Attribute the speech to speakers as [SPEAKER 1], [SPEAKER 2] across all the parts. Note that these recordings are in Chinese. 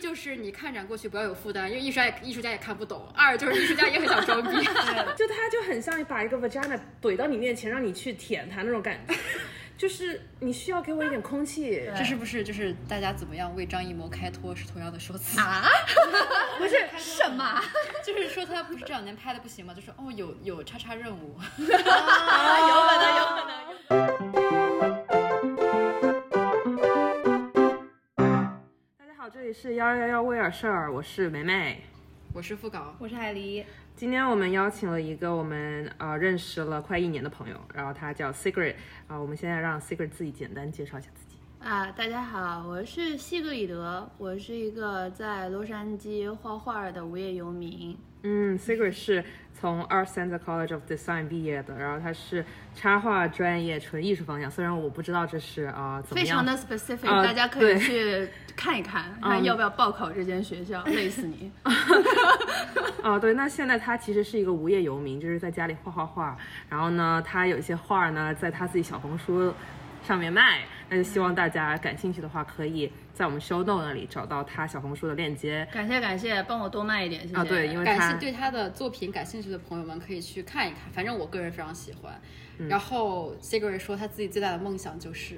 [SPEAKER 1] 就是你看展过去不要有负担，因为艺术家也艺术家也看不懂；二就是艺术家也很想装逼，
[SPEAKER 2] 就它就很像把一个 vagina 怼到你面前，让你去舔它那种感觉，就是你需要给我一点空气。
[SPEAKER 1] 这是不是就是大家怎么样为张艺谋开脱是同样的说辞？
[SPEAKER 3] 啊？
[SPEAKER 1] 不是，
[SPEAKER 3] 什么？
[SPEAKER 1] 就是说他不是这两年拍的不行吗？就是哦，有有叉叉任务，
[SPEAKER 3] 啊，有可能，有可能。
[SPEAKER 2] 大家好，这里是幺幺幺威尔舍尔，我是梅梅。
[SPEAKER 1] 我是副稿，
[SPEAKER 3] 我是海狸，
[SPEAKER 2] 今天我们邀请了一个我们呃认识了快一年的朋友，然后他叫 Secret 啊、我们现在让 Secret 自己简单介绍一下自己。
[SPEAKER 4] 啊，大家好，我是西格里德，我是一个在洛杉矶画画的无业游民。
[SPEAKER 2] 嗯，Secret 是从 Art Center College of Design 毕业的，然后他是插画专业，纯艺术方向。虽然我不知道这是啊、呃怎么
[SPEAKER 4] 非
[SPEAKER 2] 样
[SPEAKER 4] 常的 specific，、
[SPEAKER 2] 啊
[SPEAKER 4] 大家可以
[SPEAKER 2] 对
[SPEAKER 4] 去看一 看，看要不要报考这间学 校，累死你。
[SPEAKER 2] 啊，对，那现在他其实是一个无业游民，就是在家里画画画。然后呢，他有一些画呢，在他自己小红书上面卖。那就希望大家感兴趣的话，可以在我们 show note 那里找到他小红书的链接
[SPEAKER 4] 感谢感谢，帮我多卖一点，谢谢。
[SPEAKER 2] 啊。对，因为
[SPEAKER 1] 感
[SPEAKER 2] 他
[SPEAKER 1] 兴对他的作品感兴趣的朋友们可以去看一看，反正我个人非常喜欢。
[SPEAKER 3] 嗯
[SPEAKER 1] 然后 Sigrid 说他自己最大的梦想就是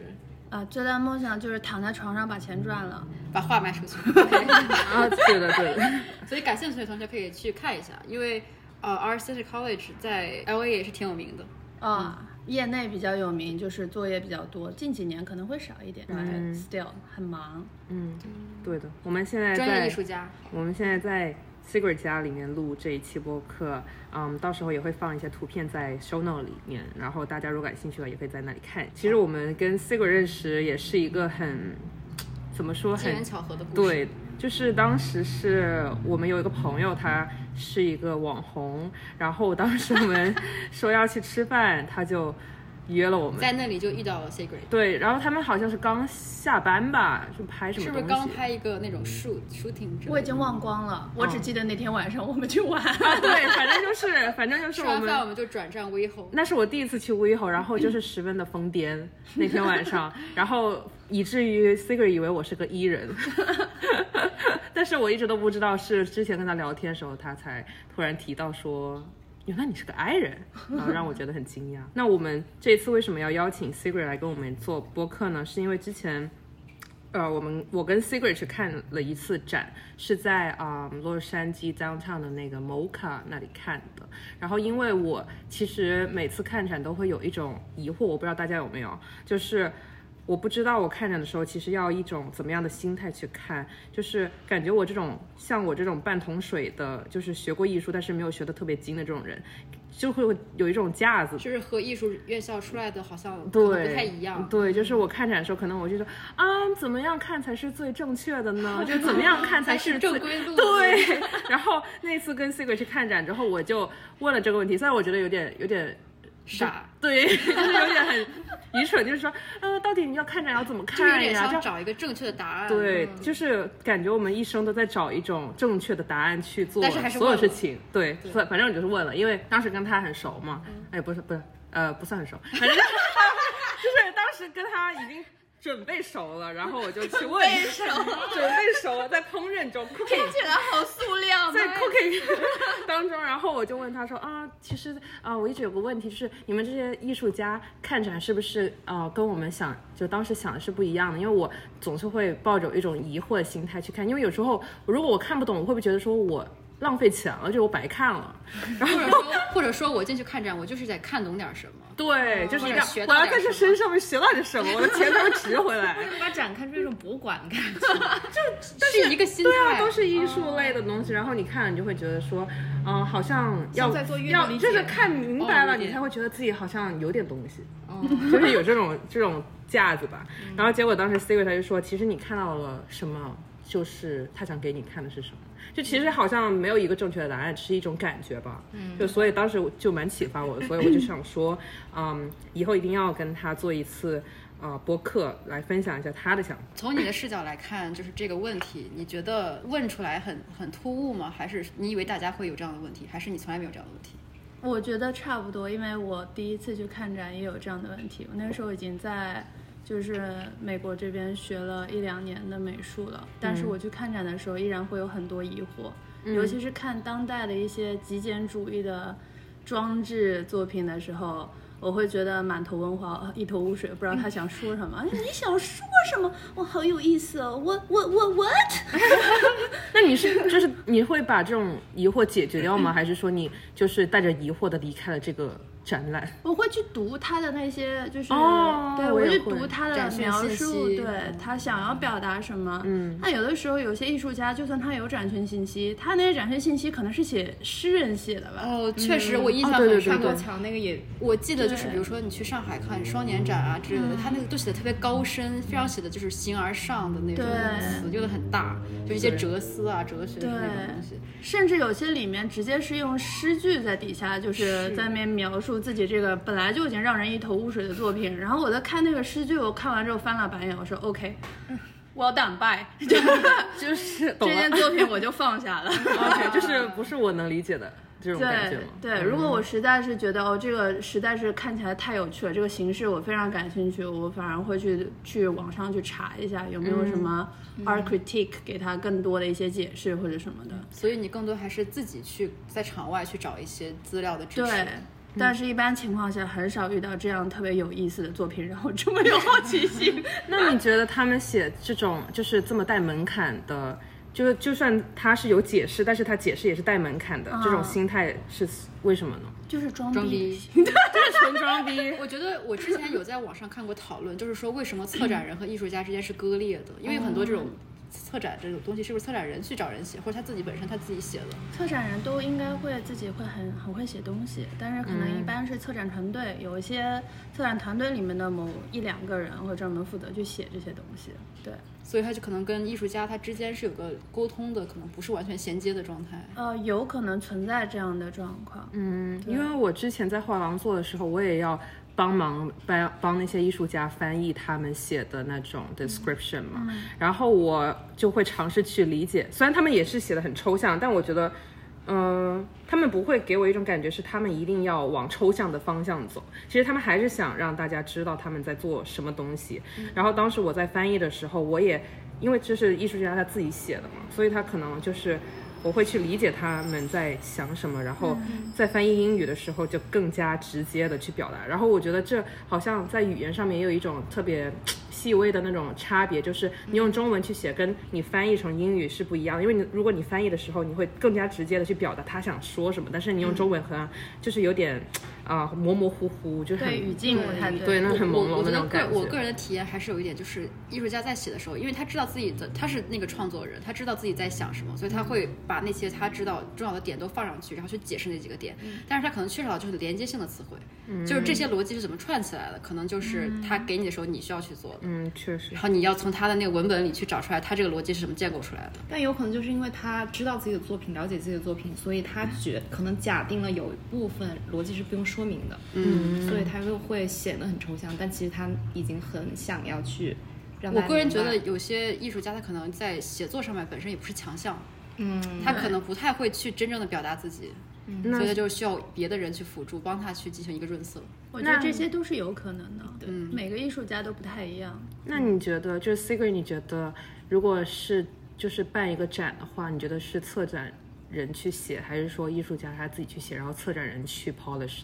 [SPEAKER 4] 啊，最大的梦想就是躺在床上把钱赚了。
[SPEAKER 1] 把画卖出 去。
[SPEAKER 2] 啊，对的对的，
[SPEAKER 1] 所以感兴趣的同学可以去看一下，因为呃 r c i t y College 在 LA 也是挺有名的。
[SPEAKER 4] 啊、业内比较有名，就是作业比较多，近几年可能会少一点，但
[SPEAKER 2] 嗯
[SPEAKER 4] 是 still 很忙。
[SPEAKER 2] 嗯，对的。我们现在
[SPEAKER 1] 专业
[SPEAKER 2] 在
[SPEAKER 1] 艺术家，
[SPEAKER 2] 我们现在在 Sigrid 家里面录这一期播客，嗯，到时候也会放一些图片在 show note 里面，然后大家如果感兴趣的话，也可以在那里看。其实我们跟 Sigrid 认识也是一个很怎么说
[SPEAKER 1] 机
[SPEAKER 2] 很
[SPEAKER 1] 缘巧合的故事。
[SPEAKER 2] 对，就是当时是我们有一个朋友，他是一个网红，然后当时我们说要去吃饭，他就约了我们。
[SPEAKER 1] 在那里就遇到了 Sigrid。
[SPEAKER 2] 对，然后他们好像是刚下班吧，就拍什么
[SPEAKER 1] 是
[SPEAKER 2] 东
[SPEAKER 1] 不
[SPEAKER 2] 西？
[SPEAKER 1] 是刚拍一个那种 shoot shooting 之类的
[SPEAKER 4] 我已经忘光了，我只记得那天晚 上我们去玩。
[SPEAKER 2] 啊， 对，反正就是，反正就是
[SPEAKER 1] 吃
[SPEAKER 2] 我
[SPEAKER 1] 完
[SPEAKER 2] 们
[SPEAKER 1] 饭我们就转战微红，
[SPEAKER 2] 那是我第一次去微吼，然后就是十分的疯癫那天晚上，然后以至于 Sigrid 以为我是个 E 人，但是我一直都不知道是之前跟他聊天的时候，他才突然提到说。原来你是个 I 人，然后让我觉得很惊讶。那我们这次为什么要邀请 Sigrid 来跟我们做播客呢？是因为之前，呃，我们我跟 Sigrid 去看了一次展，是在啊、嗯洛杉矶 downtown 的那个 Mocha 那里看的。然后因为我其实每次看展都会有一种疑惑，我不知道大家有没有，就是我不知道我看展的时候，其实要一种怎么样的心态去看，就是感觉我这种像我这种半桶水的，就是学过艺术但是没有学得特别精的这种人，就会有一种架子。
[SPEAKER 1] 就是和艺术院校出来的好像可能
[SPEAKER 2] 对，
[SPEAKER 1] 不太一样。
[SPEAKER 2] 对，就是我看展的时候，可能我就说啊，怎么样看才是最正确的呢？就怎么样看才
[SPEAKER 1] 还
[SPEAKER 2] 是
[SPEAKER 1] 是
[SPEAKER 2] 最
[SPEAKER 1] 正规 路。，
[SPEAKER 2] 对，然后那次跟 Sigrid 去看展之后，我就问了这个问题，虽然我觉得有点有点
[SPEAKER 1] 傻，
[SPEAKER 2] 对， 就是有点很愚蠢，就是说，呃，到底你要看展要怎么
[SPEAKER 1] 就是有
[SPEAKER 2] 看
[SPEAKER 1] 点
[SPEAKER 2] 呀？
[SPEAKER 1] 想
[SPEAKER 2] 这
[SPEAKER 1] 找一个嗯正确的答案。，
[SPEAKER 2] 对，就是感觉我们一生都在找一种正确的答案去做
[SPEAKER 1] 但是还是
[SPEAKER 2] 所有
[SPEAKER 1] 问
[SPEAKER 2] 事
[SPEAKER 1] 了
[SPEAKER 2] 情。对，反反正我就是问了，因为当时跟他很熟嘛，
[SPEAKER 1] 嗯
[SPEAKER 2] 哎，不是不是，呃，不算很熟，反正就是 就是当时跟他已经。准备熟了，然后我就去问，准备熟，准备熟了，在烹饪中，
[SPEAKER 4] 起来好塑料，
[SPEAKER 1] 哎
[SPEAKER 2] 在 cooking 当中，然后我就问他说啊，其实啊，我一直有个问题，就是你们这些艺术家看展是不是啊，跟我们想就当时想的是不一样的？因为我总是会抱着一种疑惑的心态去看，因为有时候如果我看不懂，我会不会觉得说我浪费钱了，就我白看了？
[SPEAKER 1] 或者说或者说我进去看展，我就是在看懂点什么。
[SPEAKER 2] 对，就是一
[SPEAKER 1] 哦或
[SPEAKER 2] 个
[SPEAKER 1] 者学
[SPEAKER 2] 我
[SPEAKER 1] 到
[SPEAKER 2] 要
[SPEAKER 1] 点
[SPEAKER 2] 在这
[SPEAKER 1] 什么
[SPEAKER 2] 身上面学到点什么，我的钱才能值回来。
[SPEAKER 3] 把展看出一种博物馆感。
[SPEAKER 1] 是一个心
[SPEAKER 2] 对啊，
[SPEAKER 1] 态，嗯
[SPEAKER 2] 都是艺术类的东西。然后你看，你就会觉得说，嗯、好像要
[SPEAKER 3] 像在做阅
[SPEAKER 2] 要
[SPEAKER 3] 读理解
[SPEAKER 2] 就是看明白
[SPEAKER 1] 哦
[SPEAKER 2] 了，
[SPEAKER 1] 理解
[SPEAKER 2] 你才会觉得自己好像有点东西，
[SPEAKER 3] 哦
[SPEAKER 2] 就是有这种这种架子吧。
[SPEAKER 3] 嗯
[SPEAKER 2] 然后结果当时 Siri 他就说，其实你看到了什么，就是他想给你看的是什么。就其实好像没有一个正确的答案，是一种感觉吧。嗯，就所以当时我就蛮启发我的，所以我就想说，嗯，以后一定要跟他做一次呃播客，来分享一下他的想法。
[SPEAKER 1] 从你的视角来看，就是这个问题，你觉得问出来很很突兀吗？还是你以为大家会有这样的问题，还是你从来没有这样的问题？
[SPEAKER 4] 我觉得差不多，因为我第一次去看展也有这样的问题。我那时候已经在就是美国这边学了一两年的美术了，但是我去看展的时候依然会有很多疑惑，尤其是看当代的一些极简主义的装置作品的时候。我会觉得满头问号，一头雾水，不知道他想说什么。哎你想说什么？我好有意思哦！我我我 what？
[SPEAKER 2] 那你是就是你会把这种疑惑解决掉吗？ 还是说你就是带着疑惑的离开了这个展览？
[SPEAKER 4] 我会去读他的那些，就是、
[SPEAKER 2] 哦
[SPEAKER 4] 对
[SPEAKER 2] 我
[SPEAKER 4] 我
[SPEAKER 2] 也
[SPEAKER 4] 去
[SPEAKER 2] 会
[SPEAKER 4] 读他的
[SPEAKER 1] 展示
[SPEAKER 4] 描
[SPEAKER 1] 信
[SPEAKER 4] 述，
[SPEAKER 1] 息
[SPEAKER 4] 对他想要表达什么。
[SPEAKER 2] 嗯，
[SPEAKER 4] 那有的时候有些艺术家，就算他有展讯信息，他那些展讯信息可能是写诗人写的吧。
[SPEAKER 1] 哦，确实，我印象
[SPEAKER 2] 哦对对
[SPEAKER 1] 很
[SPEAKER 2] 对
[SPEAKER 1] 深
[SPEAKER 3] 张
[SPEAKER 1] 刻
[SPEAKER 3] 国。强那个也
[SPEAKER 1] 我记得就是，
[SPEAKER 4] 对
[SPEAKER 1] 比如说你去上海看双年展啊之类的，他那个都写的特别高深，非常写的就是形而上的那种
[SPEAKER 4] 对
[SPEAKER 1] 词，用的很大，就一些哲思啊、哲学的那种东西。
[SPEAKER 4] 甚至有些里面直接是用诗句在底下，就是
[SPEAKER 1] 是
[SPEAKER 4] 在那边描述自己这个本来就已经让人一头雾水的作品。然后我在看那个诗句，我看完之后翻了白眼，我说 OK，well done bye，就
[SPEAKER 2] 就是懂 嗯了
[SPEAKER 4] 这 件作品我就放下了。
[SPEAKER 2] ，OK，就是不是我能理解的这种感觉
[SPEAKER 4] 对
[SPEAKER 2] 吗？
[SPEAKER 4] 对，如果我实在是觉得哦，这个实在是看起来太有趣了，这个形式我非常感兴趣，我反而会去去网上去查一下有没有什么 art critique 给它更多的一些解释或者什么的。
[SPEAKER 1] 所以你更多还是自己去在场外去找一些资料的支持。
[SPEAKER 4] 对，但是一般情况下很少遇到这样特别有意思的作品，然后这么有好奇心。
[SPEAKER 2] 那你觉得他们写这种就是这么带门槛的，就是就算他是有解释，但是他解释也是带门槛的，
[SPEAKER 4] 啊
[SPEAKER 2] 这种心态是为什么呢？
[SPEAKER 4] 就是装
[SPEAKER 1] 装
[SPEAKER 4] 逼
[SPEAKER 1] 逼，
[SPEAKER 2] 就是纯装逼。
[SPEAKER 1] 我觉得我之前有在网上看过讨论，就是说为什么策展人和艺术家之间是割裂的，因为很多这种策展这种东西是不是策展人去找人写，或者他自己本身他自己写的？
[SPEAKER 4] 策展人都应该会自己会很很会写东西，但是可能一
[SPEAKER 2] 嗯
[SPEAKER 4] 般是策展团队，有一些策展团队里面的某一两个人会专门负责去写这些东西。对，
[SPEAKER 1] 所以他就可能跟艺术家他之间是有个沟通的，可能不是完全衔接的状态。
[SPEAKER 4] 呃，有可能存在这样的状况。嗯，
[SPEAKER 2] 嗯，因为我之前在画廊做的时候，我也要帮忙帮帮那些艺术家翻译他们写的那种 description 嘛，然后我就会尝试去理解，虽然他们也是写的很抽象，但我觉得。嗯，他们不会给我一种感觉是他们一定要往抽象的方向走，其实他们还是想让大家知道他们在做什么东西。然后当时我在翻译的时候，我也因为这是艺术家他自己写的嘛，所以他可能就是我会去理解他们在想什么，
[SPEAKER 1] 嗯
[SPEAKER 2] 然后在翻译英语的时候就更加直接的去表达。然后我觉得这好像在语言上面也有一种特别细微的那种差别，就是你
[SPEAKER 1] 嗯
[SPEAKER 2] 用中文去写跟你翻译成英语是不一样，因为你如果你翻译的时候，你会更加直接的去表达他想说什么，但是
[SPEAKER 1] 嗯
[SPEAKER 2] 你用中文好像就是有点啊、模模糊糊，就是很
[SPEAKER 4] 对，语境不太
[SPEAKER 2] 对，那
[SPEAKER 1] 我
[SPEAKER 2] 很朦
[SPEAKER 1] 我
[SPEAKER 2] 胧
[SPEAKER 1] 我觉
[SPEAKER 2] 的那
[SPEAKER 1] 得
[SPEAKER 2] 种感
[SPEAKER 1] 个
[SPEAKER 2] 觉。
[SPEAKER 1] 我个人的体验还是有一点，就是艺术家在写的时候，因为他知道自己的他是那个创作人，他知道自己在想什么，所以他会把那些他知道重要的点都放上去，然后去解释那几个点。
[SPEAKER 2] 嗯
[SPEAKER 1] 但是他可能缺少就是连接性的词汇，就是这些逻辑是怎么串起来的，可能就是他给你的时候你需要去做的，
[SPEAKER 2] 嗯，确实
[SPEAKER 1] 然。后你要从他的那个文本里去找出来他这个逻辑是怎么建构出来的。
[SPEAKER 3] 但有可能就是因为他知道自己的作品，了解自己的作品，所以他觉可能假定了有一部分逻辑是不用说明的，嗯，所以他就会显得很抽象，但其实他已经很想要去让
[SPEAKER 1] 我
[SPEAKER 3] 大家
[SPEAKER 1] 个人觉
[SPEAKER 3] 明白
[SPEAKER 1] 得，有些艺术家他可能在写作上面本身也不是强项，
[SPEAKER 3] 嗯，
[SPEAKER 1] 他可能不太会去真正的表达自己，
[SPEAKER 2] 那
[SPEAKER 1] 所以他就需要别的人去辅助，帮他去进行一个润色。
[SPEAKER 4] 我觉得
[SPEAKER 2] 那
[SPEAKER 4] 这些都是有可能的。对，
[SPEAKER 1] 嗯
[SPEAKER 4] 每个艺术家都不太一样。
[SPEAKER 2] 那你觉得，就是 Sigrid，你觉得如果是就是办一个展的话，你觉得是策展人去写，还是说艺术家他自己去写，然后策展人去 polish？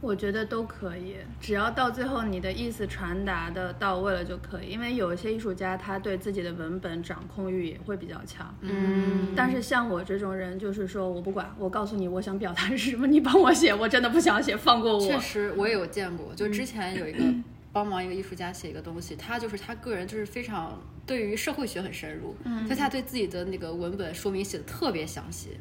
[SPEAKER 4] 我觉得都可以，只要到最后你的意思传达的到位了就可以。因为有一些艺术家他对自己的文本掌控欲也会比较强，嗯。但是像我这种人，就是说我不管，我告诉你我想表达是什么，你帮我写，我真的不想写，放过
[SPEAKER 1] 确
[SPEAKER 4] 我。
[SPEAKER 1] 实，我也有见过，就
[SPEAKER 3] 嗯
[SPEAKER 1] 之前 有一个帮忙一个艺术家写一个东西，他就是他个人就是非常对于社会学很深入，
[SPEAKER 3] 嗯
[SPEAKER 1] 所以他对自己的那个文本说明写的特别详细，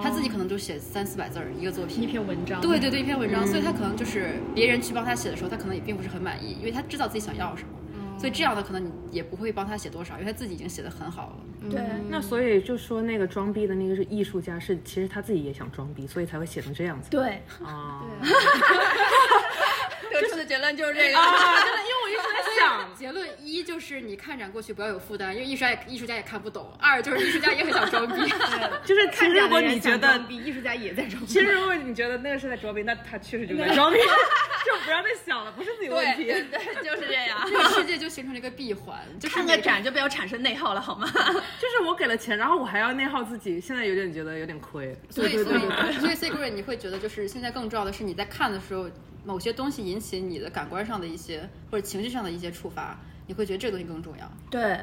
[SPEAKER 1] 他自己可能就写三四百字儿一个作品，
[SPEAKER 3] 嗯一篇文章，嗯
[SPEAKER 1] 对对对，一篇文章，所以他可能就是别人去帮他写的时候，他可能也并不是很满意，因为他知道自己想要什么，
[SPEAKER 3] 嗯
[SPEAKER 1] 所以这样的可能你也不会帮他写多少，因为他自己已经写的很好了。
[SPEAKER 3] 嗯
[SPEAKER 4] 对，
[SPEAKER 2] 那所以就说那个装逼的那个是艺术家，是其实他自己也想装逼，所以才会写成这 样子
[SPEAKER 4] 对，
[SPEAKER 2] 啊。
[SPEAKER 4] 得出的结论就是这个。
[SPEAKER 2] 啊，真的，因为我一直在想，
[SPEAKER 1] 结论一就是你看展过去不要有负担，因为艺术家也艺术家也看不懂；二就是艺术家也很想装逼。
[SPEAKER 2] 就是其
[SPEAKER 3] 看
[SPEAKER 2] 实
[SPEAKER 3] 展
[SPEAKER 2] 如
[SPEAKER 3] 的
[SPEAKER 2] 果
[SPEAKER 3] 人
[SPEAKER 2] 你
[SPEAKER 3] 想
[SPEAKER 2] 觉得
[SPEAKER 3] 装逼艺术家也在装逼，
[SPEAKER 2] 其实如果你觉得那个是在装逼，那他确实就在装逼，就不要再想了，不是自己问
[SPEAKER 1] 对
[SPEAKER 2] 题。
[SPEAKER 4] 对，就是这样。
[SPEAKER 1] 这个世界就形成了一个闭环，就是
[SPEAKER 4] 看
[SPEAKER 1] 每
[SPEAKER 4] 个展就不要产生内耗了，好吗？
[SPEAKER 2] 就是我给了钱，然后我还要内耗自己，现在有点觉得有点亏。
[SPEAKER 1] 所以，
[SPEAKER 3] 对
[SPEAKER 1] 所
[SPEAKER 3] 对
[SPEAKER 1] 以，所以 s i g r e 你会觉得，就是现在更重要的是你在看的时候，某些东西引起你的感官上的一些或者情绪上的一些触发，你会觉得这个东西更重要。
[SPEAKER 4] 对，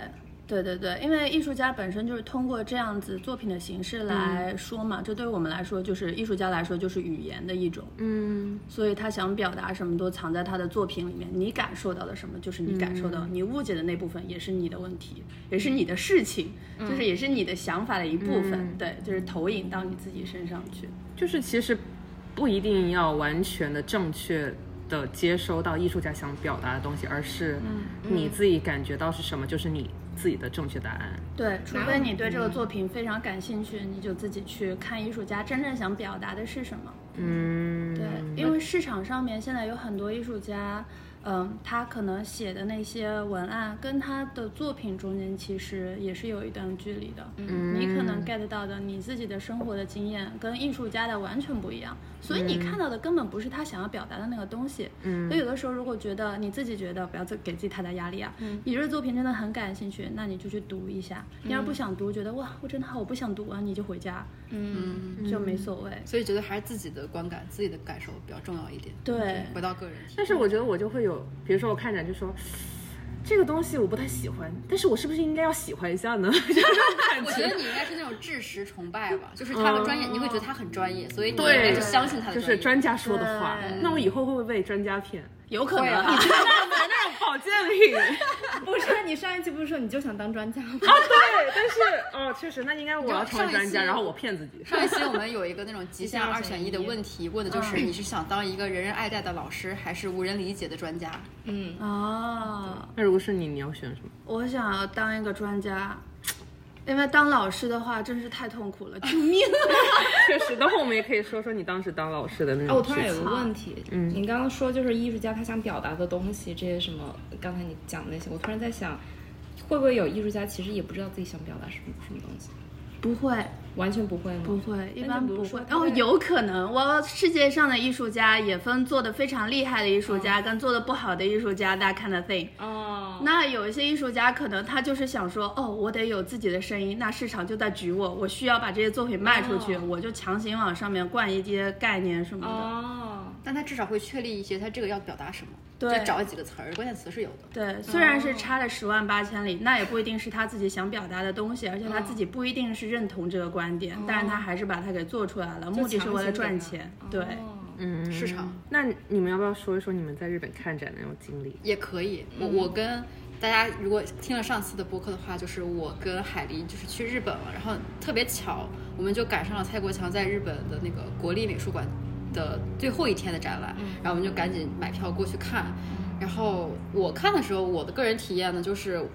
[SPEAKER 4] 对对对，因为艺术家本身就是通过这样子作品的形式
[SPEAKER 2] 嗯
[SPEAKER 4] 来说嘛，这对于我们来说就是艺术家来说就是语言的一种，
[SPEAKER 2] 嗯，
[SPEAKER 4] 所以他想表达什么都藏在他的作品里面。你感受到的什么就是你感受
[SPEAKER 2] 嗯
[SPEAKER 4] 到，你误解的那部分也是你的问题，也是你的事情，就是也是你的想法的一部分。
[SPEAKER 2] 嗯
[SPEAKER 4] 对，就是投影到你自己身上去。
[SPEAKER 2] 就是其实不一定要完全的正确的接收到艺术家想表达的东西，而是
[SPEAKER 1] 嗯
[SPEAKER 2] 你自己感觉到是什么，就是你自己的正确答案。
[SPEAKER 4] 对，除非你对这
[SPEAKER 2] 嗯
[SPEAKER 4] 个作品非常感兴趣，你就自己去看艺术家真正想表达的是什么。
[SPEAKER 2] 嗯，
[SPEAKER 4] 对，因为市场上面现在有很多艺术家，嗯，他可能写的那些文案跟他的作品中间其实也是有一段距离的。嗯，你可能 get 到的你自己的生活的经验跟艺术家的完全不一样，所以
[SPEAKER 1] 嗯
[SPEAKER 4] 你看到的根本不是他想要表达的那个东西。嗯，所以有的时候如果觉得你自己觉得不要自给自己太大压力啊，
[SPEAKER 1] 嗯
[SPEAKER 4] 你对这作品真的很感兴趣，那你就去读一下。你要是不想读，觉得哇我真的好我不想读啊，你就回家，
[SPEAKER 1] 嗯，
[SPEAKER 4] 就没所谓。
[SPEAKER 1] 所以觉得还是自己的观感、自己的感受比较重要一点。
[SPEAKER 4] 对
[SPEAKER 1] 回到个人体
[SPEAKER 2] 但是我觉得我就会有，比如说我看展就说。这个东西我不太喜欢，但是我是不是应该要喜欢一下呢？ 就是这种
[SPEAKER 1] 我
[SPEAKER 2] 感
[SPEAKER 1] 觉
[SPEAKER 2] 觉
[SPEAKER 1] 得你应该是那种知识崇拜吧，就是他的专业，你会觉得他很专业，所以你应
[SPEAKER 2] 对
[SPEAKER 1] 该就相信他的
[SPEAKER 2] 就是专
[SPEAKER 1] 专业。
[SPEAKER 2] 家说的话
[SPEAKER 4] 对。
[SPEAKER 2] 那我以后会不会被专家 骗？
[SPEAKER 4] 有可
[SPEAKER 1] 会
[SPEAKER 4] 能
[SPEAKER 1] 啊
[SPEAKER 4] 啊。
[SPEAKER 2] 买那种保健品。
[SPEAKER 3] 不是啊你上一期不是说你就想当专家吗？
[SPEAKER 2] 啊对，但是哦，确实，那应该我要成为专
[SPEAKER 1] 你知道上一
[SPEAKER 2] 家，
[SPEAKER 1] 期
[SPEAKER 2] 然后我骗自己。
[SPEAKER 1] 上一期我们有一个那种极限二选一的问题，问的就是你是想当一个人人爱戴的老师，还是无人理解的专家？
[SPEAKER 3] 嗯，
[SPEAKER 4] 哦
[SPEAKER 2] 那如果是你，你要选什么？
[SPEAKER 4] 我想要当一个专家，因为当老师的话真是太痛苦了，救命！啊
[SPEAKER 2] 确实，等会我们也可以说说你当时当老师的那
[SPEAKER 3] 哦，我
[SPEAKER 2] 种
[SPEAKER 3] 突
[SPEAKER 2] 事
[SPEAKER 3] 然有
[SPEAKER 2] 情。
[SPEAKER 3] 个问题，嗯，你刚刚说就是艺术家他想表达的东西，这些什么，刚才你讲的那些，我突然在想，会不会有艺术家其实也不知道自己想表达什么什么东西，
[SPEAKER 4] 不会，
[SPEAKER 3] 完全不会吗？
[SPEAKER 4] 不会，一般
[SPEAKER 3] 不
[SPEAKER 4] 不
[SPEAKER 3] 是说
[SPEAKER 4] 会。
[SPEAKER 3] 他
[SPEAKER 4] 哦，
[SPEAKER 3] 在
[SPEAKER 4] 有可能，我世界上的艺术家也分做的非常厉害的艺术家跟做的不好的艺术家，that kind of thing。
[SPEAKER 3] 嗯哦，
[SPEAKER 4] 那有一些艺术家可能他就是想说，哦，我得有自己的声音，那市场就在举我，我需要把这些作品卖出去，
[SPEAKER 3] 哦
[SPEAKER 4] 我就强行往上面灌一些概念什么的。
[SPEAKER 3] 哦，
[SPEAKER 1] 但他至少会确立一些他这个要表达什么，
[SPEAKER 4] 对
[SPEAKER 1] 就找几个词儿，关键词是有的。
[SPEAKER 4] 对，虽然是差了十万八千里，那也不一定是他自己想表达的东西，而且他自己不一定是认同这个观点，但是他还是把它给做出来了，目的是为了赚钱。对，
[SPEAKER 3] 哦
[SPEAKER 2] 嗯
[SPEAKER 1] 市场
[SPEAKER 2] 那你们要不要说一说你们在日本看展的那种经历？
[SPEAKER 1] 也可以。我我跟大家如果听了上次的播客的话，就是我跟海狸就是去日本了，然后特别巧，我们就赶上了蔡国强在日本的那个国立美术馆的最后一天的展览，然后我们就赶紧买票过去看。然后我看的时候，我的个人体验呢，就是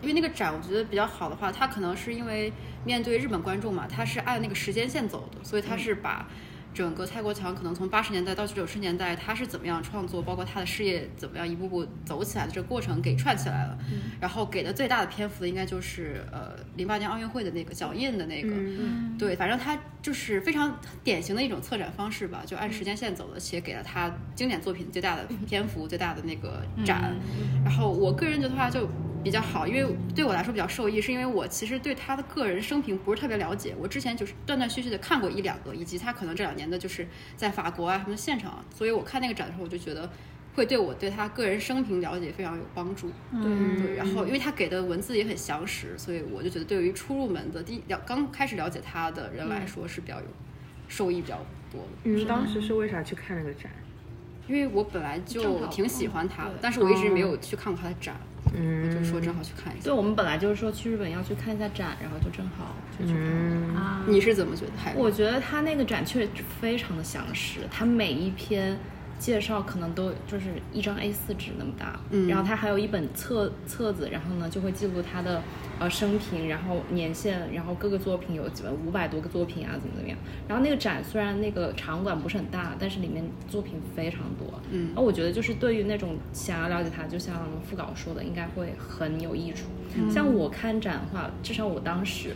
[SPEAKER 1] 因为那个展，我觉得比较好的话，它可能是因为面对日本观众嘛，它是按那个时间线走的，所以它是把整个蔡国强可能从八十年代到九十年代，他是怎么样创作，包括他的事业怎么样一步步走起来的这个过程给串起来了。然后给的最大的篇幅的应该就是呃零八年奥运会的那个脚印的那
[SPEAKER 2] 嗯
[SPEAKER 1] 个，对，反正他就是非常典型的一种策展方式吧，就按时间线走的，且给了他经典作品最大的篇幅、最大的那个展。然后我个人觉得话就比较好，因为对我来说比较受益，是因为我其实对他的个人生平不是特别了解，我之前就是断断续续的看过一两个，以及他可能这两年的就是在法国啊什么的现场啊，所以我看那个展的时候，我就觉得会对我对他个人生平了解非常有帮助。
[SPEAKER 4] 嗯
[SPEAKER 1] 对，然后因为他给的文字也很详实，所以我就觉得对于初入门的第一了刚开始了解他的人
[SPEAKER 3] 嗯
[SPEAKER 1] 来说是比较有受益比较多的。
[SPEAKER 2] 你们当时是为啥去看那个展？
[SPEAKER 1] 因为我本来
[SPEAKER 3] 正
[SPEAKER 1] 就
[SPEAKER 3] 好
[SPEAKER 1] 挺喜欢他的
[SPEAKER 3] 嗯对，
[SPEAKER 1] 但是我一直没有去看过他的展，我
[SPEAKER 2] 嗯
[SPEAKER 1] 就说正好去看一下
[SPEAKER 3] 对，。我们本来就是说去日本要去看一下展，然后就正好就去看了。
[SPEAKER 2] 嗯
[SPEAKER 4] 啊，
[SPEAKER 1] 你是怎么觉得？还
[SPEAKER 3] 我觉得他那个展确实非常的详实，他每一篇介绍可能都就是一张 A 4纸那么大，
[SPEAKER 1] 嗯
[SPEAKER 3] 然后他还有一本册册子，然后呢就会记录他的呃生平，然后年限，然后各个作品有几本五百多个作品啊，怎么怎么样。然后那个展虽然那个场馆不是很大，但是里面作品非常多。
[SPEAKER 1] 嗯
[SPEAKER 3] 然后我觉得就是对于那种想要了解它，就像副稿说的，应该会很有益处。
[SPEAKER 1] 嗯
[SPEAKER 3] 像我看展的话，至少我当时，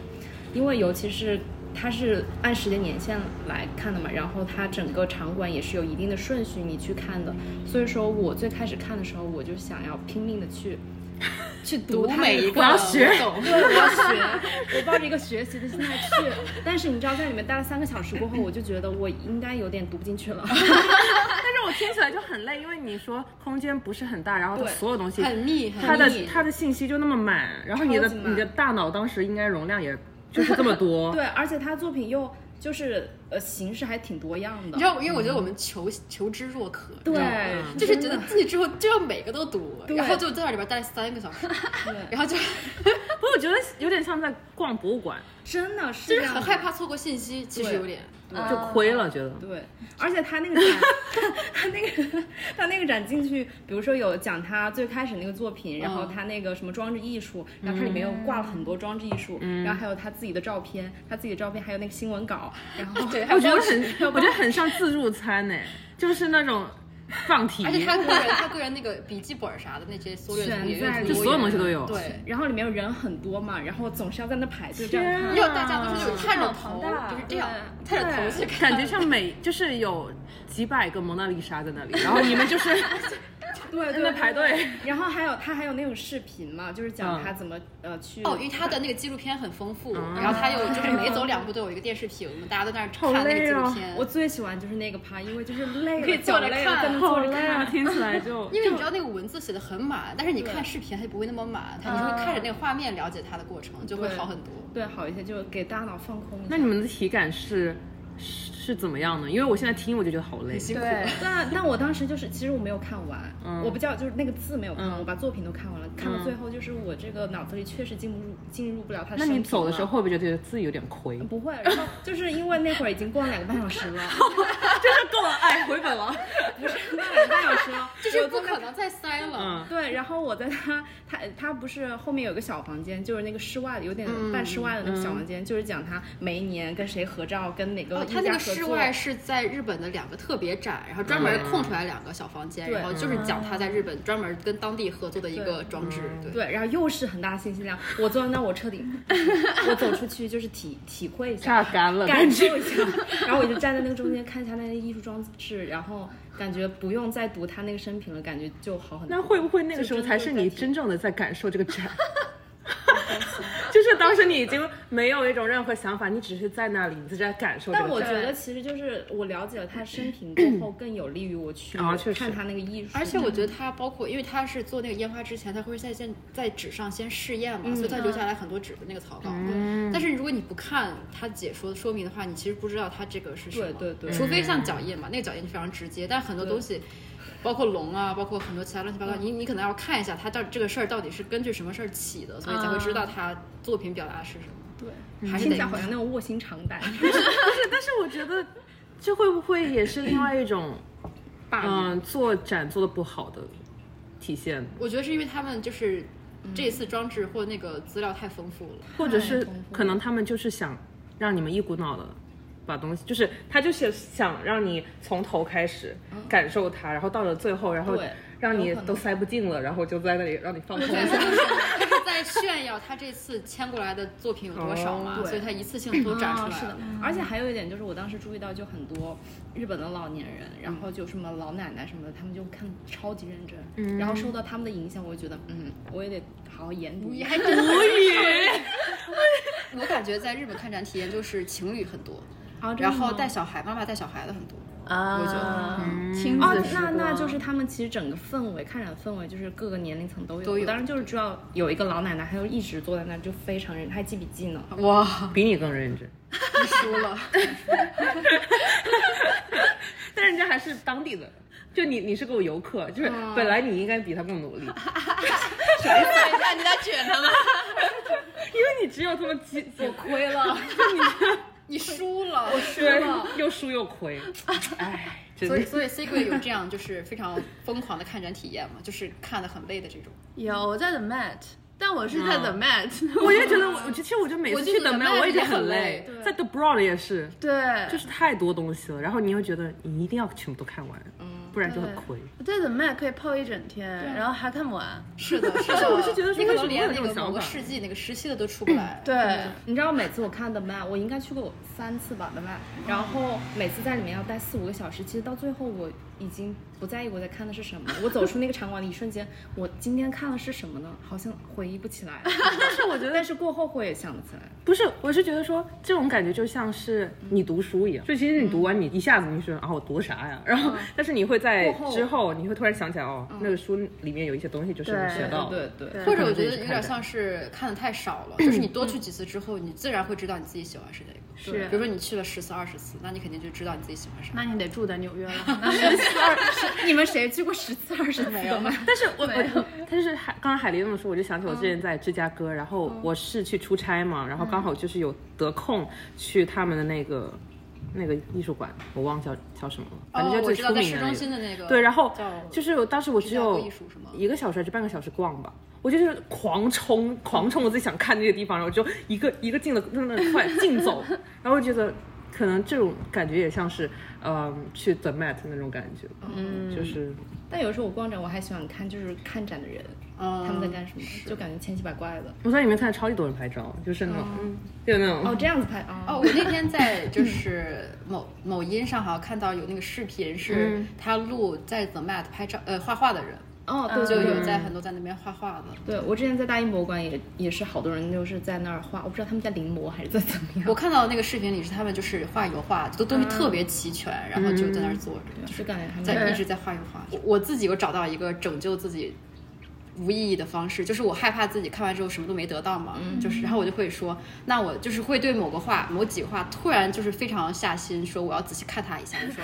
[SPEAKER 3] 因为尤其是。它是按时间年限来看的嘛，然后它整个场馆也是有一定的顺序你去看的，所以说我最开始看的时候，我就想要拼命的 去去读
[SPEAKER 1] 读
[SPEAKER 3] 它
[SPEAKER 1] 每
[SPEAKER 3] 每
[SPEAKER 1] 一个
[SPEAKER 2] 我要
[SPEAKER 1] 我
[SPEAKER 2] 学
[SPEAKER 1] 懂
[SPEAKER 3] 对，我要学，我抱着一个学习的心态去。但是你知道，在里面待了三个小时过后，我就觉得我应该有点读不进 去了。
[SPEAKER 2] 但是我听起来就很累，因为你说空间不是很大，然后它
[SPEAKER 3] 对
[SPEAKER 2] 所有东西
[SPEAKER 1] 很密，
[SPEAKER 2] 它
[SPEAKER 1] 很
[SPEAKER 2] 的
[SPEAKER 1] 密。
[SPEAKER 2] 它的信息就那么满，然后你的
[SPEAKER 3] 超级满
[SPEAKER 2] 你的大脑当时应该容量也就是这么 多。
[SPEAKER 3] 对，而且他作品又就是呃形式还挺多样的
[SPEAKER 1] 你知。道，因为我觉得我们求求知若渴，
[SPEAKER 3] 对
[SPEAKER 2] 嗯，
[SPEAKER 1] 就是
[SPEAKER 3] 真
[SPEAKER 1] 觉
[SPEAKER 3] 的
[SPEAKER 1] 得自己之后就要每个都读，
[SPEAKER 3] 对
[SPEAKER 1] 然后就在那里边待三个小时，
[SPEAKER 3] 对，
[SPEAKER 1] 然 后就
[SPEAKER 2] 不过我觉得有点像在逛博物馆，
[SPEAKER 3] 真的是
[SPEAKER 1] 就是
[SPEAKER 3] 这样
[SPEAKER 1] 很
[SPEAKER 3] 的
[SPEAKER 1] 害。怕错过信息，其实
[SPEAKER 3] 对
[SPEAKER 1] 有点。
[SPEAKER 2] 就亏了，觉得。
[SPEAKER 3] 对，而且他那个展，他那个他那个展进去，比如说有讲他最开始那个作品，然后
[SPEAKER 1] 嗯
[SPEAKER 3] 他那个什么装置艺术，然后它里面又挂了很多装置艺术，
[SPEAKER 2] 嗯
[SPEAKER 3] 然后还有他自己的照片，他自己的照片还有那个新闻稿，然后
[SPEAKER 1] 对，
[SPEAKER 2] 哎，我觉得
[SPEAKER 3] 还有
[SPEAKER 2] 很，
[SPEAKER 3] 包
[SPEAKER 2] 我觉得很像自助餐呢，就是那种放题
[SPEAKER 1] 而，且他个人他个人那个笔记本啥的那些缩略图也
[SPEAKER 3] 全在
[SPEAKER 1] 有啊
[SPEAKER 2] 就
[SPEAKER 3] 里
[SPEAKER 2] 所有东西都有。
[SPEAKER 1] 对，
[SPEAKER 3] 然后里面人很多嘛，然后总是要在那排队这
[SPEAKER 2] 天
[SPEAKER 3] 样
[SPEAKER 2] 啊
[SPEAKER 3] 看。
[SPEAKER 1] 要大家都是那种探着头，
[SPEAKER 4] 是啊
[SPEAKER 1] 就是这样
[SPEAKER 3] 对
[SPEAKER 1] 探着头去看，
[SPEAKER 2] 感觉像每就是有几百个蒙娜丽莎在那里，然后你们就是
[SPEAKER 3] 对
[SPEAKER 2] 在
[SPEAKER 3] 对
[SPEAKER 2] 那排队。
[SPEAKER 3] 然后还有他还有那种视频嘛，就是讲
[SPEAKER 2] 嗯
[SPEAKER 3] 他怎么、呃去
[SPEAKER 1] 哦，因为他的那个纪录片很丰富，
[SPEAKER 2] 嗯
[SPEAKER 1] 然后他有就是每走两步都有一个电视屏幕，大家都在那儿
[SPEAKER 2] 好
[SPEAKER 1] 看那个纪
[SPEAKER 2] 累哦
[SPEAKER 1] 录片。
[SPEAKER 3] 我最喜欢就是那个趴，因为就是累了，
[SPEAKER 1] 可以坐着
[SPEAKER 3] 脚累
[SPEAKER 1] 看
[SPEAKER 3] 了，在那
[SPEAKER 2] 好
[SPEAKER 3] 坐着
[SPEAKER 2] 累啊，
[SPEAKER 3] 看。
[SPEAKER 2] 听起来就
[SPEAKER 1] 因为你知道那个文字写的很满，但是你
[SPEAKER 3] 对
[SPEAKER 1] 看视频它就不会那么满，它你就会看着那个画面了解它的过程，就会
[SPEAKER 3] 对
[SPEAKER 1] 好很多。
[SPEAKER 3] 对，好一些，就给大脑放空一下。
[SPEAKER 2] 那你们的体感是是是怎么样呢？因为我现在听我就觉得好累
[SPEAKER 1] 很。辛苦，
[SPEAKER 4] 对
[SPEAKER 3] 但但我当时就是，其实我没有看完，
[SPEAKER 2] 嗯
[SPEAKER 3] 我不叫就是那个字没有看完，
[SPEAKER 2] 嗯
[SPEAKER 3] 我把作品都看完了，看到最后就是我这个脑子里确实进不入进入不了他。嗯
[SPEAKER 2] 那你走的时候？会不会觉得自己有点亏？
[SPEAKER 3] 不会，然后就是因为那会儿已经逛了两个半小时 了，
[SPEAKER 2] 就是够了，哎，回本了。
[SPEAKER 3] 不是逛了两个半小时了，
[SPEAKER 1] 就是
[SPEAKER 3] 我
[SPEAKER 1] 不
[SPEAKER 3] 坐在
[SPEAKER 1] 可能再塞了。
[SPEAKER 2] 嗯，
[SPEAKER 3] 对，然后我在他他他不是后面有个小房间，就是那个室外的，有点
[SPEAKER 2] 嗯
[SPEAKER 3] 半室外的那个小房间，就是讲他每一年跟谁合照，跟哪个
[SPEAKER 1] 哦，
[SPEAKER 3] 艺
[SPEAKER 1] 它那
[SPEAKER 3] 家
[SPEAKER 1] 个
[SPEAKER 3] 合
[SPEAKER 1] 室
[SPEAKER 3] 作。
[SPEAKER 1] 外是在日本的两个特别展，然后专门空出来两个小房间，
[SPEAKER 3] 对
[SPEAKER 1] 然后就是讲他在日本专门跟当地合作的一个装置。对，
[SPEAKER 3] 对，然后又是很大的信息量，我坐在那儿我彻底，我走出去就是体体会一下，
[SPEAKER 2] 榨干了，
[SPEAKER 3] 感受一下。然后我就站在那个中间看一下那个艺术装置，然后感觉不用再读他那个生平了，感觉就好很多。
[SPEAKER 2] 那会不会那个时候才是你真正的在感受这个 展？就是当时你已经没有一种任何想法，你只是在那里，你只是在感受这
[SPEAKER 3] 但我
[SPEAKER 2] 个
[SPEAKER 3] 觉
[SPEAKER 2] 展。
[SPEAKER 3] 得其实就是我了解了他生平 过后，更有利于我去
[SPEAKER 2] 啊确实
[SPEAKER 3] 看他那个艺术。
[SPEAKER 1] 而且我觉得它包括，因为它是做那个烟花之前，它会在先在纸上先试验
[SPEAKER 3] 嗯
[SPEAKER 1] 嘛，所以它留下来很多纸的那个草稿。但是如果你不看它解说说明的话，你其实不知道它这个是什么。
[SPEAKER 3] 对对对嗯
[SPEAKER 1] 除非像脚印嘛，那个脚印就非常直接，但很多东西。包括龙啊，包括很多其他乱七
[SPEAKER 3] 嗯
[SPEAKER 1] 八糟，你你可能要看一下它到底这个事儿到底是根据什么事儿起的，所以才会知道它作品表达的是什么。
[SPEAKER 3] 嗯
[SPEAKER 1] 嗯
[SPEAKER 3] 对，
[SPEAKER 1] 还是
[SPEAKER 3] 听
[SPEAKER 1] 得
[SPEAKER 3] 起来好像那种卧薪尝 胆。
[SPEAKER 2] 不是，但是我觉得这会不会也是另外一种，嗯、做展做的不好的体现，
[SPEAKER 1] 我觉得是因为他们就是
[SPEAKER 3] 嗯
[SPEAKER 1] 这一次装置或那个资料太丰富了。
[SPEAKER 2] 或者是
[SPEAKER 3] 同步
[SPEAKER 2] 可能他们就是想让你们一股脑的。把东西就是，他就是想让你从头开始感受它，然后到了最后，然后
[SPEAKER 3] 对
[SPEAKER 2] 让你
[SPEAKER 3] 有可能
[SPEAKER 2] 都塞不进了，然后就在那里让你放 空。
[SPEAKER 1] 对，他就是在炫耀他这次签过来的作品有多少嘛，
[SPEAKER 3] 哦对
[SPEAKER 1] 所以他一次性都展出
[SPEAKER 3] 啊
[SPEAKER 1] 来
[SPEAKER 3] 是的
[SPEAKER 1] 了。，
[SPEAKER 3] 而且还有一点就是，我当时注意到，就很多日本的老年人，然后就什么老奶奶什么的，他们就看超级认真，然后受到他们的影响，我就觉得，嗯，我也得好好研读一
[SPEAKER 1] 你
[SPEAKER 3] 下。
[SPEAKER 1] 还真无 语。我感觉在日本看展体验就是情侣很多，
[SPEAKER 3] 啊真的
[SPEAKER 1] 然
[SPEAKER 3] 吗
[SPEAKER 1] 后带小孩、妈妈带小孩的很多。
[SPEAKER 4] 啊
[SPEAKER 1] 我觉得嗯
[SPEAKER 2] 亲
[SPEAKER 3] 哦
[SPEAKER 2] 子，时
[SPEAKER 3] 那
[SPEAKER 2] 光
[SPEAKER 3] 那就是他们其实整个氛围，看展氛围就是各个年龄层都有。
[SPEAKER 1] 都有
[SPEAKER 3] 我当时就是知道有一个老奶奶，她就一直坐在那儿，就非常认真，还记笔记呢。
[SPEAKER 1] 哇，
[SPEAKER 2] 比你更认真，
[SPEAKER 1] 你输了。
[SPEAKER 2] 但人家还是当地的人，就你你是个游客，就是
[SPEAKER 1] 嗯
[SPEAKER 2] 本来你应该比他更努力，
[SPEAKER 4] 等一下， 你在卷他吗？
[SPEAKER 2] 因为你只有这么几几
[SPEAKER 3] 亏了，
[SPEAKER 1] 你输了，我输
[SPEAKER 2] 对， 又输又亏，哎，真
[SPEAKER 1] 所以，
[SPEAKER 2] 的。
[SPEAKER 1] 所以 C 柜有这样就是非常疯狂的看展体验嘛，就是看的很累的这种。
[SPEAKER 4] 有在 The Met，但我是在 The Met，、
[SPEAKER 2] 我也觉得我，我其实我觉得每次
[SPEAKER 1] 我觉
[SPEAKER 2] 去
[SPEAKER 1] 得
[SPEAKER 2] 等
[SPEAKER 1] 你
[SPEAKER 2] 门
[SPEAKER 1] 的麦
[SPEAKER 2] 我已经
[SPEAKER 1] 也很
[SPEAKER 2] 很
[SPEAKER 1] 累
[SPEAKER 2] 累，在 The Broad 也是，
[SPEAKER 4] 对，
[SPEAKER 2] 就是太多东西了，然后你又觉得你一定要全部都看完，不然就很亏。
[SPEAKER 4] 我对 The Met 可以泡一整天，然后还看不完。
[SPEAKER 1] 是的，是
[SPEAKER 2] 是
[SPEAKER 1] 的。
[SPEAKER 2] 我是觉得说
[SPEAKER 1] 你可
[SPEAKER 2] 为
[SPEAKER 1] 能
[SPEAKER 2] 什么会
[SPEAKER 1] 连
[SPEAKER 2] 有这
[SPEAKER 1] 那
[SPEAKER 2] 种
[SPEAKER 1] 个某
[SPEAKER 2] 想
[SPEAKER 1] 个
[SPEAKER 2] 法
[SPEAKER 1] 世纪那个时期的都出不来。
[SPEAKER 4] 对，
[SPEAKER 3] 你知道每次我看的漫，我应该去过三次吧的漫，然后每次在里面要待四五个小时，其实到最后我已经不在意我在看的是什 么，我走出那个场馆的一瞬间，我今天看的是什么呢？好像回忆不起来了。但是我觉得，但是过后会想得起来。
[SPEAKER 2] 不是，我是觉得说这种感觉就像是你读书一样，就其实你读完，你一下子你就觉得啊，我读啥呀？然后，但是你会在
[SPEAKER 3] 过后
[SPEAKER 2] 之后，你会突然想起来，哦，那个书里面有一些东西就是
[SPEAKER 4] 对
[SPEAKER 2] 你学到
[SPEAKER 3] 对
[SPEAKER 2] 的。
[SPEAKER 3] 对
[SPEAKER 4] 对
[SPEAKER 1] 或者我觉得有点像是看的太少 了，就是你多去几次之后，你自然会知道你自己喜欢是哪个。
[SPEAKER 4] 是
[SPEAKER 1] 比如说你去了十次、二十次，那你肯定就知道你自己喜欢啥。
[SPEAKER 4] 那你得住在纽约了。
[SPEAKER 3] 你们谁去过十次二十次
[SPEAKER 1] 没有
[SPEAKER 3] 的漫？
[SPEAKER 2] 但是我我 但是海刚刚海狸这么说，我就想起我之
[SPEAKER 1] 嗯
[SPEAKER 2] 前在芝加哥，然后我是去出差嘛，然后刚好就是有得空去他们的那个那个艺术馆，我忘叫叫什么了，反正
[SPEAKER 1] 哦
[SPEAKER 2] 就，
[SPEAKER 1] 我
[SPEAKER 2] 最
[SPEAKER 1] 知道
[SPEAKER 2] 出
[SPEAKER 1] 在
[SPEAKER 2] 名
[SPEAKER 1] 市
[SPEAKER 2] 的那
[SPEAKER 1] 中
[SPEAKER 2] 个
[SPEAKER 1] 心。的那个，
[SPEAKER 2] 对，然后
[SPEAKER 1] 叫
[SPEAKER 2] 就是我当时我只
[SPEAKER 1] 芝加哥
[SPEAKER 2] 有
[SPEAKER 1] 艺术什么
[SPEAKER 2] 一个小时还是半个小时逛吧，我就是狂冲狂冲我自己想看那个地方，然后我就一个一个劲的那那快竞 走，然后我觉得可能这种感觉也像是嗯、去 The Met 那种感觉，嗯，就是
[SPEAKER 3] 但有时候我逛展，我还喜欢看就是看展的人，
[SPEAKER 1] 嗯
[SPEAKER 3] 他们在干什么，就感觉千奇百怪的。
[SPEAKER 2] 我在里面看到超级多人拍照，就是那种、就那种
[SPEAKER 3] 哦，这样子拍啊。
[SPEAKER 1] 嗯哦，我那天在就是某某音上好像看到有那个视频，
[SPEAKER 2] 嗯
[SPEAKER 1] 是他录在 The Mat 拍照呃画画的人，
[SPEAKER 3] 哦，
[SPEAKER 2] 嗯
[SPEAKER 3] 对
[SPEAKER 1] 就
[SPEAKER 3] 对对
[SPEAKER 1] 有在很多在那边画画的。
[SPEAKER 3] 对，我之前在大英博物馆也也是好多人就是在那儿画，我不知道他们在临摹还是在怎么样，
[SPEAKER 1] 我看到那个视频里是他们就是画油画，都
[SPEAKER 2] 嗯
[SPEAKER 1] 东西特别齐全，然后就在那儿坐着，
[SPEAKER 3] 就是感觉还蛮
[SPEAKER 1] 在一直在画油画。我自己有找到一个拯救自己无意义的方式，就是我害怕自己看完之后什么都没得到嘛，就是然后我就会说，那我就是会对某个画、某几画突然就是非常下心，说我要仔细看它一下，就说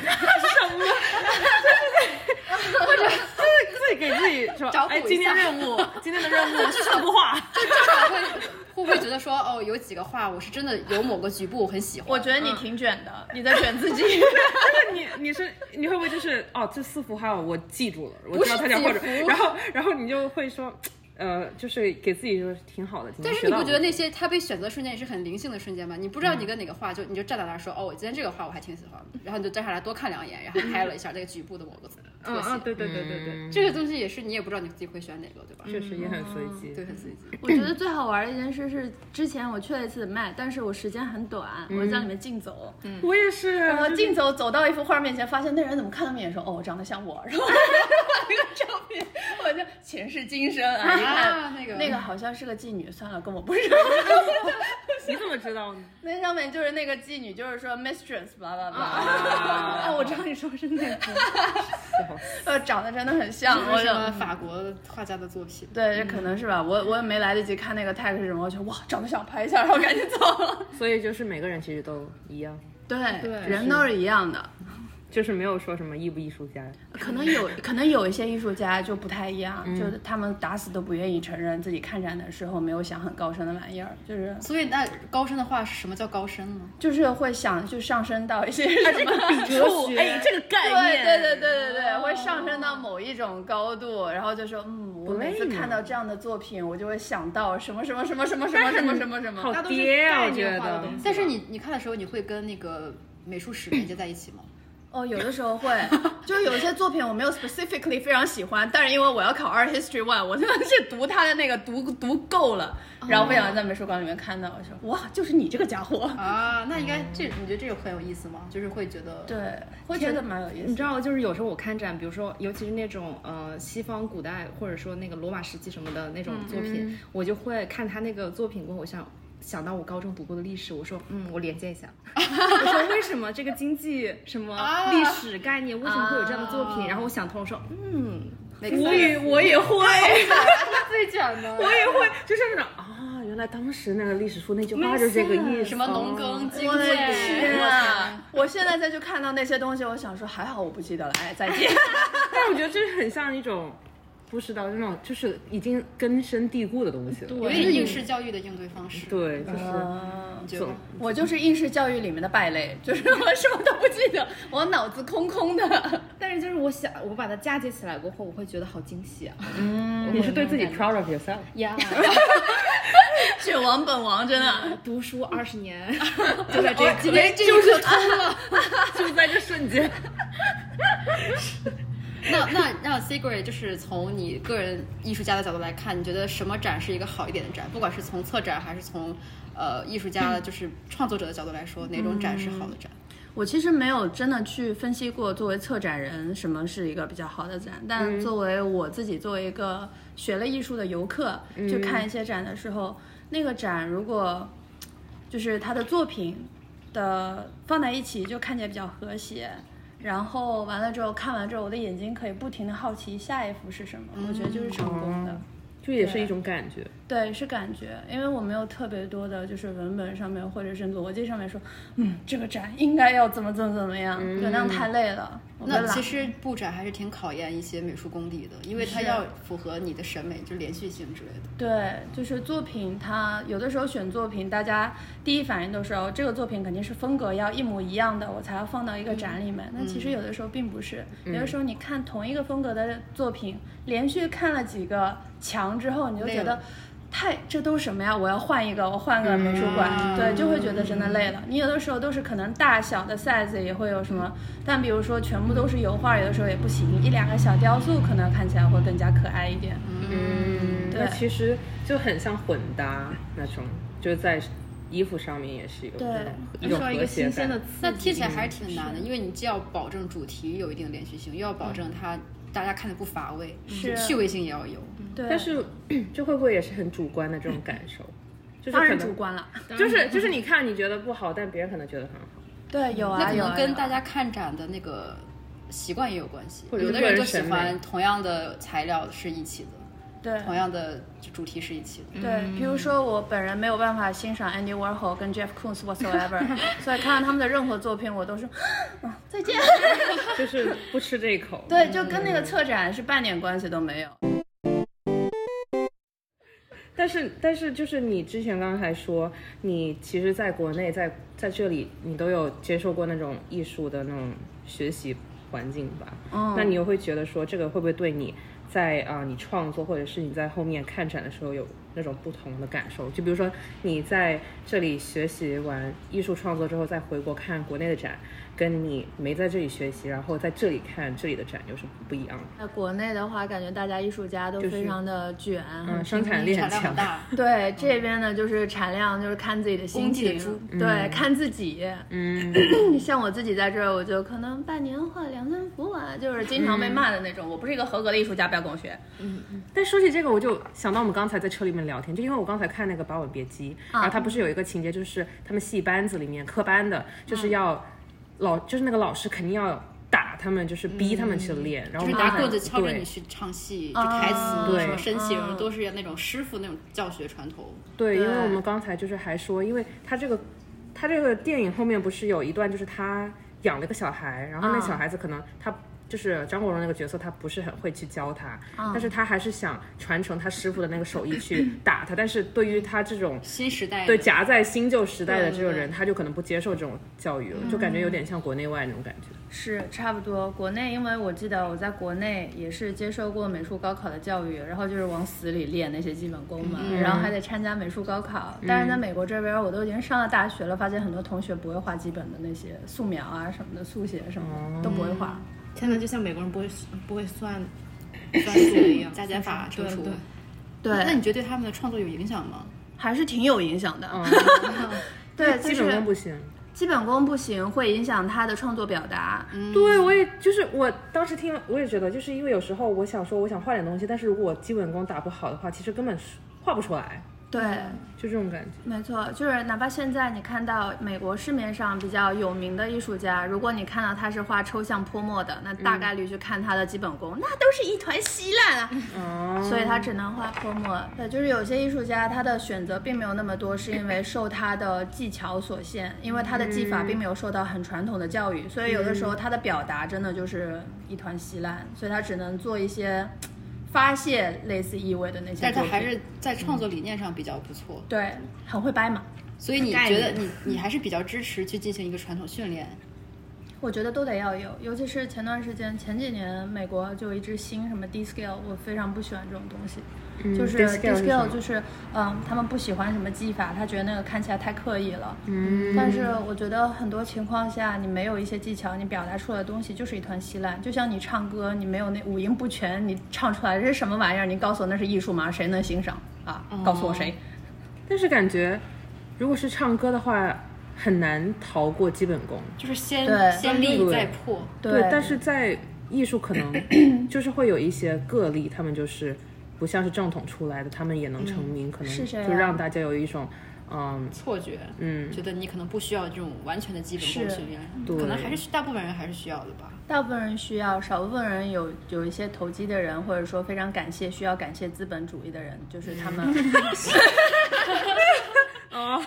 [SPEAKER 2] 自己给自己说，
[SPEAKER 1] 找补
[SPEAKER 2] 哎，
[SPEAKER 1] 一下
[SPEAKER 2] 今天任务，今天的任务全部画，
[SPEAKER 1] 至少会会不会觉得说，哦，有几个画我是真的有某个局部我很喜欢，
[SPEAKER 4] 我觉得你挺卷的，你在卷自己。
[SPEAKER 2] 但是 你你是你会不会就是哦，这四幅画我记住了，我知道他叫
[SPEAKER 1] 不
[SPEAKER 2] 或
[SPEAKER 1] 是
[SPEAKER 2] 者
[SPEAKER 1] 几，幅
[SPEAKER 2] 然后然后你就会说，呃，就是给自己就是挺好的，
[SPEAKER 1] 但是
[SPEAKER 2] 挺
[SPEAKER 1] 你
[SPEAKER 2] 学到
[SPEAKER 1] 不
[SPEAKER 2] 的
[SPEAKER 1] 觉得那些他被选择瞬间也是很灵性的瞬间吗？你不知道你跟哪个画就，你就站在那儿说，哦，我今天这个画我还挺喜欢的，然后你就站下来多看两眼，然后拍了一下这个局部的某个特
[SPEAKER 3] 嗯
[SPEAKER 1] 写。
[SPEAKER 3] 嗯，对对对对对，
[SPEAKER 1] 这个东西也是你也不知道你自己会选哪个，对吧？
[SPEAKER 2] 确实也很随
[SPEAKER 1] 嗯
[SPEAKER 2] 机？
[SPEAKER 1] 对，很随机。
[SPEAKER 4] 我觉得最好玩的一件事是，之前我去了一次 Met，但是我时间很短，我在里面竞走，
[SPEAKER 2] 我也是，
[SPEAKER 4] 嗯然后
[SPEAKER 2] 就是
[SPEAKER 4] 竞走走到一幅画面前，发现那人怎么看那么眼熟，哦，长得像我， 然后我就把那个照片，我就前世今生啊，一
[SPEAKER 1] 啊，
[SPEAKER 4] 看
[SPEAKER 1] 那个
[SPEAKER 4] 那个好像是个妓女，算了，跟我不是。
[SPEAKER 2] 你怎么知道呢？
[SPEAKER 4] 那上面就是那个妓女，就是说 mistress 吧吧吧，
[SPEAKER 2] 啊，
[SPEAKER 3] 哦，我知道你说是哪个，
[SPEAKER 4] 呃，长得真的很像，
[SPEAKER 1] 是
[SPEAKER 4] 我
[SPEAKER 1] 什
[SPEAKER 4] 就
[SPEAKER 1] 么法国画家的作品？
[SPEAKER 4] 对，这可能是吧。我我也没来得及看那个 tag 是什么，我就哇，长得想拍一下，然后赶紧走了。
[SPEAKER 2] 所以就是每个人其实都一样，
[SPEAKER 4] 对，
[SPEAKER 3] 对
[SPEAKER 4] 人都是一样的。
[SPEAKER 2] 就是没有说什么艺不艺术家，
[SPEAKER 4] 可能有，可能有一些艺术家就不太一样，
[SPEAKER 2] 嗯
[SPEAKER 4] 就是他们打死都不愿意承认自己看展的时候没有想很高深的玩意儿，就是
[SPEAKER 1] 所以那高深的画是什么叫高深呢？
[SPEAKER 4] 就是会想就上升到一些
[SPEAKER 2] 啊
[SPEAKER 4] 什么。
[SPEAKER 1] 哦
[SPEAKER 2] 哲学，哎，这个概
[SPEAKER 4] 对
[SPEAKER 2] 念，哦
[SPEAKER 4] 对对对对对，会上升到某一种高度，然后就说，嗯，我每次
[SPEAKER 2] 不累吗
[SPEAKER 4] 看到这样的作品，我就会想到什么什么什么什么什么什么什么什么。
[SPEAKER 2] 好
[SPEAKER 3] 大家都是
[SPEAKER 2] 爹啊，
[SPEAKER 3] 概
[SPEAKER 2] 我觉
[SPEAKER 3] 念化的
[SPEAKER 2] 得
[SPEAKER 3] 东。西。
[SPEAKER 1] 但是你你看的时候，你会跟那个美术史连接在一起吗？
[SPEAKER 4] 哦，有的时候会，就是有一些作品我没有 specifically 非常喜欢，但是因为我要考 Art History One，我 真的是读他的那个读读够了，然后不想在美术馆里面看到，我说哇，就是你这个家伙，
[SPEAKER 1] 啊，那应该这你觉得这个很有意思吗？就是会觉得
[SPEAKER 4] 对，会觉得蛮有意
[SPEAKER 3] 你
[SPEAKER 4] 思
[SPEAKER 3] 知。道，就是有时候我看展，比如说，尤其是那种呃西方古代或者说那个罗马时期什么的那种作品，我就会看他那个作品过后，我想想到我高中读过的历史，我说，嗯，我连接一下， 我说为什么这个经济什么
[SPEAKER 1] 啊
[SPEAKER 3] 历史概念为什么会有这样的作品？
[SPEAKER 2] 啊
[SPEAKER 3] 然后我想通，我说，嗯，
[SPEAKER 1] 我也
[SPEAKER 2] 我也会，
[SPEAKER 1] 最卷的，
[SPEAKER 2] 我也会，就是那种啊，原来当时那个历史书那句话就是这个意思，哦
[SPEAKER 1] 什么农耕经
[SPEAKER 4] 我的
[SPEAKER 1] 济
[SPEAKER 4] 天啊！我现在再去看到那些东西，我想说还好我不记得了，哎，再见。
[SPEAKER 2] 但我觉得这是很像一种不知道，就那种就是已经根深蒂固的东西了。
[SPEAKER 1] 有点应试教育的应对方式。
[SPEAKER 2] 对，就是
[SPEAKER 1] 你觉得
[SPEAKER 2] 总
[SPEAKER 1] 吗
[SPEAKER 4] 我就是应试教育里面的败类，就是我什么都不记得，我脑子空空的。
[SPEAKER 3] 但是就是我想，我把它嫁接起来过后，我会觉得好惊喜啊！
[SPEAKER 2] 你是对自己 proud of yourself。
[SPEAKER 3] 呀，
[SPEAKER 4] 血王本王真的，
[SPEAKER 3] 读书二 十年， 就在这
[SPEAKER 1] 哦今天这就是通了。
[SPEAKER 2] 就在这瞬间，
[SPEAKER 1] 那那那 Sigrid，就是从你个人艺术家的角度来看，你觉得什么展是一个好一点的展？不管是从策展还是从呃艺术
[SPEAKER 4] 嗯
[SPEAKER 1] 家就是创作者的角度来说，哪种展是好的展？
[SPEAKER 4] 我其实没有真的去分析过作为策展人什么是一个比较好的展，但作为我自己作为一个学了艺术的游客，去看一些展的时候，那个展如果就是他的作品的放在一起，就看起来比较和谐。然后完了之后，看完之后，我的眼睛可以不停的好奇下一幅是什么，我觉得就是成功的。
[SPEAKER 2] 就也是一种感觉。
[SPEAKER 4] 对，是感觉，因为我没有特别多的，就是文本上面或者是逻辑上面说，嗯，这个展应该要怎么怎么怎么样，对，那样太累了。我
[SPEAKER 1] 嗯那
[SPEAKER 4] 会
[SPEAKER 1] 其
[SPEAKER 4] 懒
[SPEAKER 1] 实布展还是挺考验一些美术功底的，因为它
[SPEAKER 4] 是啊
[SPEAKER 1] 要符合你的审美，就连续性之类的。
[SPEAKER 4] 对，就是作品它，有的时候选作品，大家第一反应都是哦，这个作品肯定是风格要一模一样的，我才要放到一个展里
[SPEAKER 1] 嗯
[SPEAKER 4] 面。那其实有的时候并不是，有的时候你看同一个风格的作品，连续看了几个墙之后，你就
[SPEAKER 1] 累
[SPEAKER 4] 觉
[SPEAKER 1] 了
[SPEAKER 4] 得。太，这都什么呀？我要换一个，我换个美术馆，
[SPEAKER 1] 嗯
[SPEAKER 4] 对，就会觉得真的累了。你有的时候都是可能大小的 size 也会有什么，
[SPEAKER 1] 嗯
[SPEAKER 4] 但比如说全部都是油画，有的时候也不行，一两个小雕塑可能看起来会更加可爱一点。
[SPEAKER 2] 嗯，
[SPEAKER 4] 对
[SPEAKER 2] 那其实就很像混搭那种，就是在衣服上面也是有
[SPEAKER 4] 对
[SPEAKER 2] 这种一
[SPEAKER 3] 需
[SPEAKER 2] 种
[SPEAKER 3] 要一
[SPEAKER 2] 和
[SPEAKER 3] 个
[SPEAKER 2] 谐
[SPEAKER 3] 新鲜的
[SPEAKER 2] 感。
[SPEAKER 3] 刺激。
[SPEAKER 1] 那
[SPEAKER 4] 嗯
[SPEAKER 1] 听起来还是挺难的，因为你既要保证主题有一定的连续性，又要保证它大家看的不乏味，
[SPEAKER 4] 嗯是啊
[SPEAKER 1] 趣味性也要有。
[SPEAKER 4] 对，
[SPEAKER 2] 但是 就会不会也是很主观的这种感受？就是
[SPEAKER 4] 当
[SPEAKER 2] 可
[SPEAKER 4] 然主
[SPEAKER 2] 能
[SPEAKER 4] 观了。
[SPEAKER 2] 就是就是你看你觉得不好，但别人可能觉得很好，
[SPEAKER 4] 对，有
[SPEAKER 1] 那
[SPEAKER 4] 啊，
[SPEAKER 1] 可
[SPEAKER 4] 有
[SPEAKER 1] 能
[SPEAKER 4] 啊
[SPEAKER 1] 跟
[SPEAKER 4] 有
[SPEAKER 1] 大
[SPEAKER 4] 啊
[SPEAKER 1] 家看展的那个习惯也有关系，
[SPEAKER 2] 或者
[SPEAKER 1] 有的
[SPEAKER 2] 个
[SPEAKER 1] 人
[SPEAKER 2] 人
[SPEAKER 1] 就喜
[SPEAKER 2] 审美
[SPEAKER 1] 欢同样的材料是一起的，
[SPEAKER 4] 对
[SPEAKER 1] 同样的主题是一起的。
[SPEAKER 4] 对，比如说我本人没有办法欣赏 Andy Warhol 跟 Jeff Koons whatsoever，所 以看到他们的任何作品，我都是啊再 见。
[SPEAKER 2] 就是不吃这一口。
[SPEAKER 4] 对，就跟那个策展是半点关系都没有。
[SPEAKER 2] 但是但是就是你之前刚才说，你其实在国内在在这里你都有接受过那种艺术的那种学习环境吧？
[SPEAKER 1] 哦
[SPEAKER 4] 嗯
[SPEAKER 2] 那你又会觉得说这个会不会对你在啊、呃你创作或者是你在后面看展的时候有那种不同的感受？就比如说你在这里学习完艺术创作之后再回国看国内的展，跟你没在这里学习然后在这里看这里的展有什么不一样？
[SPEAKER 4] 在国内的话，感觉大家艺术家都
[SPEAKER 2] 就是
[SPEAKER 4] 非常的卷，啊
[SPEAKER 2] 嗯，生产力
[SPEAKER 1] 产量
[SPEAKER 2] 很强
[SPEAKER 1] 很。大，
[SPEAKER 4] 对，这边呢就是产量，就是看自己的心
[SPEAKER 1] 公鸡的
[SPEAKER 4] 情
[SPEAKER 1] 猪，
[SPEAKER 4] 对，看自己。
[SPEAKER 2] 嗯，
[SPEAKER 4] 像我自己在这儿，我就可能半年画两三幅吧，就是经常被骂的那种。我不是一个合格的艺术家，不要跟我学。
[SPEAKER 2] 但说起这个，我就想到我们刚才在车里面聊天，就因为我刚才看那个《霸王别姬》
[SPEAKER 1] 啊
[SPEAKER 2] 然后它不是有一个情节，就是他们戏班子里面科班的，
[SPEAKER 1] 嗯
[SPEAKER 2] 就是要老，就是那个老师肯定要打他们，就是逼他们去练， 然
[SPEAKER 1] 嗯
[SPEAKER 2] 后
[SPEAKER 1] 就是
[SPEAKER 2] 我刚
[SPEAKER 1] 拿
[SPEAKER 2] 才
[SPEAKER 1] 棍子敲着你
[SPEAKER 2] 对
[SPEAKER 1] 去唱戏，就台词
[SPEAKER 2] 对
[SPEAKER 1] 什么身形
[SPEAKER 4] 嗯
[SPEAKER 1] 都是那种师傅那种教学传统。
[SPEAKER 2] 对，因为
[SPEAKER 4] 对
[SPEAKER 2] 我们刚才就是还说，因为他这个他这个电影后面不是有一段，就是他养了个小孩，然后那
[SPEAKER 4] 啊
[SPEAKER 2] 小孩子可能他。就是张国荣那个角色，他不是很会去教他，
[SPEAKER 1] 啊
[SPEAKER 2] 但是他还是想传承他师傅的那个手艺 去打他。但是对于他这种
[SPEAKER 1] 新时代的
[SPEAKER 2] 对夹在新旧时代的这种
[SPEAKER 1] 对
[SPEAKER 2] 人，他就可能不接受这种教育了，就感觉有点
[SPEAKER 4] 嗯
[SPEAKER 2] 像国内外那种感觉。
[SPEAKER 4] 是差不多。国内，因为我记得我在国内也是接受过美术高考的教育，然后就是往死里练那些基本功嘛，
[SPEAKER 2] 嗯
[SPEAKER 4] 然后还得参加美术高考。但是在美国这边，我都已经上了大学了，发现很多同学不会画基本的那些素描啊什么的、速写什么
[SPEAKER 2] 哦
[SPEAKER 4] 的都不会画。
[SPEAKER 3] 现在就像美国人不会不会 算算数一样，
[SPEAKER 1] 加减法乘
[SPEAKER 3] 对
[SPEAKER 1] 除
[SPEAKER 3] 对。
[SPEAKER 1] 那
[SPEAKER 4] 对
[SPEAKER 1] 你，觉得对他们的创作有影响吗？
[SPEAKER 4] 还是挺有影响的。 对，
[SPEAKER 2] 哦基
[SPEAKER 4] 其
[SPEAKER 2] 本
[SPEAKER 4] 实
[SPEAKER 2] 功不行。
[SPEAKER 4] 基本功不行，会影响他的创作表达。
[SPEAKER 2] 对，我也就是我当时听了，我也觉得，就是因为有时候我想说我想画点东西，但是如果我基本功打不好的话，其实根本是画不出来，
[SPEAKER 4] 对，
[SPEAKER 2] 就这种感觉。
[SPEAKER 4] 没错，就是哪怕现在你看到美国市面上比较有名的艺术家，如果你看到他是画抽象泼墨的，那大
[SPEAKER 1] 嗯
[SPEAKER 4] 概率去看他的基本功，那都是一团稀烂啊。
[SPEAKER 1] 嗯
[SPEAKER 2] 哦，
[SPEAKER 4] 所以他只能画泼墨。对，就是有些艺术家他的选择并没有那么多，是因为受他的技巧所限，因为他的技法并没有受到很传统的教育，
[SPEAKER 1] 嗯
[SPEAKER 4] 所以有的时候他的表达真的就是一团稀烂，所以他只能做一些。发泄类似意味的那些
[SPEAKER 1] 但是
[SPEAKER 4] 作
[SPEAKER 1] 他
[SPEAKER 4] 品，
[SPEAKER 1] 还是在创作理念上比较不错，
[SPEAKER 4] 对很会掰嘛。
[SPEAKER 2] 嗯
[SPEAKER 1] 所以你
[SPEAKER 3] 概
[SPEAKER 1] 觉得
[SPEAKER 3] 念
[SPEAKER 1] 你你还是比较支持去进行一个传统训练，
[SPEAKER 4] 我觉得都得要有，尤其是前段时间前几年，美国就有一支新什么 D scale，我非常不喜欢这种东西。就是
[SPEAKER 2] D scale 是什么
[SPEAKER 4] scale 就是，嗯，他们不喜欢什么技法，他觉得那个看起来太刻意了。嗯，但是我觉得很多情况下，你没有一些技巧，你表达出来的东西就是一团稀烂。就像你唱歌，你没有那五音不全，你唱出来这是什么玩意儿？你告诉我那是艺术吗？谁能欣赏啊？告诉我谁？
[SPEAKER 2] 但是感觉如果是唱歌的话，很难逃过基本功。
[SPEAKER 1] 就是先
[SPEAKER 4] 对
[SPEAKER 1] 先立再破。
[SPEAKER 2] 但是在艺术可 能就是会有一些个例，他们就是不像是正统出来的，他们也能成名，可
[SPEAKER 4] 嗯是
[SPEAKER 2] 能
[SPEAKER 4] 这样
[SPEAKER 2] 就让大家有一种，嗯，
[SPEAKER 1] 错觉，
[SPEAKER 2] 嗯
[SPEAKER 1] 觉得你可能不需要这种完全的基本功
[SPEAKER 4] 是
[SPEAKER 1] 训练，
[SPEAKER 2] 对
[SPEAKER 1] 可能还是大部分人还是需要的吧。
[SPEAKER 4] 大部分人需要，少部分人有有一些投机的人，或者说非常感谢需要感谢资本主义的人，就是他们，
[SPEAKER 2] 哦，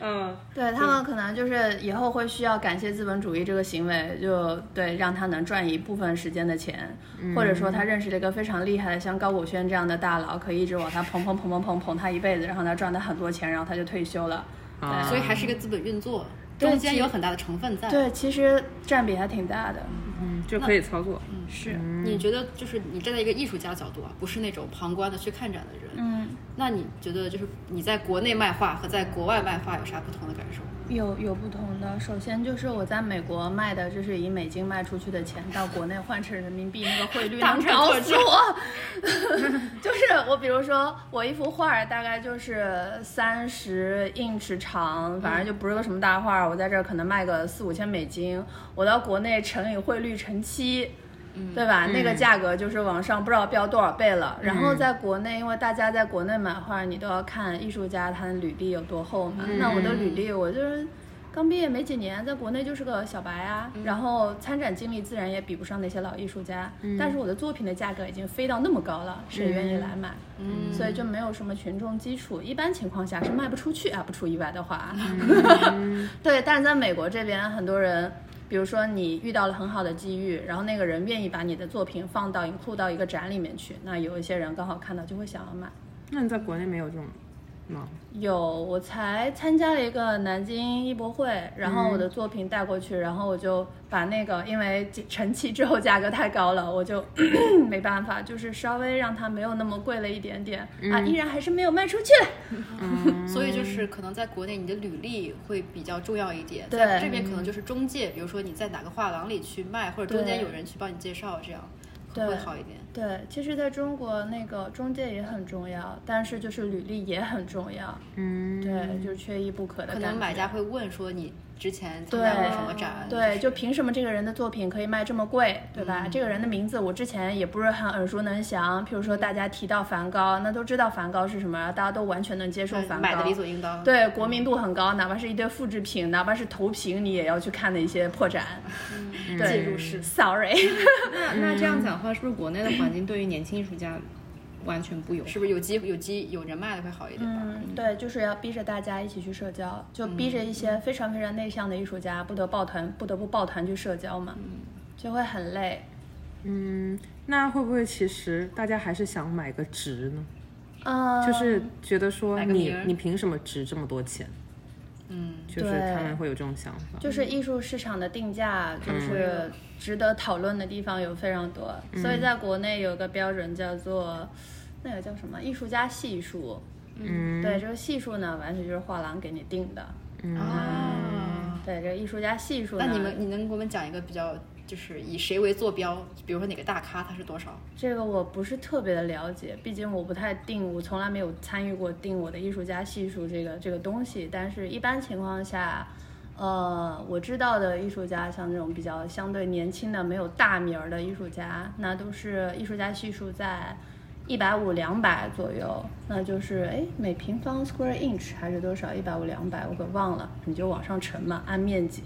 [SPEAKER 2] 嗯，
[SPEAKER 4] 对他们可能就是以后会需要感谢资本主义这个行为，就对让他能赚一部分时间的钱，
[SPEAKER 2] 嗯
[SPEAKER 4] 或者说他认识了一个非常厉害的像高古轩这样的大佬，可以一直往他捧捧捧捧捧捧他一辈子，然后他赚他很多钱，然后他就退休了。
[SPEAKER 2] 啊
[SPEAKER 1] 所以还是一个资本运作，
[SPEAKER 4] 对
[SPEAKER 1] 中间
[SPEAKER 4] 其
[SPEAKER 1] 有很大的成分在。
[SPEAKER 4] 对，其实占比还挺大的，
[SPEAKER 2] 嗯就可以操作。
[SPEAKER 4] 是，
[SPEAKER 1] 你觉得就是你站在一个艺术家角度啊，不是那种旁观的去看展的人，
[SPEAKER 4] 嗯。
[SPEAKER 1] 那你觉得就是你在国内卖画和在国外卖画有啥不同的感受？
[SPEAKER 4] 有有不同的，首先就是我在美国卖的，这是以美金卖出去的钱，到国内换成人民币那个汇率
[SPEAKER 1] 大
[SPEAKER 4] 能
[SPEAKER 1] 赚
[SPEAKER 4] 搞
[SPEAKER 1] 特
[SPEAKER 4] 死
[SPEAKER 1] 赚
[SPEAKER 4] 我。就是我， 比如说我一幅画儿大概就是三十 inch 长，反正就不是个什么大画儿，我在这儿可能卖个四五千美金，我到国内乘以汇率乘七。对吧？那个价格就是往上不知道飙多少倍了。然后在国内，因为大家在国内买画，你都要看艺术家他的履历有多厚嘛。那我的履历，我就是刚毕业没几年，在国内就是个小白啊。然后参展经历自然也比不上那些老艺术家，但是我的作品的价格已经飞到那么高了，谁愿意来买？所以就没有什么群众基础，一般情况下是卖不出去啊，不出意外的话。对，但是在美国这边，很多人，比如说你遇到了很好的机遇，然后那个人愿意把你的作品放到 include 到一个展里面去，那有一些人刚好看到就会想要买。
[SPEAKER 2] 那你在国内没有这种吗？
[SPEAKER 4] 有，我才参加了一个南京艺博会，然后我的作品带过去，然后我就把那个因为成器之后价格太高了，我就 没办法，就是稍微让它没有那么贵了一点点、啊，依然还是没有卖出去。
[SPEAKER 2] 嗯
[SPEAKER 1] 所以就是可能在国内你的履历会比较重要一点，
[SPEAKER 4] 对
[SPEAKER 1] 在这边可能就是中介，比如说你在哪个画廊里去卖，或者中间
[SPEAKER 4] 对
[SPEAKER 1] 有人去帮你介绍，这样
[SPEAKER 4] 对
[SPEAKER 1] 会好一点。
[SPEAKER 4] 对，其实在中国那个中介也很重要，但是就是履历也很重要。嗯，对，就是缺一不可的
[SPEAKER 1] 可
[SPEAKER 4] 感觉。
[SPEAKER 1] 能买家会问说你之前参加过什么展？
[SPEAKER 4] 对，就凭什么这个人的作品可以卖这么贵，对
[SPEAKER 1] 嗯
[SPEAKER 4] 吧？这个人的名字我之前也不是很耳熟能详。譬如说大家提到梵高，那都知道梵高是什么，大家都完全能接受梵高，
[SPEAKER 1] 买的理所应当。，
[SPEAKER 4] 对，国民度很高，哪怕是一堆复制品，哪怕是投屏，你也要去看的一些 破绽。对，
[SPEAKER 1] 进入式
[SPEAKER 4] Sorry，
[SPEAKER 3] 那那
[SPEAKER 1] 嗯
[SPEAKER 3] 这样讲的话，是不是国内的环境对于年轻艺术家完全不友善？
[SPEAKER 1] 是不是有机有机有人脉的会好一点吧？
[SPEAKER 4] 嗯，对，就是要逼着大家一起去社交，就逼着一些非常非常内向的艺术家不得抱团，不得不抱团去社交嘛，就会很累。
[SPEAKER 2] 嗯，那会不会其实大家还是想买个值呢？
[SPEAKER 4] 嗯，
[SPEAKER 2] 就是觉得说
[SPEAKER 1] 买个
[SPEAKER 2] 你
[SPEAKER 1] 名儿
[SPEAKER 2] 你凭什么值这么多钱？
[SPEAKER 1] 嗯，
[SPEAKER 2] 就是
[SPEAKER 4] 对
[SPEAKER 2] 他们会有这种想法。
[SPEAKER 4] 就是艺术市场的定价，就是值得讨论的地方有非常多，所以在国内有个标准叫做，那个叫什么艺术家系数，嗯，对，这个系数呢，完全就是画廊给你定的，
[SPEAKER 1] 啊，
[SPEAKER 4] 对，这个艺术家系数呢，
[SPEAKER 1] 那你们你能给我们讲一个比较就是以谁为坐标？比如说哪个大咖他是多少？
[SPEAKER 4] 这个我不是特别的了解，毕竟我不太定，我从来没有参与过定我的艺术家系数这个这个东西。但是一般情况下，呃，我知道的艺术家，像这种比较相对年轻的、没有大名儿的艺术家，那都是艺术家系数在一百五、两百左右，那就是哎每平方 square inch 还是多少？一百五、两百，我给忘了，你就往上乘嘛，按面积。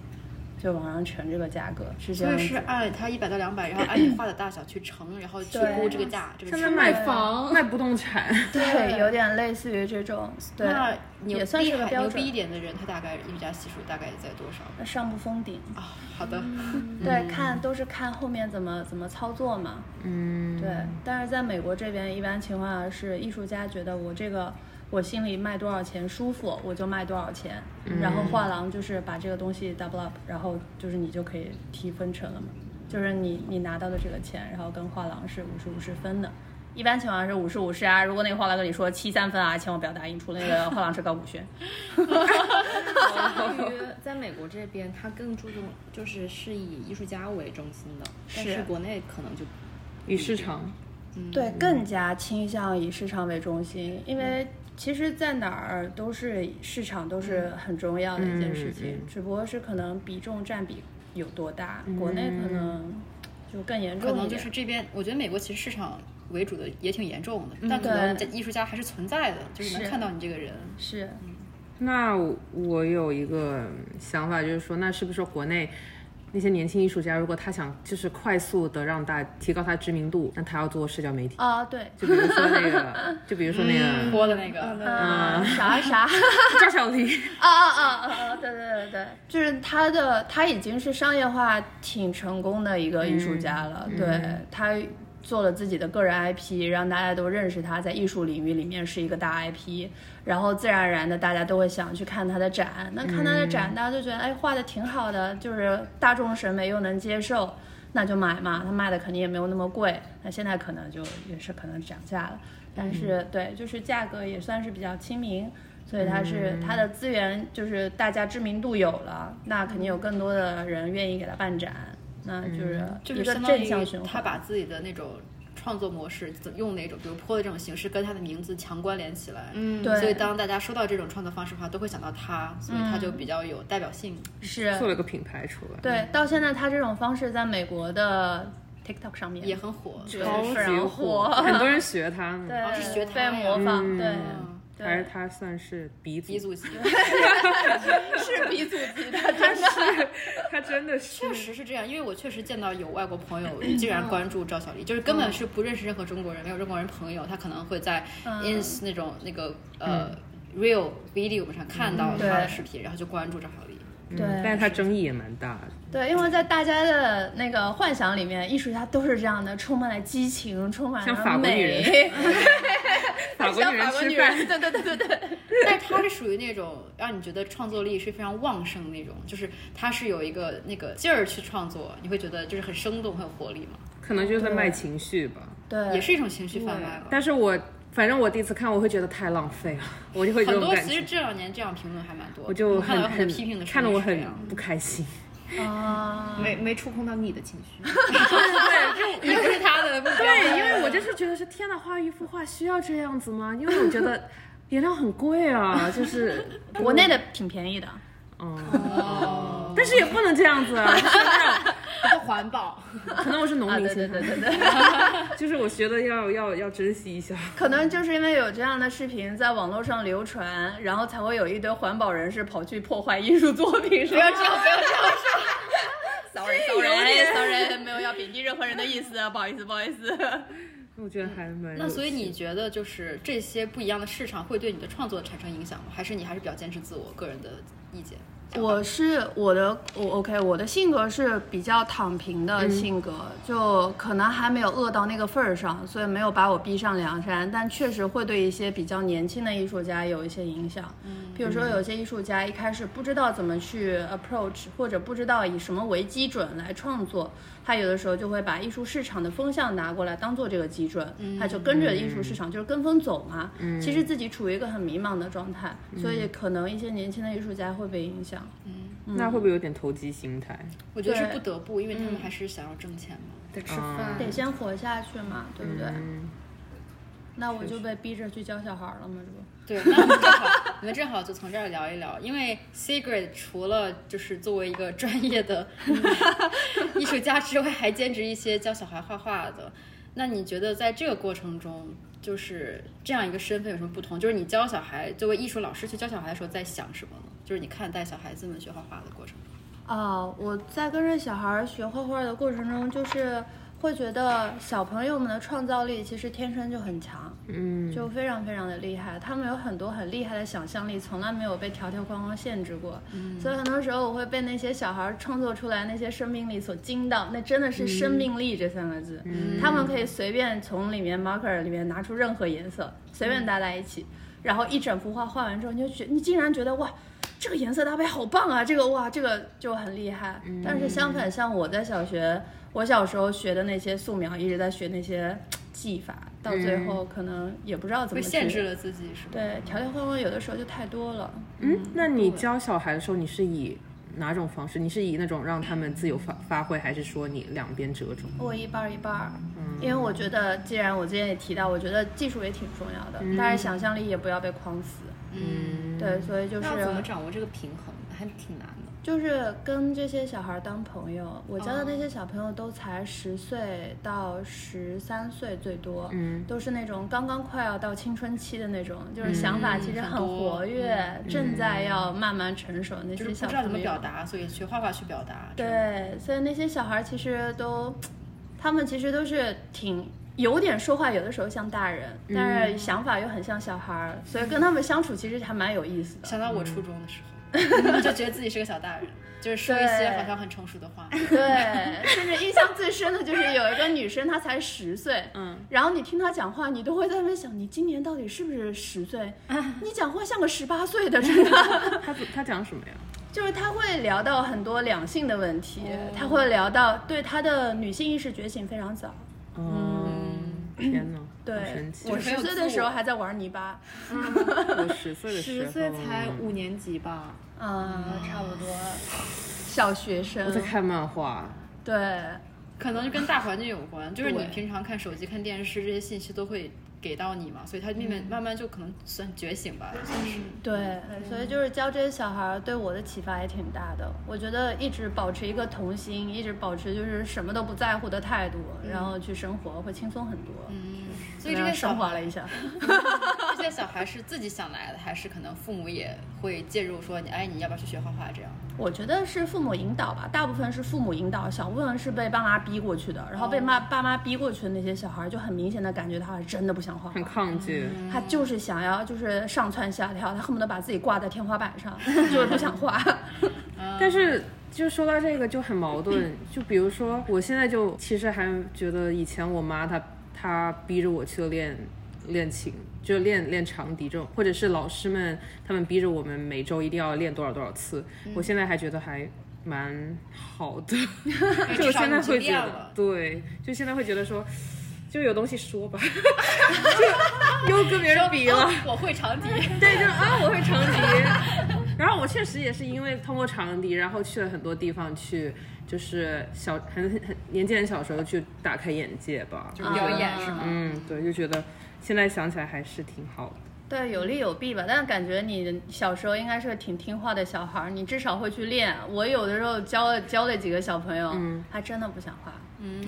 [SPEAKER 4] 就网上全这个价格，是这
[SPEAKER 1] 所
[SPEAKER 4] 样
[SPEAKER 1] 以
[SPEAKER 4] 子
[SPEAKER 1] 是按它一百到两百，然后按你画的大小去乘，然后去
[SPEAKER 4] 对
[SPEAKER 1] 估这个价，这个
[SPEAKER 2] 现在
[SPEAKER 1] 钱
[SPEAKER 2] 卖
[SPEAKER 4] 房
[SPEAKER 2] 卖不动产，
[SPEAKER 4] 对，有点类似于这种，对
[SPEAKER 1] 那，牛
[SPEAKER 4] 也算
[SPEAKER 1] 逼
[SPEAKER 4] 是个
[SPEAKER 1] 还
[SPEAKER 4] 标
[SPEAKER 1] 牛
[SPEAKER 4] 准
[SPEAKER 1] 逼一。点的人，他大概艺术家系数大概在多少？
[SPEAKER 4] 上不封顶，
[SPEAKER 1] 啊，好的，
[SPEAKER 4] 对，看都是看后面怎么怎么操作嘛。
[SPEAKER 2] 嗯，
[SPEAKER 4] 对，但是在美国这边，一般情况下是艺术家觉得我这个我心里卖多少钱舒服，我就卖多少钱，然后画廊就是把这个东西 double up，然后就是你就可以提分成了嘛，就是你你拿到的这个钱，然后跟画廊是五十五十分的。一般情况下是五十五十啊，如果那个画廊跟你说七三分啊，千万不要答应，除了那个画廊是高古轩。
[SPEAKER 3] 对于在美国这边，他更注重就是是以艺术家为中心的，但
[SPEAKER 4] 是
[SPEAKER 3] 是国内可能就
[SPEAKER 2] 与市场，
[SPEAKER 4] 对，更加倾向以市场为中心，因为其实，在哪儿都是市场都是很重要的一件事情，
[SPEAKER 2] 嗯嗯嗯
[SPEAKER 4] 只不过是可能比重占比有多大，国内可能就更严重
[SPEAKER 1] 可
[SPEAKER 4] 一
[SPEAKER 1] 能
[SPEAKER 4] 点。
[SPEAKER 1] 就是这边，我觉得美国其实市场为主的也挺严重的，但可能这艺术家还是存在的，就是
[SPEAKER 4] 嗯是
[SPEAKER 1] 能看到你这个人。
[SPEAKER 4] 是
[SPEAKER 2] 那我有一个想法，就是说，那是不是说国内那些年轻艺术家，如果他想就是快速的让大提高他知名度，那他要做社交媒体，
[SPEAKER 4] 啊，对，
[SPEAKER 2] 就比如说那个，就比如说那个
[SPEAKER 1] 播的那个，
[SPEAKER 4] 嗯，啥啥。
[SPEAKER 2] 赵小黎，
[SPEAKER 4] 啊啊啊啊！对对对对，就是他的，他已经是商业化挺成功的一个艺术家了。对他做了自己的个人 IP，让大家都认识他，在艺术领域里面是一个大 IP，然后自然而然的大家都会想去看他的展。那看他的
[SPEAKER 1] 嗯
[SPEAKER 4] 展，大家就觉得哎，画的挺好的，就是大众审美又能接受。那就买嘛，他卖的肯定也没有那么贵。那现在可能就也是可能涨价了，但是、
[SPEAKER 1] 嗯
[SPEAKER 4] 对，就是价格也算是比较亲民，所以它是、它的资源就是大家知名度有了，那肯定有更多的人愿意给他办展，那就是
[SPEAKER 1] 嗯就
[SPEAKER 4] 一
[SPEAKER 1] 是
[SPEAKER 4] 个
[SPEAKER 1] 相当
[SPEAKER 4] 正
[SPEAKER 1] 于
[SPEAKER 4] 向循
[SPEAKER 1] 他
[SPEAKER 4] 环。
[SPEAKER 1] 把自己的那种创作模式，怎用哪种，比如泼的这种形式，跟他的名字强关联起来。嗯，
[SPEAKER 4] 对
[SPEAKER 1] 所以当大家说到这种创作方式的话，都会想到他，所以
[SPEAKER 4] 嗯
[SPEAKER 1] 他就比较有代表性。
[SPEAKER 4] 是
[SPEAKER 2] 做了个品牌出来，
[SPEAKER 4] 对，到现在他这种方式在美国
[SPEAKER 1] 嗯
[SPEAKER 4] 的 TikTok 上面
[SPEAKER 1] 也很火，
[SPEAKER 4] 对
[SPEAKER 2] 超
[SPEAKER 4] 非
[SPEAKER 2] 级
[SPEAKER 4] 常
[SPEAKER 2] 火，
[SPEAKER 4] 火
[SPEAKER 2] 很多人学他呢，
[SPEAKER 4] 对，
[SPEAKER 1] 是学他
[SPEAKER 4] 被
[SPEAKER 1] 呀
[SPEAKER 4] 模
[SPEAKER 2] 嗯
[SPEAKER 4] 仿，对对，
[SPEAKER 2] 还是他算是鼻祖
[SPEAKER 1] 鼻，祖级，
[SPEAKER 4] 是鼻祖级 的，真的。
[SPEAKER 2] 他真的是
[SPEAKER 1] 确实是这样，因为我确实见到有外国朋友竟然关注赵小黎，就是根
[SPEAKER 2] 嗯
[SPEAKER 1] 本是不认识任何中国人，没有中国人朋友，他可能会在
[SPEAKER 2] 嗯
[SPEAKER 1] ins 那种那个呃 real video 上看到他的
[SPEAKER 4] 对
[SPEAKER 1] 视频，然后就关注赵小黎。
[SPEAKER 4] 对
[SPEAKER 2] 嗯但是他争议也蛮大的。
[SPEAKER 4] 对，因为在大家的那个幻想里面，艺术家都是这样的，充满了激情，充满了
[SPEAKER 2] 像法国女人
[SPEAKER 4] 美，
[SPEAKER 2] 法国
[SPEAKER 4] 像
[SPEAKER 2] 女人
[SPEAKER 4] 法国
[SPEAKER 2] 吃
[SPEAKER 4] 女
[SPEAKER 2] 饭
[SPEAKER 4] 人，，对对对对对，
[SPEAKER 1] 但是他是属于那种让你觉得创作力是非常旺盛的那种，就是他是有一个那个劲儿去创作，你会觉得就是很生动、很有活力嘛，
[SPEAKER 2] 可能就是在卖情绪吧。
[SPEAKER 4] 对
[SPEAKER 1] 也是一种情绪贩卖吧。
[SPEAKER 2] 但是我反正我第一次看，我会觉得太浪费了，我就会有这
[SPEAKER 1] 很
[SPEAKER 2] 种
[SPEAKER 1] 多
[SPEAKER 2] 感
[SPEAKER 1] 其实
[SPEAKER 2] 觉，
[SPEAKER 1] 这两年这样评论还蛮多的，
[SPEAKER 2] 我就
[SPEAKER 1] 看到有
[SPEAKER 2] 很
[SPEAKER 1] 很多
[SPEAKER 2] 很
[SPEAKER 1] 批评的声音
[SPEAKER 2] 看得我
[SPEAKER 1] 是这
[SPEAKER 2] 很
[SPEAKER 1] 样
[SPEAKER 2] 不开心。
[SPEAKER 4] 啊，
[SPEAKER 1] 嗯
[SPEAKER 3] 没没触碰到你的情绪。
[SPEAKER 1] 你不是他的目标，
[SPEAKER 2] 对，因为我就是觉得是天哪，画一幅画需要这样子吗？因为我觉得 颜料很贵啊，就是
[SPEAKER 4] 国内的挺便宜的，
[SPEAKER 2] 嗯，但是也不能这样子啊。
[SPEAKER 3] 不环保，
[SPEAKER 2] 可能我是农
[SPEAKER 4] 啊，
[SPEAKER 2] 民
[SPEAKER 4] 对对
[SPEAKER 2] 心态
[SPEAKER 4] 对，对 对，
[SPEAKER 2] 就是我觉得要要要珍惜一下。
[SPEAKER 4] 可能就是因为有这样的视频在网络上流传，然后才会有一堆环保人士跑去破坏艺术作品，哎是
[SPEAKER 1] 不要
[SPEAKER 4] 吧
[SPEAKER 1] 这 样，不要这样。
[SPEAKER 4] ？Sorry Sorry Sorry，没有要贬低任何人的意思，啊不好意思不好意思。
[SPEAKER 2] 我觉得还蛮有趣的。
[SPEAKER 1] 那所以你觉得就是这些不一样的市场会对你的创作产生影响吗？还是你还是比较坚持自我个人的意见？
[SPEAKER 4] 我是我的我 OK，我的性格是比较躺平的性格，就可能还没有饿到那个份儿上，所以没有把我逼上梁山，但确实会对一些比较年轻的艺术家有一些影响。嗯，比如说有些艺术家一开始不知道怎么去 approach，或者不知道以什么为基准来创作，他有的时候就会把艺术市场的风向拿过来当做这个基准，他就跟着艺术市场就是跟风走嘛。其实自己处于一个很迷茫的状态，所以可能一些年轻的艺术家会被影响。
[SPEAKER 2] 那会不会有点投机心态？
[SPEAKER 1] 我觉得是
[SPEAKER 4] 对
[SPEAKER 1] 不得不，因为他
[SPEAKER 2] 嗯
[SPEAKER 1] 们还是想要挣钱嘛。
[SPEAKER 3] 得吃
[SPEAKER 2] 饭
[SPEAKER 4] 得先活下去嘛，对不对？
[SPEAKER 2] 嗯，
[SPEAKER 4] 那我就被逼着去教小孩了嘛，这不？
[SPEAKER 1] 对，那我们正好，我们正好就从这儿聊一聊，因为 Sigrid 除了就是作为一个专业的嗯艺术家之外，还兼职一些教小孩画画的。那你觉得在这个过程中，就是这样一个身份有什么不同？就是你教小孩，作为艺术老师去教小孩的时候，在想什么呢？就是你看待小孩子们学画画的过程中。
[SPEAKER 4] 哦，我在跟着小孩儿学画画的过程中，就是会觉得小朋友们的创造力其实天生就很强，嗯，就非常非常的厉害。他们有很多很厉害的想象力，从来没有被条条框框限制过。
[SPEAKER 1] 嗯
[SPEAKER 4] 所以很多时候我会被那些小孩儿创作出来那些生命力所惊到，那真的
[SPEAKER 1] 嗯
[SPEAKER 4] 是生命力这三个字。他们可以随便从里面 marker 里面拿出任何颜色，随
[SPEAKER 1] 嗯
[SPEAKER 4] 便搭在一起，然后一整幅画画完之后，你就觉你竟然觉得哇。这个颜色搭配好棒啊！这个哇，这个就很厉害。
[SPEAKER 1] 嗯
[SPEAKER 4] 但是相反，像我在小学，我小时候学的那些素描，一直在学那些技法，到最后可能也不知道怎
[SPEAKER 1] 会
[SPEAKER 4] 么
[SPEAKER 1] 嗯限
[SPEAKER 4] 去
[SPEAKER 1] 制了自己是吧？
[SPEAKER 4] 对，条条框框有的时候就太多了。
[SPEAKER 2] 嗯，那你教小孩的时候，你是以哪种方式？你是以那种让他们自由发发挥，还是说你两边折中？
[SPEAKER 4] 我一半儿一半儿，因为我觉得，既然我之前也提到，我觉得技术也挺重要的，但是想象力也不要被框死。嗯，对，所以就是
[SPEAKER 3] 那要怎么掌握这个平衡，还挺难的。
[SPEAKER 4] 就是跟这些小孩儿当朋友。我教的
[SPEAKER 1] 哦
[SPEAKER 4] 那些小朋友都才十岁到十三岁最多，
[SPEAKER 2] 嗯，
[SPEAKER 4] 都是那种刚刚快要到青春期的那种，就是想法其实
[SPEAKER 1] 很
[SPEAKER 4] 很
[SPEAKER 1] 多
[SPEAKER 4] 活跃，正在要慢慢成熟那
[SPEAKER 1] 就是
[SPEAKER 4] 些
[SPEAKER 1] 不知
[SPEAKER 4] 小朋
[SPEAKER 1] 道
[SPEAKER 4] 友。
[SPEAKER 1] 怎么表达，所以学画画去表达。这样，
[SPEAKER 4] 对，所以那些小孩儿其实都，他们其实都是挺有点说话，有的时候像大人，但
[SPEAKER 1] 嗯
[SPEAKER 4] 是想法又很像小孩儿，所以跟他们相处其实还蛮有意思 的。
[SPEAKER 1] 想到我初中的时候，嗯就觉得自己是个小大人，就是说一些
[SPEAKER 4] 对
[SPEAKER 1] 好像很成熟的话。
[SPEAKER 4] 对，甚至印象最深的就是有一个女生，她才十岁，嗯，然后你听她讲话，你都会在那边想，你今年到底是不是十岁？
[SPEAKER 1] 啊
[SPEAKER 4] 你讲话像个十八岁的，真的。
[SPEAKER 2] 他怎他讲什么呀？
[SPEAKER 4] 就是他会聊到很多两性的问题，
[SPEAKER 1] 哦
[SPEAKER 4] 他会聊到对他的女性意识觉醒非常早，
[SPEAKER 2] 嗯，天哪，好
[SPEAKER 4] 对
[SPEAKER 2] 神， 奇！
[SPEAKER 4] 我
[SPEAKER 1] 就是
[SPEAKER 4] 十
[SPEAKER 1] 很有
[SPEAKER 4] 岁
[SPEAKER 1] 自
[SPEAKER 4] 的时候
[SPEAKER 1] 我
[SPEAKER 4] 还在玩泥巴，
[SPEAKER 2] 我十岁的时候，
[SPEAKER 3] 十岁才五年级吧，
[SPEAKER 1] 啊
[SPEAKER 4] 嗯，
[SPEAKER 3] 差不多。
[SPEAKER 4] 小学生
[SPEAKER 2] 我，在看漫画，
[SPEAKER 4] 对，
[SPEAKER 1] 可能就跟大环境有关，就是你
[SPEAKER 4] 对
[SPEAKER 1] 平常看手机、看电视这些信息都会给到你嘛，所以他慢
[SPEAKER 4] 嗯
[SPEAKER 1] 慢慢慢就可能算觉醒吧，算是。
[SPEAKER 4] 对，
[SPEAKER 1] 嗯
[SPEAKER 4] 所以就是教这些小孩儿对我的启发也挺大的。我觉得一直保持一个童心，一直保持就是什么都不在乎的态度，然后去生活会轻松很多。嗯，
[SPEAKER 1] 嗯所以这些小嗯
[SPEAKER 4] 升华了
[SPEAKER 1] 孩，
[SPEAKER 4] 一下。
[SPEAKER 1] 这些小孩是自己想来的，还是可能父母也会介入说你哎你要不要去学画画这样？
[SPEAKER 4] 我觉得是父母引导吧，大部分是父母引导，小部分是被爸妈逼过去的。然
[SPEAKER 1] 哦
[SPEAKER 4] 后被妈爸妈逼过去的那些小孩儿，就很明显的感觉他是真的不想画画
[SPEAKER 2] 很。抗拒。
[SPEAKER 4] 他就是想要，就是上蹿下跳，他恨不得把自己挂在天花板上， 就是不想画。
[SPEAKER 2] 但是就说到这个就很矛盾，就比如说我现在就其实还觉得以前我妈她她逼着我去练练琴，就练练长笛这种，或者是老师们他们逼着我们每周一定要练多少多少次，我现在还觉得还。蛮好的，就我
[SPEAKER 1] 至少
[SPEAKER 2] 现在
[SPEAKER 1] 你去
[SPEAKER 2] 会觉
[SPEAKER 1] 练
[SPEAKER 2] 得
[SPEAKER 1] 了，
[SPEAKER 2] 对，就现在会觉得说，就有东西说吧， 就又跟别人比了
[SPEAKER 4] 啊
[SPEAKER 1] 哦，我会长 笛，
[SPEAKER 2] 对，就是啊，我会长笛。 然后我确实也是因为通过长笛，然后去了很多地方去，就是小很很年纪很小的时候去打开眼界吧。
[SPEAKER 1] 就是表演是吗？
[SPEAKER 2] 嗯，对，就觉得现在想起来还是挺好的。
[SPEAKER 4] 对，有利有弊吧。但是感觉你小时候应该是个挺听话的小孩儿，你至少会去练。我有的时候教了教了几个小朋友，他真的不想画，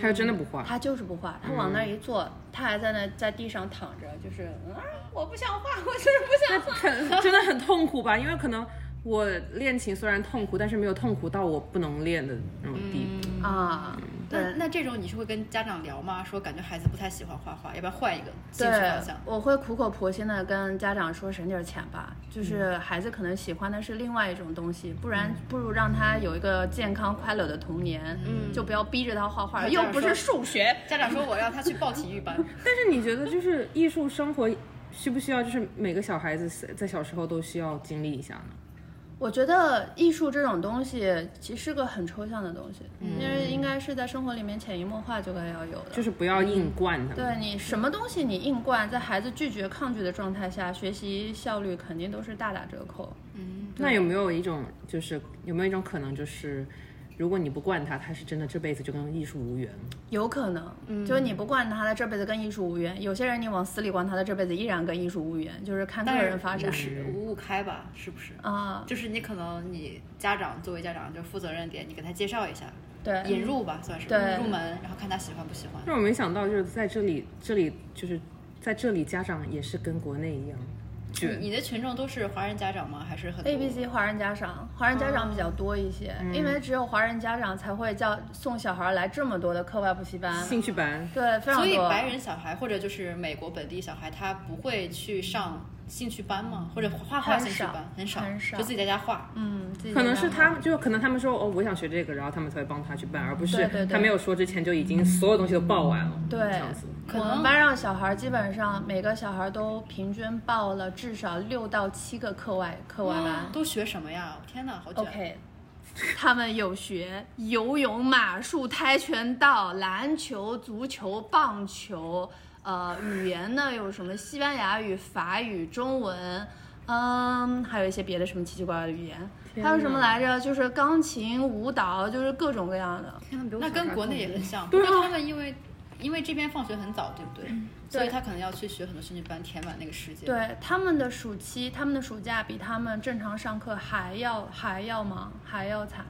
[SPEAKER 2] 他是真的不画，
[SPEAKER 4] 他就是不画，他往那儿一坐，他还在那在地上躺着，就是啊，我不想画，我就是不想画。
[SPEAKER 2] 很真的很痛苦吧？因为可能我练琴虽然痛苦，但是没有痛苦到我不能练的那种地步。
[SPEAKER 4] 啊，
[SPEAKER 1] 那
[SPEAKER 4] 对。
[SPEAKER 1] 那这种你是会跟家长聊吗？说感觉孩子不太喜欢画画，要不要换一个兴趣
[SPEAKER 4] 对
[SPEAKER 1] 方向，？
[SPEAKER 4] 我会苦口婆心的跟家长说省点钱吧，就是孩子可能喜欢的是另外一种东西，不然不如让他有一个健康快乐的童年，嗯，就不要逼着他画画，
[SPEAKER 1] 他这
[SPEAKER 4] 又
[SPEAKER 1] 样
[SPEAKER 4] 不是
[SPEAKER 1] 说
[SPEAKER 4] 数学，
[SPEAKER 1] 家长说我让他去报体育班，
[SPEAKER 2] 但是你觉得就是艺术生活需不需要？就是每个小孩子在小时候都需要经历一下呢？
[SPEAKER 4] 我觉得艺术这种东西其实是个很抽象的东西，因为应该是在生活里面潜移默化就该要有的。
[SPEAKER 2] 就是不要硬灌他们。
[SPEAKER 4] 对你什么东西你硬灌，在孩子拒绝抗拒的状态下，学习效率肯定都是大打折扣。
[SPEAKER 2] 那有没有一种就是有没有一种可能就是，如果你不惯他，他是真的这辈子就跟艺术无缘了？
[SPEAKER 4] 有可能，
[SPEAKER 1] 嗯
[SPEAKER 4] 就是你不惯他，他这辈子跟艺术无缘；有些人你往死里灌，他的这辈子依然跟艺术无缘，就是看个
[SPEAKER 1] 但
[SPEAKER 4] 人
[SPEAKER 1] 是
[SPEAKER 4] 发展
[SPEAKER 1] 五十五五开吧，是不是？
[SPEAKER 4] 啊。
[SPEAKER 1] 就是你可能你家长作为家长就负责任点，你给他介绍一下，
[SPEAKER 4] 对，
[SPEAKER 1] 引入吧，算是
[SPEAKER 4] 对
[SPEAKER 1] 入门，然后看他喜欢不喜欢。
[SPEAKER 2] 让我没想到就是在这里，这里就是在这里，家长也是跟国内一样，觉。
[SPEAKER 1] 你的群众都是华人家长吗？还是很多
[SPEAKER 4] A B C 华人家长，华人家长比较多一些，
[SPEAKER 1] 嗯
[SPEAKER 4] 因为只有华人家长才会叫送小孩来这么多的课外补习班，
[SPEAKER 2] 兴趣班，
[SPEAKER 4] 对，非常多。
[SPEAKER 1] 所以白人小孩或者就是美国本地小孩，他不会去上兴趣班吗？或者画画兴趣班
[SPEAKER 4] 很
[SPEAKER 1] 少，
[SPEAKER 4] 少很少
[SPEAKER 1] 就自己在家画。
[SPEAKER 4] 嗯，自己
[SPEAKER 2] 可能是
[SPEAKER 4] 在家
[SPEAKER 2] 他们，就可能他们说哦，我想学这个，然后他们才会帮他去办，而不
[SPEAKER 4] 对
[SPEAKER 2] 是
[SPEAKER 4] 对对
[SPEAKER 2] 他没有说之前就已经所有东西都报完了，
[SPEAKER 4] 对
[SPEAKER 2] 这样子。
[SPEAKER 1] 可
[SPEAKER 4] 我们
[SPEAKER 1] 能
[SPEAKER 4] 班上小孩基本上每个小孩都平均报了至少六到七个课外课外班。
[SPEAKER 1] 都学什么呀？天哪，好卷。
[SPEAKER 4] OK，他们有学游泳、马术、跆拳道、篮球、足球、棒球。呃，语言呢有什么西班牙语、法语、中文，嗯，还有一些别的什么奇奇怪怪的语言，还有什么来着？就是钢琴、舞蹈，就是各种各样的。
[SPEAKER 3] 天呐，比我
[SPEAKER 1] 那
[SPEAKER 3] 想象
[SPEAKER 1] 跟
[SPEAKER 3] 中
[SPEAKER 1] 国内也很像，不过他们因为因为这边放学很早，对不对？所以他可能要去学很多兴趣班，填满那个时间。，
[SPEAKER 4] 对，他们的暑期，他们的暑假比他们正常上课还要还要忙，还要惨。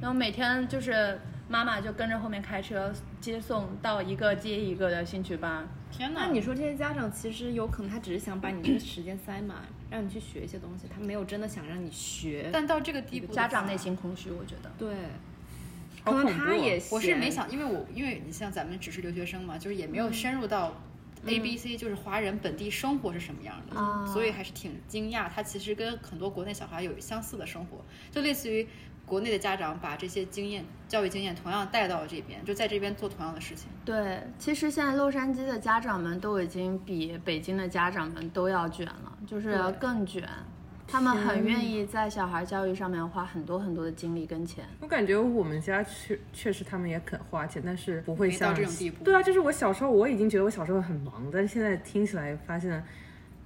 [SPEAKER 4] 然后每天就是妈妈就跟着后面开车接送到一个接一个的兴趣班。
[SPEAKER 1] 天哪！
[SPEAKER 3] 那你说这些家长其实有可能他只是想把你这个时间塞满，让你去学一些东西，他没有真的想让你学。
[SPEAKER 1] 但到这个地步，
[SPEAKER 4] 家长内心空虚，我觉得。
[SPEAKER 3] 对，
[SPEAKER 2] 好
[SPEAKER 3] 可能
[SPEAKER 2] 恐怖
[SPEAKER 3] 他
[SPEAKER 2] 啊
[SPEAKER 3] 也
[SPEAKER 1] 我是
[SPEAKER 3] 嫌
[SPEAKER 1] 没想，因为我因为你像咱们只是留学生嘛，就是也没有深入到 A B C，、就是华人本地生活是什么样的，
[SPEAKER 4] 啊
[SPEAKER 1] 所以还是挺惊讶。他其实跟很多国内小孩有相似的生活，就类似于国内的家长把这些经验、教育经验同样带到这边，就在这边做同样的事情。
[SPEAKER 4] 对，其实现在洛杉矶的家长们都已经比北京的家长们都要卷了，就是
[SPEAKER 1] 对
[SPEAKER 4] 更卷。他们很愿意在小孩教育上面花很多很多的精力跟钱。
[SPEAKER 2] 我感觉我们家确确实他们也肯花钱，但是不会
[SPEAKER 1] 没到
[SPEAKER 2] 像
[SPEAKER 1] 这种地步
[SPEAKER 2] 对啊，就是我小时候我已经觉得我小时候很忙，但是现在听起来发现，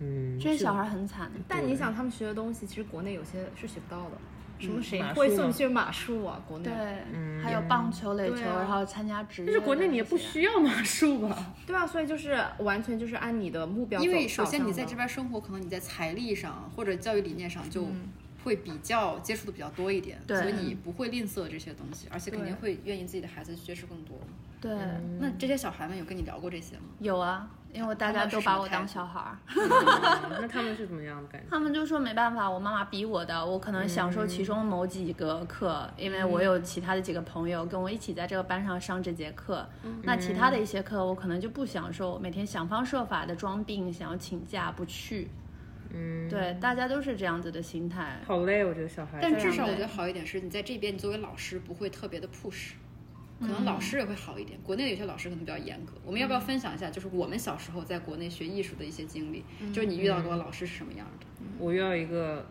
[SPEAKER 2] 嗯，
[SPEAKER 4] 这些
[SPEAKER 2] 是
[SPEAKER 4] 小孩很惨，
[SPEAKER 3] 但你想他们学的东西，其实国内有些是学不到的，什
[SPEAKER 1] 嗯
[SPEAKER 3] 么谁
[SPEAKER 2] 马
[SPEAKER 3] 会
[SPEAKER 2] 术
[SPEAKER 3] 送
[SPEAKER 2] 吗
[SPEAKER 3] 你去马术啊？国内
[SPEAKER 4] 对，还有棒球、垒球，
[SPEAKER 3] 对啊
[SPEAKER 4] 然后参加职业。
[SPEAKER 2] 但是国内你也不需要马术吧？
[SPEAKER 3] 对啊，所以就是完全就是按你的目标走，
[SPEAKER 1] 因为首
[SPEAKER 3] 导
[SPEAKER 1] 先
[SPEAKER 3] 向
[SPEAKER 1] 你在
[SPEAKER 3] 的
[SPEAKER 1] 这边生活，可能你在财力上或者教育理念上就
[SPEAKER 3] 嗯
[SPEAKER 1] 会比较接触的比较多一点，
[SPEAKER 4] 对
[SPEAKER 1] 所以你不会吝啬这些东西，而且肯定
[SPEAKER 3] 对嗯
[SPEAKER 1] 会愿意自己的孩子去接触更多。
[SPEAKER 4] 对，
[SPEAKER 1] 那这些小孩们有跟你聊过这些吗？
[SPEAKER 4] 有啊，因为大
[SPEAKER 1] 他
[SPEAKER 4] 家
[SPEAKER 1] 们是
[SPEAKER 4] 都
[SPEAKER 1] 什么
[SPEAKER 4] 把我
[SPEAKER 1] 态
[SPEAKER 4] 当
[SPEAKER 1] 度
[SPEAKER 4] 小孩儿，
[SPEAKER 2] 嗯那他们是怎么样的感觉？
[SPEAKER 4] 他们就说没办法，我妈妈逼我的，我可能享受其中某几个课，因为我有其他的几个朋友跟我一起在这个班上上这节课，那其他的一些课我可能就不享受，每天想方设法的装病，想要请假不去。嗯，对，大家都是这样子的心态。
[SPEAKER 2] 好累，我觉得小孩。
[SPEAKER 1] 但至
[SPEAKER 4] 常
[SPEAKER 1] 少我
[SPEAKER 4] 累
[SPEAKER 1] 觉得好一点是，你在这边，你作为老师不会特别的 push，可能
[SPEAKER 3] 嗯
[SPEAKER 1] 老师也会好一点。国内有些老师可能比较严格。我们要不要分享一下，就是我们小时候在国内学艺术的一些经历？就是你遇到过
[SPEAKER 3] 嗯
[SPEAKER 1] 的老师是什么样的？
[SPEAKER 2] 我遇到一个，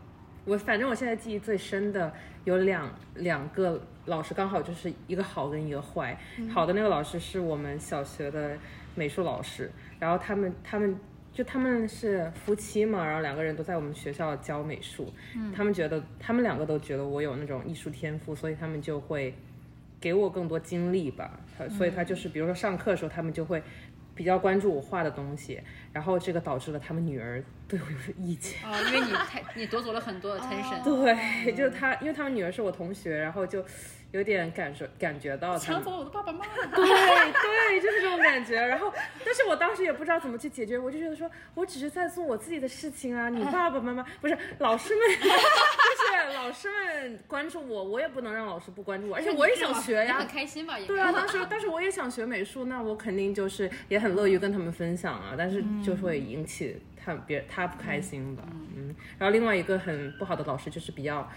[SPEAKER 2] 我反正我现在记忆最深的有两两个老师，刚好就是一个好跟一个坏。好的那个老师是我们小学的美术老师，然后他们他们就他们是夫妻嘛，然后两个人都在我们学校教美术，他们觉得他们两个都觉得我有那种艺术天赋，所以他们就会给我更多精力吧。他所以他就是比如说上课的时候，他们就会。比较关注我画的东西，然后这个导致了他们女儿对我有意见。
[SPEAKER 1] 啊、因为你太你夺走了很多 的 attention，、哦
[SPEAKER 2] 对，就是他，因为他们女儿是我同学，然后就有点感受感觉到他
[SPEAKER 1] 抢
[SPEAKER 2] 们，
[SPEAKER 1] 走了我的爸爸妈妈。
[SPEAKER 2] 对对，就是这种感觉。然后，但是我当时也不知道怎么去解决，我就觉得说我只是在做我自己的事情啊，你爸爸妈妈不是老师们， 就是老师们关注我，我也不能让老师不关注我，而且我也想 学
[SPEAKER 1] 你
[SPEAKER 2] 呀
[SPEAKER 1] 很。开心吧？也
[SPEAKER 2] 对啊，当时当时我也想学美术，那我肯定就是也很乐于跟他们分享啊，但是就会引起他别他不开心吧，嗯。然后另外一个很不好的老师就是比较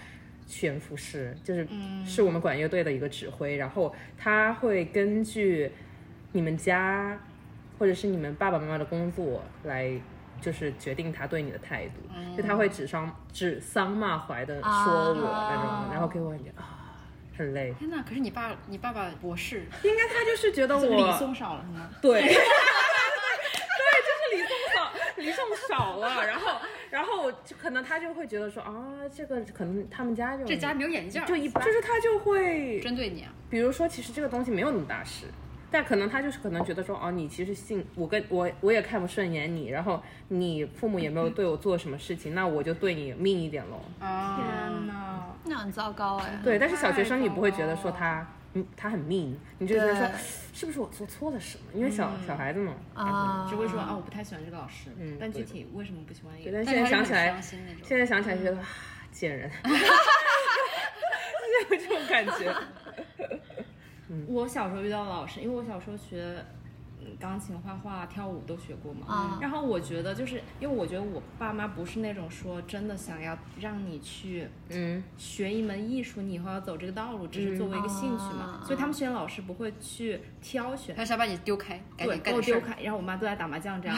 [SPEAKER 2] 悬浮式，就是是我们管乐队的一个指挥，然后他会根据你们家或者是你们爸爸妈妈的工作来。就是决定他对你的态度，就他会指桑指桑骂槐的说我那种，
[SPEAKER 4] 啊
[SPEAKER 2] 然后给我感觉啊很累。
[SPEAKER 1] 天哪！可是你爸你爸爸博士，
[SPEAKER 2] 应该他就是觉得我
[SPEAKER 3] 礼送少了吗？
[SPEAKER 2] 对，对，就是礼送少，礼送少了，然后，然后我就可能他就会觉得说啊，这个可能他们家就
[SPEAKER 1] 这家没有眼镜儿，
[SPEAKER 2] 就一般，就是他就会，
[SPEAKER 1] 针对你啊。
[SPEAKER 2] 比如说，其实这个东西没有那么大事。但可能他就是可能觉得说，哦，你其实性我跟我我也看不顺眼你，然后你父母也没有对我做什么事情，那我就对你命一点喽。
[SPEAKER 1] 嗯啊！
[SPEAKER 3] 呐，
[SPEAKER 4] 那很糟糕哎。
[SPEAKER 2] 对，但是小学生你不会觉得说他嗯他很 mean，你就觉得说
[SPEAKER 1] 对嗯
[SPEAKER 2] 是不是我做错了什么？因为小小孩子嘛，
[SPEAKER 4] 啊，
[SPEAKER 3] 只会说啊，我不太喜欢这个老师，
[SPEAKER 2] 嗯
[SPEAKER 3] 但具
[SPEAKER 2] 对
[SPEAKER 3] 体为什么不喜欢也
[SPEAKER 2] 对，但
[SPEAKER 1] 但
[SPEAKER 2] 现
[SPEAKER 1] 是还是
[SPEAKER 2] 在想起
[SPEAKER 1] 很
[SPEAKER 2] 来
[SPEAKER 1] 伤，心那种
[SPEAKER 2] 现在想起来就觉得啊，贱 人，就是有这种感觉。
[SPEAKER 3] 我小时候遇到的老师，因为我小时候学嗯钢琴、画画、跳舞都学过嘛。
[SPEAKER 4] 啊
[SPEAKER 3] 然后我觉得，就是因为我觉得我爸妈不是那种说真的想要让你去
[SPEAKER 2] 嗯，
[SPEAKER 3] 学一门艺术，你以后要走这个道路，只是作为一个兴趣
[SPEAKER 1] 嗯
[SPEAKER 3] 嘛。
[SPEAKER 4] 啊
[SPEAKER 3] 所以他们选老师不会去挑选
[SPEAKER 1] 他。想把你丢开，赶
[SPEAKER 3] 对，
[SPEAKER 1] 紧
[SPEAKER 3] 给
[SPEAKER 1] 干
[SPEAKER 3] 我
[SPEAKER 1] 点事儿。
[SPEAKER 3] 丢开，然后我妈都在打麻将这样。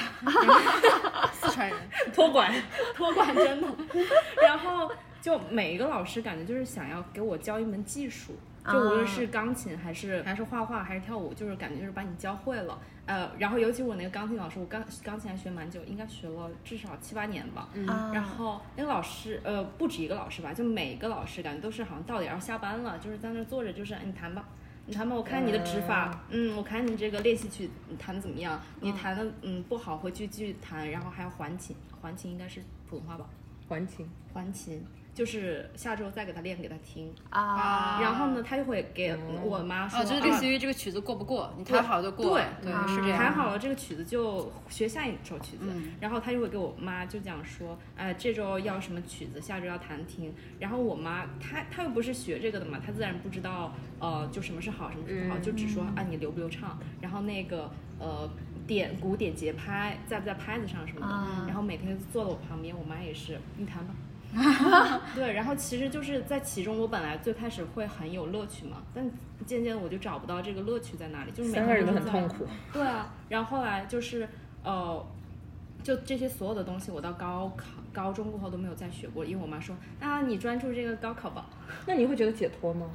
[SPEAKER 1] 四川人，
[SPEAKER 2] 托管，
[SPEAKER 3] 托管真的。 然后就每一个老师感觉就是想要给我教一门技术，就无论是钢琴还是还是画画还是跳舞，就是感觉就是把你教会了。呃，然后尤其我那个钢琴老师，我钢钢琴还学蛮久，应该学了至少七八年吧。嗯
[SPEAKER 4] 啊
[SPEAKER 3] 然后那个老师，呃，不止一个老师吧，就每个老师感觉都是好像到点儿要下班了，就是在那儿坐着，就是哎你弹吧。你弹吧，我看你的指法，
[SPEAKER 1] 呃
[SPEAKER 3] 嗯，我看你这个练习曲你弹的怎么样？你弹的嗯不好，回去继续弹，然后还要还琴，还琴应该是普通话吧？
[SPEAKER 2] 还情。
[SPEAKER 3] 还琴就是下周再给他练给他听，
[SPEAKER 4] 啊，
[SPEAKER 3] 然后呢，他就会给我妈说，
[SPEAKER 1] 哦，就是类似
[SPEAKER 3] 于
[SPEAKER 1] 于这个曲子过不过，你弹好就过，
[SPEAKER 3] 对
[SPEAKER 1] 对，
[SPEAKER 4] 嗯
[SPEAKER 1] 是这
[SPEAKER 3] 弹
[SPEAKER 1] 样。
[SPEAKER 3] 好了这个曲子就学下一首曲子，然后他就会给我妈就讲说，呃，这周要什么曲子，下周要弹听。然后我妈她她又不是学这个的嘛，她自然不知道呃就什么是好，什么是不好，就只说啊你流不流畅，然后那个呃点鼓点节拍在不在拍子上什么的，
[SPEAKER 4] 啊
[SPEAKER 3] 然后每天就坐在我旁边，我妈也是你弹吧。 对，然后其实就是在其中，我本来最开始会很有乐趣嘛，但渐渐地我就找不到这个乐趣在哪里，就是每
[SPEAKER 2] 三个
[SPEAKER 3] 天
[SPEAKER 2] 人
[SPEAKER 3] 都
[SPEAKER 2] 都
[SPEAKER 3] 是
[SPEAKER 2] 很痛
[SPEAKER 3] 在
[SPEAKER 2] 苦。
[SPEAKER 3] 对啊，然后后来就是呃，就这些所有的东西，我到高考、高中过后都没有再学过，因为我妈说啊，你专注这个高考吧。
[SPEAKER 2] 那你会觉得解脱吗？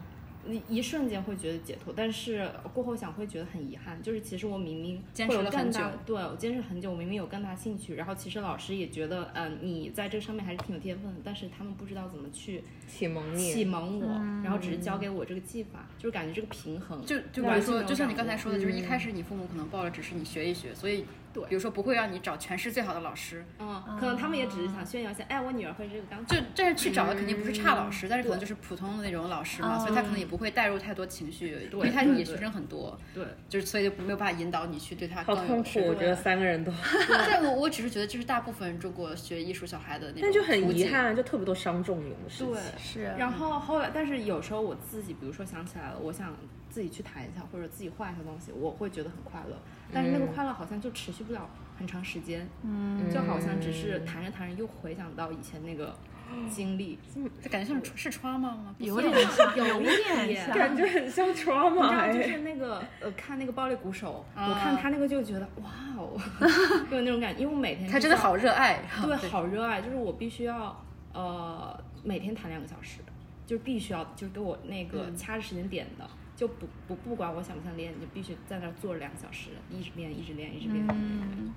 [SPEAKER 3] 你一瞬间会觉得解脱，但是过后想会觉得很遗憾，就是其实我明明
[SPEAKER 1] 坚
[SPEAKER 3] 会
[SPEAKER 1] 持
[SPEAKER 3] 有
[SPEAKER 1] 了
[SPEAKER 3] 更
[SPEAKER 1] 很
[SPEAKER 3] 大
[SPEAKER 1] 久，
[SPEAKER 3] 对我坚持很久，我明明有更大兴趣，然后其实老师也觉得，呃，你在这上面还是挺有天分的，但是他们不知道怎么去
[SPEAKER 2] 启蒙
[SPEAKER 3] 启
[SPEAKER 2] 你，
[SPEAKER 3] 蒙我，然后只是教给我这个技法，就是感觉这个平衡，
[SPEAKER 1] 就就比
[SPEAKER 3] 我还
[SPEAKER 1] 如
[SPEAKER 3] 是没
[SPEAKER 1] 说，
[SPEAKER 3] 有
[SPEAKER 1] 就像你
[SPEAKER 3] 掌
[SPEAKER 1] 刚才
[SPEAKER 3] 握
[SPEAKER 1] 说的，就是一开始你父母可能报了，只是你学一学，所以
[SPEAKER 3] 对
[SPEAKER 1] 比如说不会让你找全市最好的老师，
[SPEAKER 3] 嗯，可能他们也只是想炫耀一下，哎，我女儿会这个钢琴。
[SPEAKER 1] 就但是去找的肯定不是差老师，但是可能就是普通的那种老师嘛，所以他可能也不会带入太多情绪，因为他
[SPEAKER 3] 对
[SPEAKER 1] 也
[SPEAKER 3] 对
[SPEAKER 1] 学生很多，
[SPEAKER 3] 对，
[SPEAKER 1] 就是所以就没有办法引导你去对他
[SPEAKER 2] 好
[SPEAKER 1] 更
[SPEAKER 2] 痛
[SPEAKER 1] 有
[SPEAKER 2] 苦。
[SPEAKER 1] 深入
[SPEAKER 2] 我觉得三个人都，
[SPEAKER 1] 但我我只是觉得这是大部分中国学艺术小孩的那种，
[SPEAKER 2] 但就很遗。憾，就特别多伤仲永的事情。
[SPEAKER 3] 对，
[SPEAKER 4] 是，
[SPEAKER 3] 然后后来，但是有时候我自己，比如说想起来了，我想自己去弹一下，或者自己画一下东西，我会觉得很快乐。
[SPEAKER 1] 嗯
[SPEAKER 3] 但是那个快乐好像就持续不了很长时间，嗯，就好像只是弹着弹着又回想到以前那个
[SPEAKER 1] 嗯
[SPEAKER 3] 经历，
[SPEAKER 1] 就感觉像是是 trauma 吗？
[SPEAKER 4] 有点像，有
[SPEAKER 3] 一
[SPEAKER 4] 点
[SPEAKER 3] 点
[SPEAKER 4] 像，
[SPEAKER 2] 感觉很像
[SPEAKER 3] 你知
[SPEAKER 2] trauma，
[SPEAKER 3] 道，就
[SPEAKER 2] 哎
[SPEAKER 3] 是那个呃，看那个暴力鼓手，
[SPEAKER 1] 啊
[SPEAKER 3] 我看他那个就觉得哇哦， 有那种感觉，因为我每天
[SPEAKER 1] 他真的好热爱，然后
[SPEAKER 3] 对，好热爱，就是我必须要呃每天弹两个小时，就是必须要就是给我那个
[SPEAKER 4] 嗯
[SPEAKER 3] 掐着时间点的，就不不不管我想不想练，你就必须在那儿坐着两个小时，一直练，一直练，一直练。
[SPEAKER 4] 嗯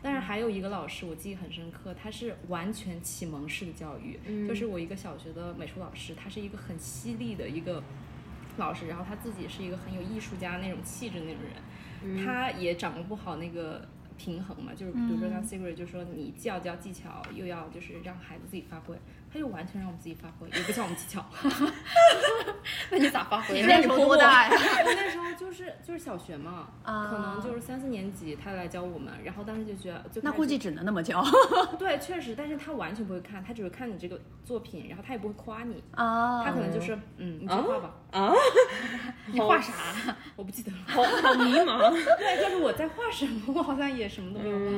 [SPEAKER 3] 但是还有一个老师我记忆很深刻，他是完全启蒙式的教育，
[SPEAKER 4] 嗯
[SPEAKER 3] 就是我一个小学的美术老师，他是一个很犀利的一个老师，然后他自己是一个很有艺术家那种气质那种人，他也掌握不好那个。平衡嘛，就是比如说像 Sigrid 就说你既要教技巧，又要就是让孩子自己发挥，他就完全让我们自己发挥，也不教我们技 巧。
[SPEAKER 1] 那你咋发挥？啊
[SPEAKER 4] 那时候多大 呀？
[SPEAKER 3] 我那时候就是就是小学嘛，
[SPEAKER 4] 啊
[SPEAKER 3] 可能就是三四年级，他来教我们，然后当时就觉得就
[SPEAKER 4] 那
[SPEAKER 3] 开
[SPEAKER 4] 估
[SPEAKER 3] 始哦
[SPEAKER 4] 计只能那么教
[SPEAKER 3] 对，确实，但是他完全不会看，他只会看你这个作品，然后他也不会夸你，
[SPEAKER 4] 啊
[SPEAKER 3] 他可能就是嗯，你去画吧，
[SPEAKER 2] 啊，
[SPEAKER 1] 你画 啥？啊
[SPEAKER 3] 我不记得了。
[SPEAKER 2] 好好迷茫。
[SPEAKER 3] 对，就是我在画什么，我好像也什么都没有画，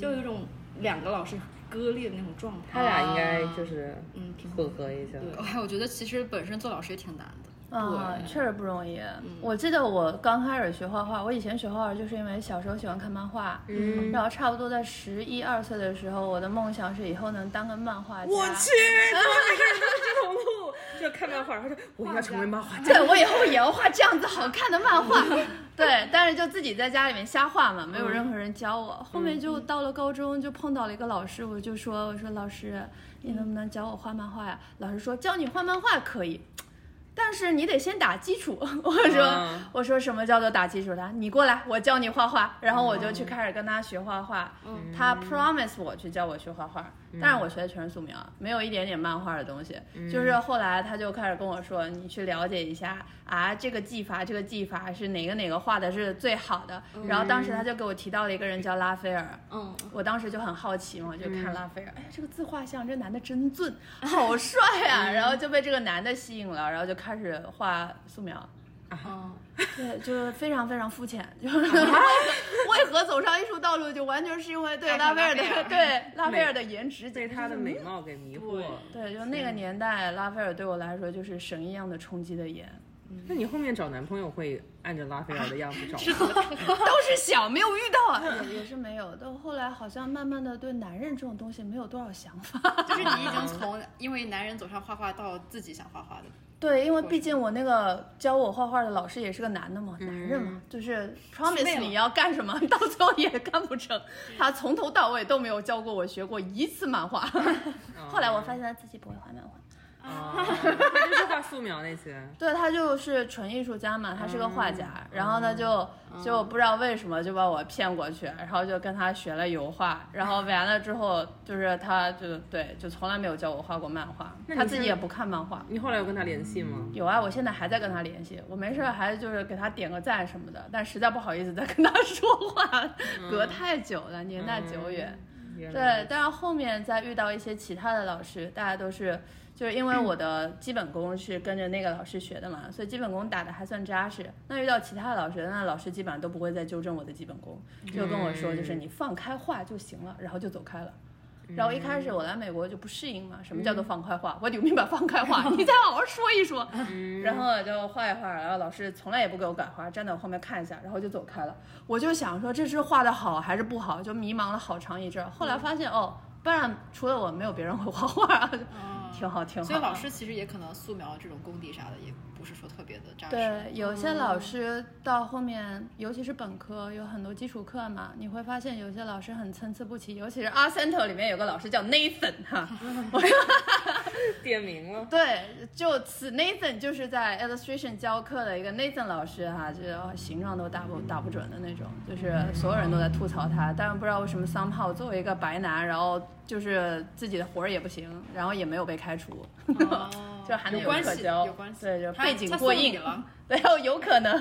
[SPEAKER 3] 就有一种两个老师割裂的那种状态。
[SPEAKER 2] 他俩应该就是
[SPEAKER 3] 嗯，挺
[SPEAKER 2] 混合一下。
[SPEAKER 1] 哎，我觉得其实本身做老师也挺难的，
[SPEAKER 4] 啊，确实不容易。
[SPEAKER 2] 嗯
[SPEAKER 4] 我记得我刚开始学画画，我以前学画画就是因为小时候喜欢看漫画，嗯，然后差不多在十一二岁的时候，我的梦想是以后能当个漫画家。
[SPEAKER 2] 我去，怎么每个人都是这种路？就是看漫画，然后就我也要成为漫画家。
[SPEAKER 4] 对我以后也要画这样子好看的漫画。 对，但是就自己在家里面瞎画嘛，没
[SPEAKER 2] 嗯
[SPEAKER 4] 有任何人教我。后面就到了高中，就碰到了一个老师，我就说：“我说老师，你能不能教我画漫画呀？”老师说：“教你画漫画可以。”但是你得先打基础。 我说、
[SPEAKER 2] 啊
[SPEAKER 4] 我说什么叫做打基础？他你过来，我教你画画。然后我就去开始跟他学画画。他 promise 我去教我学画画，但是我学的全是素描，没有一点点漫画的东西。就是后来他就开始跟我说，你去了解一下啊，这个技法，这个技法是哪个哪个画的是最好的。然后当时他就给我提到了一个人叫拉斐尔，
[SPEAKER 3] 嗯，
[SPEAKER 4] 我当时就很好奇嘛，我就看拉斐尔，哎呀，这个自画像，这男的真俊，好帅 啊！然后就被这个男的吸引了，然后就开始画素描。
[SPEAKER 3] 哦，
[SPEAKER 4] 对，就是非常非常肤浅，就是为何 为何走上艺术道路，就完全是因为对
[SPEAKER 3] 爱
[SPEAKER 4] 拉
[SPEAKER 3] 上
[SPEAKER 4] 斐尔的
[SPEAKER 3] 拉斐尔
[SPEAKER 4] 对拉斐尔的颜值
[SPEAKER 2] 被他的美貌给迷惑。
[SPEAKER 4] 对，就那个年代，拉斐尔对我来说就是神一样的冲击的 眼，
[SPEAKER 2] 那你后面找男朋友会按着拉斐尔的样子找吗？
[SPEAKER 4] 都是想没有遇到啊，也也是没有。到后来好像慢慢的对男人这种东西没有多少想法。
[SPEAKER 1] 就是你已 经从因为男人走上画画到自己想画画的，
[SPEAKER 4] 对，因为毕竟我那个教我画画的老师也是个男的嘛，男人
[SPEAKER 2] 嗯
[SPEAKER 4] 嘛，就是 promise 你要干什么， 到最后也干不成。他从头到尾都没有教过我学过一次漫 画。后来我发现他自己不会画漫画，
[SPEAKER 2] 啊，他就是画素描那些。
[SPEAKER 4] 对他就是纯艺术家嘛，他是个画家，
[SPEAKER 2] 嗯
[SPEAKER 4] 然后他就就不知道为什么就把我骗过去，然后就跟他学了油画，然后完了之后就是他就对就从来没有教我画过漫画，
[SPEAKER 2] 那你
[SPEAKER 4] 他自
[SPEAKER 2] 是
[SPEAKER 4] 己也不看漫画。
[SPEAKER 2] 你后来有跟他联系吗？
[SPEAKER 4] 有啊，我现在还在跟他联系，我没事儿还就是给他点个赞什么的，但实在不好意思再跟他 说话，隔太久了，年代久远。
[SPEAKER 2] 原来
[SPEAKER 4] 对，但是后面再遇到一些其他的老师，大家都是就是因为我的基本功是跟着那个老师学的嘛，所以基本功打得还算扎实。那遇到其他的老师，那老师基本上都不会再纠正我的基本功，就跟我说就是你放开画就行了，然后就走开了。然后一开始我来美国就不适应嘛，什么叫做放开画？我得明白放开画，你再好好说一说。然后我就画一画，然后老师从来也不给我改画，站在我后面看一下，然后就走开了。我就想说这是画的好还是不好，就迷茫了好长一阵儿。后来发现哦，班上除了我没有别人会画 画，挺好挺
[SPEAKER 1] 哦
[SPEAKER 4] 好。
[SPEAKER 1] 所以老师其实也可能素描这种功底啥的也不是说特别的扎实。
[SPEAKER 4] 对，有
[SPEAKER 1] 嗯
[SPEAKER 4] 些老师到后面，尤其是本科，有很多基础课嘛，你会发现有些老师很参差不齐，尤其是阿 center 里面有个老师叫 Nathan 哈，
[SPEAKER 2] 点名了。
[SPEAKER 4] 对，就此 Nathan 就是在 illustration 教课的一个 Nathan 老师哈、就是形状都打不打不准的那种，就是所有人都在吐槽他，但是不知道为什么 somehow 作为一个白男，然后就是自己的活儿也不行，然后也没有被开除，
[SPEAKER 1] 哦
[SPEAKER 4] 就还能
[SPEAKER 1] 有关
[SPEAKER 4] 可
[SPEAKER 1] 系
[SPEAKER 4] 教，
[SPEAKER 1] 有关系
[SPEAKER 4] 对， 就是
[SPEAKER 1] 他
[SPEAKER 4] 背景
[SPEAKER 1] 他
[SPEAKER 4] 过
[SPEAKER 1] 送
[SPEAKER 4] 硬
[SPEAKER 1] 你了，
[SPEAKER 4] 对，有可能。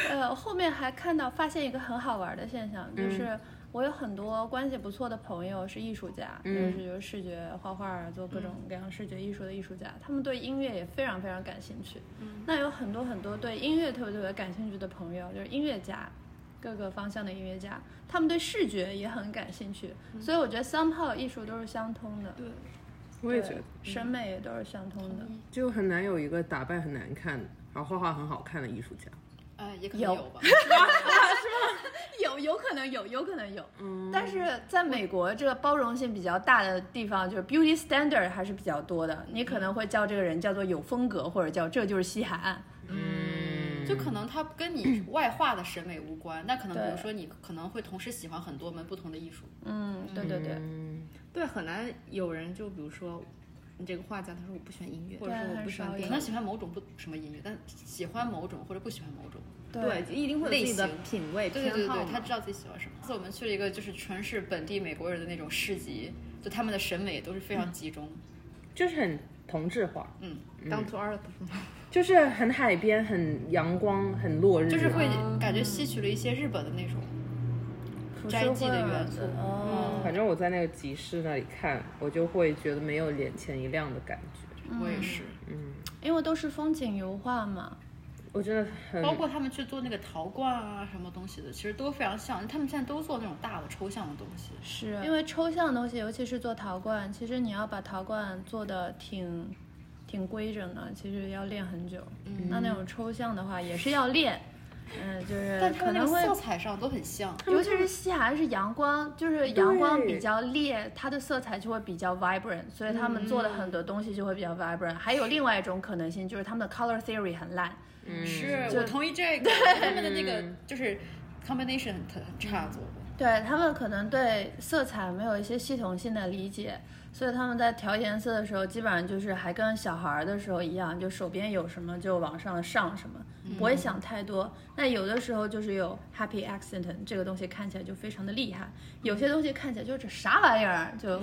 [SPEAKER 4] 呃，后面还看到发现一个很好玩的现象，
[SPEAKER 2] 嗯
[SPEAKER 4] 就是我有很多关系不错的朋友是艺术家，
[SPEAKER 2] 嗯
[SPEAKER 4] 就是就是视觉画画、做各种各样视觉艺术的艺术家，他们对音乐也非常非常感兴趣。
[SPEAKER 2] 嗯
[SPEAKER 4] 那有很多很多对音乐特别特别感兴趣的朋友，就是音乐家。各个方向的音乐家，他们对视觉也很感兴趣，
[SPEAKER 2] 嗯
[SPEAKER 4] 所以我觉得 somehow 艺术都是相通的，
[SPEAKER 3] 对，
[SPEAKER 2] 我也觉得，嗯
[SPEAKER 4] 对审美也都是相通的。
[SPEAKER 2] 就很难有一个打扮很难看，然后画画很好看的艺术家。
[SPEAKER 1] 呃，也可能
[SPEAKER 4] 有
[SPEAKER 1] 有吧。
[SPEAKER 4] 有有可能有，有可能有。
[SPEAKER 1] 嗯
[SPEAKER 4] 但是在美国这个包容性比较大的地方，就是 beauty standard 还是比较多的。你可能会叫这个人叫做有风格，或者叫这就是西海岸。
[SPEAKER 1] 就可能它跟你外化的审美无关，那可能比如
[SPEAKER 4] 对
[SPEAKER 1] 说你可能会同时喜欢很多门不同的艺术，
[SPEAKER 4] 嗯，对对对，
[SPEAKER 3] 对，很难有人就比如说你这个画家，他说我不喜欢音乐，或者
[SPEAKER 4] 对
[SPEAKER 3] 说我
[SPEAKER 4] 很
[SPEAKER 3] 不喜欢
[SPEAKER 4] 少
[SPEAKER 3] 电
[SPEAKER 1] 可
[SPEAKER 3] 影
[SPEAKER 1] 能，喜欢某种不什么音乐，但喜欢某种或者不喜欢某种。
[SPEAKER 3] 对，就一定会有自己的
[SPEAKER 1] 类型
[SPEAKER 3] 品味
[SPEAKER 1] 对对对
[SPEAKER 3] 偏好
[SPEAKER 1] 对，
[SPEAKER 3] 嘛。
[SPEAKER 1] 他知道自己喜欢什么。所以我们去了一个就是全是本地美国人的那种市集，就他们的审美都是非
[SPEAKER 4] 嗯
[SPEAKER 1] 常集中。
[SPEAKER 2] 就是很同质化，
[SPEAKER 3] 当 to earth
[SPEAKER 2] 就是很海边、很阳光、很落日，啊
[SPEAKER 1] 就是会感觉吸取了一些日本的那种斋
[SPEAKER 4] 记
[SPEAKER 1] 戒的元素
[SPEAKER 4] 哦，
[SPEAKER 2] 反正我在那个集市那里看，我就会觉得没有眼前一亮的感觉。
[SPEAKER 4] 嗯
[SPEAKER 1] 我也是，
[SPEAKER 4] 因为都是风景油画嘛。
[SPEAKER 2] 我真的很
[SPEAKER 1] 包括他们去做那个陶罐啊什么东西的，其实都非常像。他们现在都做那种大的抽象的东西，
[SPEAKER 4] 是因为抽象的东西，尤其是做陶罐，其实你要把陶罐做的挺挺规整的，其实要练很久。嗯，那那种抽象的话也是要练，嗯，就是
[SPEAKER 1] 但他
[SPEAKER 4] 可
[SPEAKER 1] 们那
[SPEAKER 4] 能
[SPEAKER 1] 个
[SPEAKER 4] 会
[SPEAKER 1] 色彩上都很像。
[SPEAKER 4] 尤其是西海岸是阳光，就是阳光比较烈，它的色彩就会比较 vibrant，所以他们做的很多东西就会比较 vibrant。还有另外一种可能性就是他们的 color theory 很烂，
[SPEAKER 1] 是我同意这个，他们的那个就是 combination 很很差做的。
[SPEAKER 4] 对他们可能对色彩没有一些系统性的理解，所以他们在调颜色的时候，基本上就是还跟小孩儿的时候一样，就手边有什么就往上上什么，不会想太多。那有的时候就是有 happy accident 这个东西看起来就非常的厉害，有些东西看起来就是啥玩意儿，就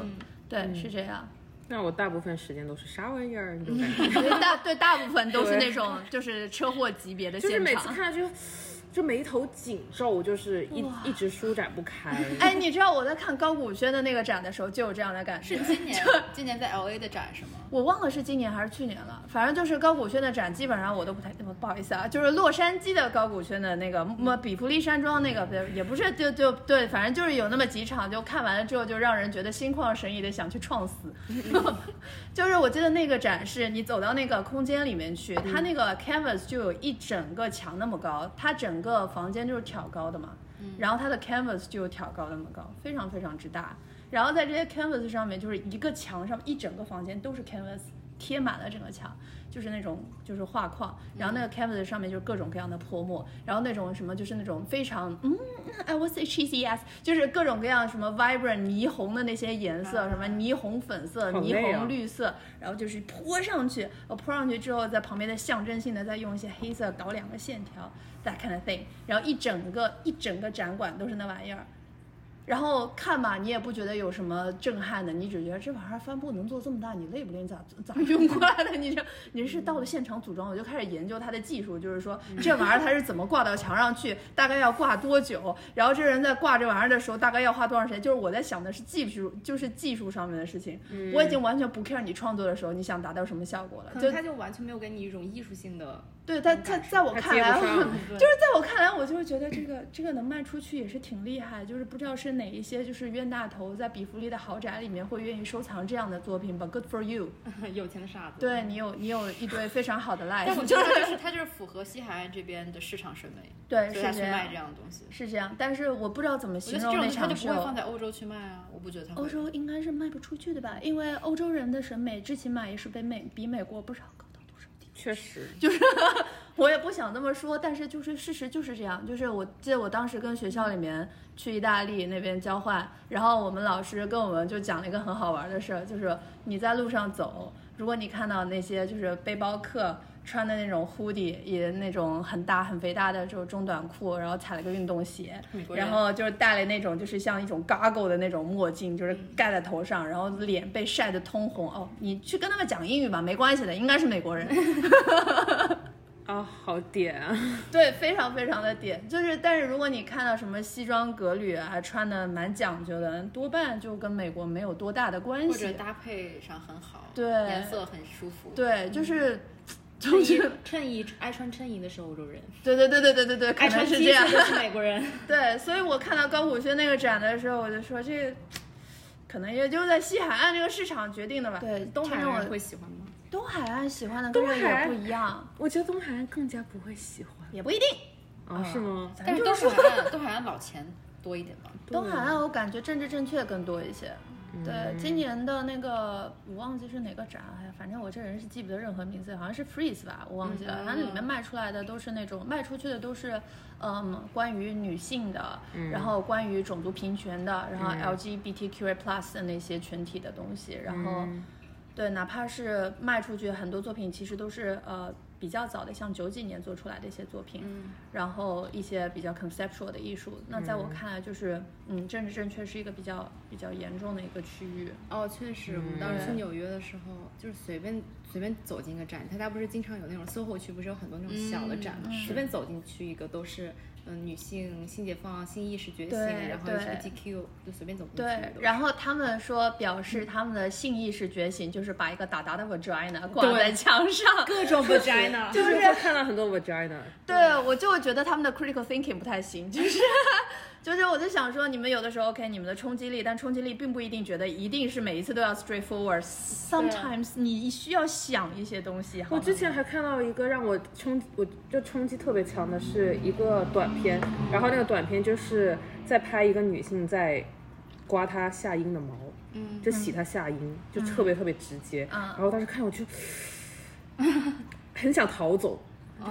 [SPEAKER 4] 对，是这样。
[SPEAKER 2] 那我大部分时间都是啥玩意儿这种感觉，
[SPEAKER 4] 嗯所以大对大部分都是那种就是车祸级别的
[SPEAKER 2] 就是
[SPEAKER 4] 现
[SPEAKER 2] 每次
[SPEAKER 4] 场。
[SPEAKER 2] 看就就眉头紧皱，就是一一直舒展不开。
[SPEAKER 4] 哎，你知道我在看高古轩的那个展的时候就有这样的感觉
[SPEAKER 1] 是，今年今年在 L A 的展是吗？
[SPEAKER 4] 我忘了是今年还是去年了，反正就是高古轩的展，基本上我都不太，不好意思啊，就是洛杉矶的高古轩的那个，么比弗利山庄那个，也不是就就对，反正就是有那么几场，就看完了之后就让人觉得心旷神怡的想去撞死。就是我记得那个展示，你走到那个空间里面去，它那个 canvas 就有一整个墙那么高，它整个房间就是挑高的嘛，
[SPEAKER 2] 嗯
[SPEAKER 4] 然后它的 canvas 就有挑高那么高，非常非常之大。然后在这些 canvas 上面，就是一个墙上一整个房间都是 canvas 贴满了整个墙，就是那种就是画框。
[SPEAKER 2] 嗯
[SPEAKER 4] 然后那个 canvas 上面就是各种各样的泼墨，然后那种什么就是那种非常嗯，I was a cheesy ass，就是各种各样什么 vibrant 霓虹的那些颜色，什么霓虹粉色、
[SPEAKER 2] 嗯好
[SPEAKER 4] 霓
[SPEAKER 2] 累啊
[SPEAKER 4] 虹绿色，然后就是泼上去。我泼上去之后，在旁边的象征性的再用一些黑色搞两个线条，that kind of thing。然后一整个一整个展馆都是那玩意儿。然后看吧，你也不觉得有什么震撼的，你只觉得这玩意儿帆布能做这么大，你累不累？你咋咋用过来的？你这你是到了现场组装，我就开始研究它的技术，就是说这玩意儿它是怎么挂到墙上去，大概要挂多久，然后这人在挂这玩意儿的时候大概要花多长时间？就是我在想的是技术，就是技术上面的事情，
[SPEAKER 2] 嗯
[SPEAKER 4] 我已经完全不 care 你创作的时候你想达到什么效果了，
[SPEAKER 3] 可
[SPEAKER 4] 就
[SPEAKER 3] 能他就完全没有给你一种艺术性的，
[SPEAKER 4] 对他他在我
[SPEAKER 2] 他
[SPEAKER 4] 看
[SPEAKER 2] 接不
[SPEAKER 4] 来，
[SPEAKER 2] 上
[SPEAKER 4] 就是在我看来，我就会觉得这个这个能卖出去也是挺厉害，就是不知道是哪一些就是冤大头在比弗利的豪宅里面会愿意收藏这样的作品吧。Good for you，
[SPEAKER 3] 有钱的傻子。
[SPEAKER 4] 对你有你有一堆非常好的 life，
[SPEAKER 1] 但我觉
[SPEAKER 4] 就
[SPEAKER 1] 得它
[SPEAKER 4] 是
[SPEAKER 1] 就是它就是符合西海岸这边的市场审美，
[SPEAKER 4] 对
[SPEAKER 1] 所
[SPEAKER 4] 是
[SPEAKER 1] 以它去
[SPEAKER 4] 这
[SPEAKER 1] 卖
[SPEAKER 4] 样
[SPEAKER 1] 这样的东西。
[SPEAKER 4] 是这样，但是我不知道怎么
[SPEAKER 1] 我觉
[SPEAKER 4] 形
[SPEAKER 1] 得这种
[SPEAKER 4] 容那
[SPEAKER 1] 东西它
[SPEAKER 4] 场
[SPEAKER 1] 就不
[SPEAKER 4] 秀
[SPEAKER 1] 会。放在欧洲去卖啊，我不觉得它会。
[SPEAKER 4] 欧洲应该是卖不出去的吧，因为欧洲人的审美最起码也是被美比美国不知道高到多少。
[SPEAKER 2] 确实，
[SPEAKER 4] 我也不想这么说，但是就是事实就是这样。就是我记得我当时跟学校里面去意大利那边交换，然后我们老师跟我们就讲了一个很好玩的事儿，就是你在路上走，如果你看到那些就是背包客穿的那种 hoodie，也那种很大很肥大的这种中短裤，然后踩了个运动鞋，
[SPEAKER 1] 美国人
[SPEAKER 4] 然后就是戴了那种就是像一种 goggle 的那种墨镜，就是盖在头上，然后脸被晒得通红。哦，你去跟他们讲英语吧，没关系的，应该是美国人。
[SPEAKER 2] 啊，好点啊，
[SPEAKER 4] 对，非常非常的点，就是但是如果你看到什么西装革履啊，穿的蛮讲究的，多半就跟美国没有多大的关
[SPEAKER 1] 或者
[SPEAKER 4] 系。
[SPEAKER 1] 搭配上很好，
[SPEAKER 4] 对
[SPEAKER 1] 颜色很舒服。
[SPEAKER 4] 对，就是， 就
[SPEAKER 3] 衬衣
[SPEAKER 4] 是，
[SPEAKER 3] 衬衣爱穿衬衣的是欧洲人，
[SPEAKER 4] 对对对对对对对，可
[SPEAKER 3] 爱
[SPEAKER 4] 能
[SPEAKER 3] 穿
[SPEAKER 4] 是
[SPEAKER 3] 基
[SPEAKER 4] 这样
[SPEAKER 3] 的。是美国 人。
[SPEAKER 4] 对，所以我看到高古轩那个展的时候，我就说这个。可能也就是在西海岸这个市场决定的吧。
[SPEAKER 3] 对，东海人会喜欢吗？
[SPEAKER 4] 东海岸喜欢的跟
[SPEAKER 2] 东
[SPEAKER 4] 这
[SPEAKER 2] 海
[SPEAKER 4] 也不一样，
[SPEAKER 2] 我觉得东海岸更加不会喜欢
[SPEAKER 4] 也不一定。
[SPEAKER 2] 啊，是吗？
[SPEAKER 4] 咱
[SPEAKER 1] 但
[SPEAKER 4] 们
[SPEAKER 1] 是
[SPEAKER 4] 就
[SPEAKER 1] 东
[SPEAKER 4] 是说
[SPEAKER 1] 海岸东海岸老钱多一点吧。
[SPEAKER 4] 东海岸，我感觉政治正确更多一些。对，今年的那个我忘记是哪个展，哎呀，反正我这人是记不得任何名字，好像是 Freeze 吧，我忘记了。它里面卖出来的都是那种卖出去的都是，嗯，关于女性的，然后关于种族平权的，然后 LGBTQI plus 的那些群体的东西，然后。对，哪怕是卖出去很多作品，其实都是呃比较早的，像九几年做出来的一些作品，然后一些比较 conceptual 的艺术。那在我看来，就是嗯，政治正确是一个比较比较严重的一个区域。
[SPEAKER 3] 哦，确实，我们当
[SPEAKER 4] 嗯
[SPEAKER 3] 时去纽约的时候，就是随便随便走进一个展，他家不是经常有那种 SOHO 区，不是有很多那种小的展
[SPEAKER 4] 嗯
[SPEAKER 3] 嘛，随便走进去一个都是，嗯，女性性解放、性意识觉醒，
[SPEAKER 4] 对
[SPEAKER 3] 然后
[SPEAKER 4] 对
[SPEAKER 3] LGBTQ，就随便走进去。
[SPEAKER 4] 对，然后他们说表示他们的性意识觉醒，就是把一个大大的 vagina 挂在墙上。
[SPEAKER 3] 各种 vagina，
[SPEAKER 2] 就是会看到很多 vagina，
[SPEAKER 4] 对，我就觉得他们的 critical thinking 不太行，就是 就是，我就想说，你们有的时候 OK，你们的冲击力，但冲击力并不一定觉得一定是每一次都要 straightforward。Sometimes 你需要想一些东西。好
[SPEAKER 2] 我
[SPEAKER 4] 吗
[SPEAKER 2] 之前还看到一个让我冲，我就冲击特别强的是一个短片，然后那个短片就是在拍一个女性在刮她下阴的毛，嗯，就洗她下阴，就特别特别直接，
[SPEAKER 4] 嗯
[SPEAKER 2] 然后当时看我就很想逃走，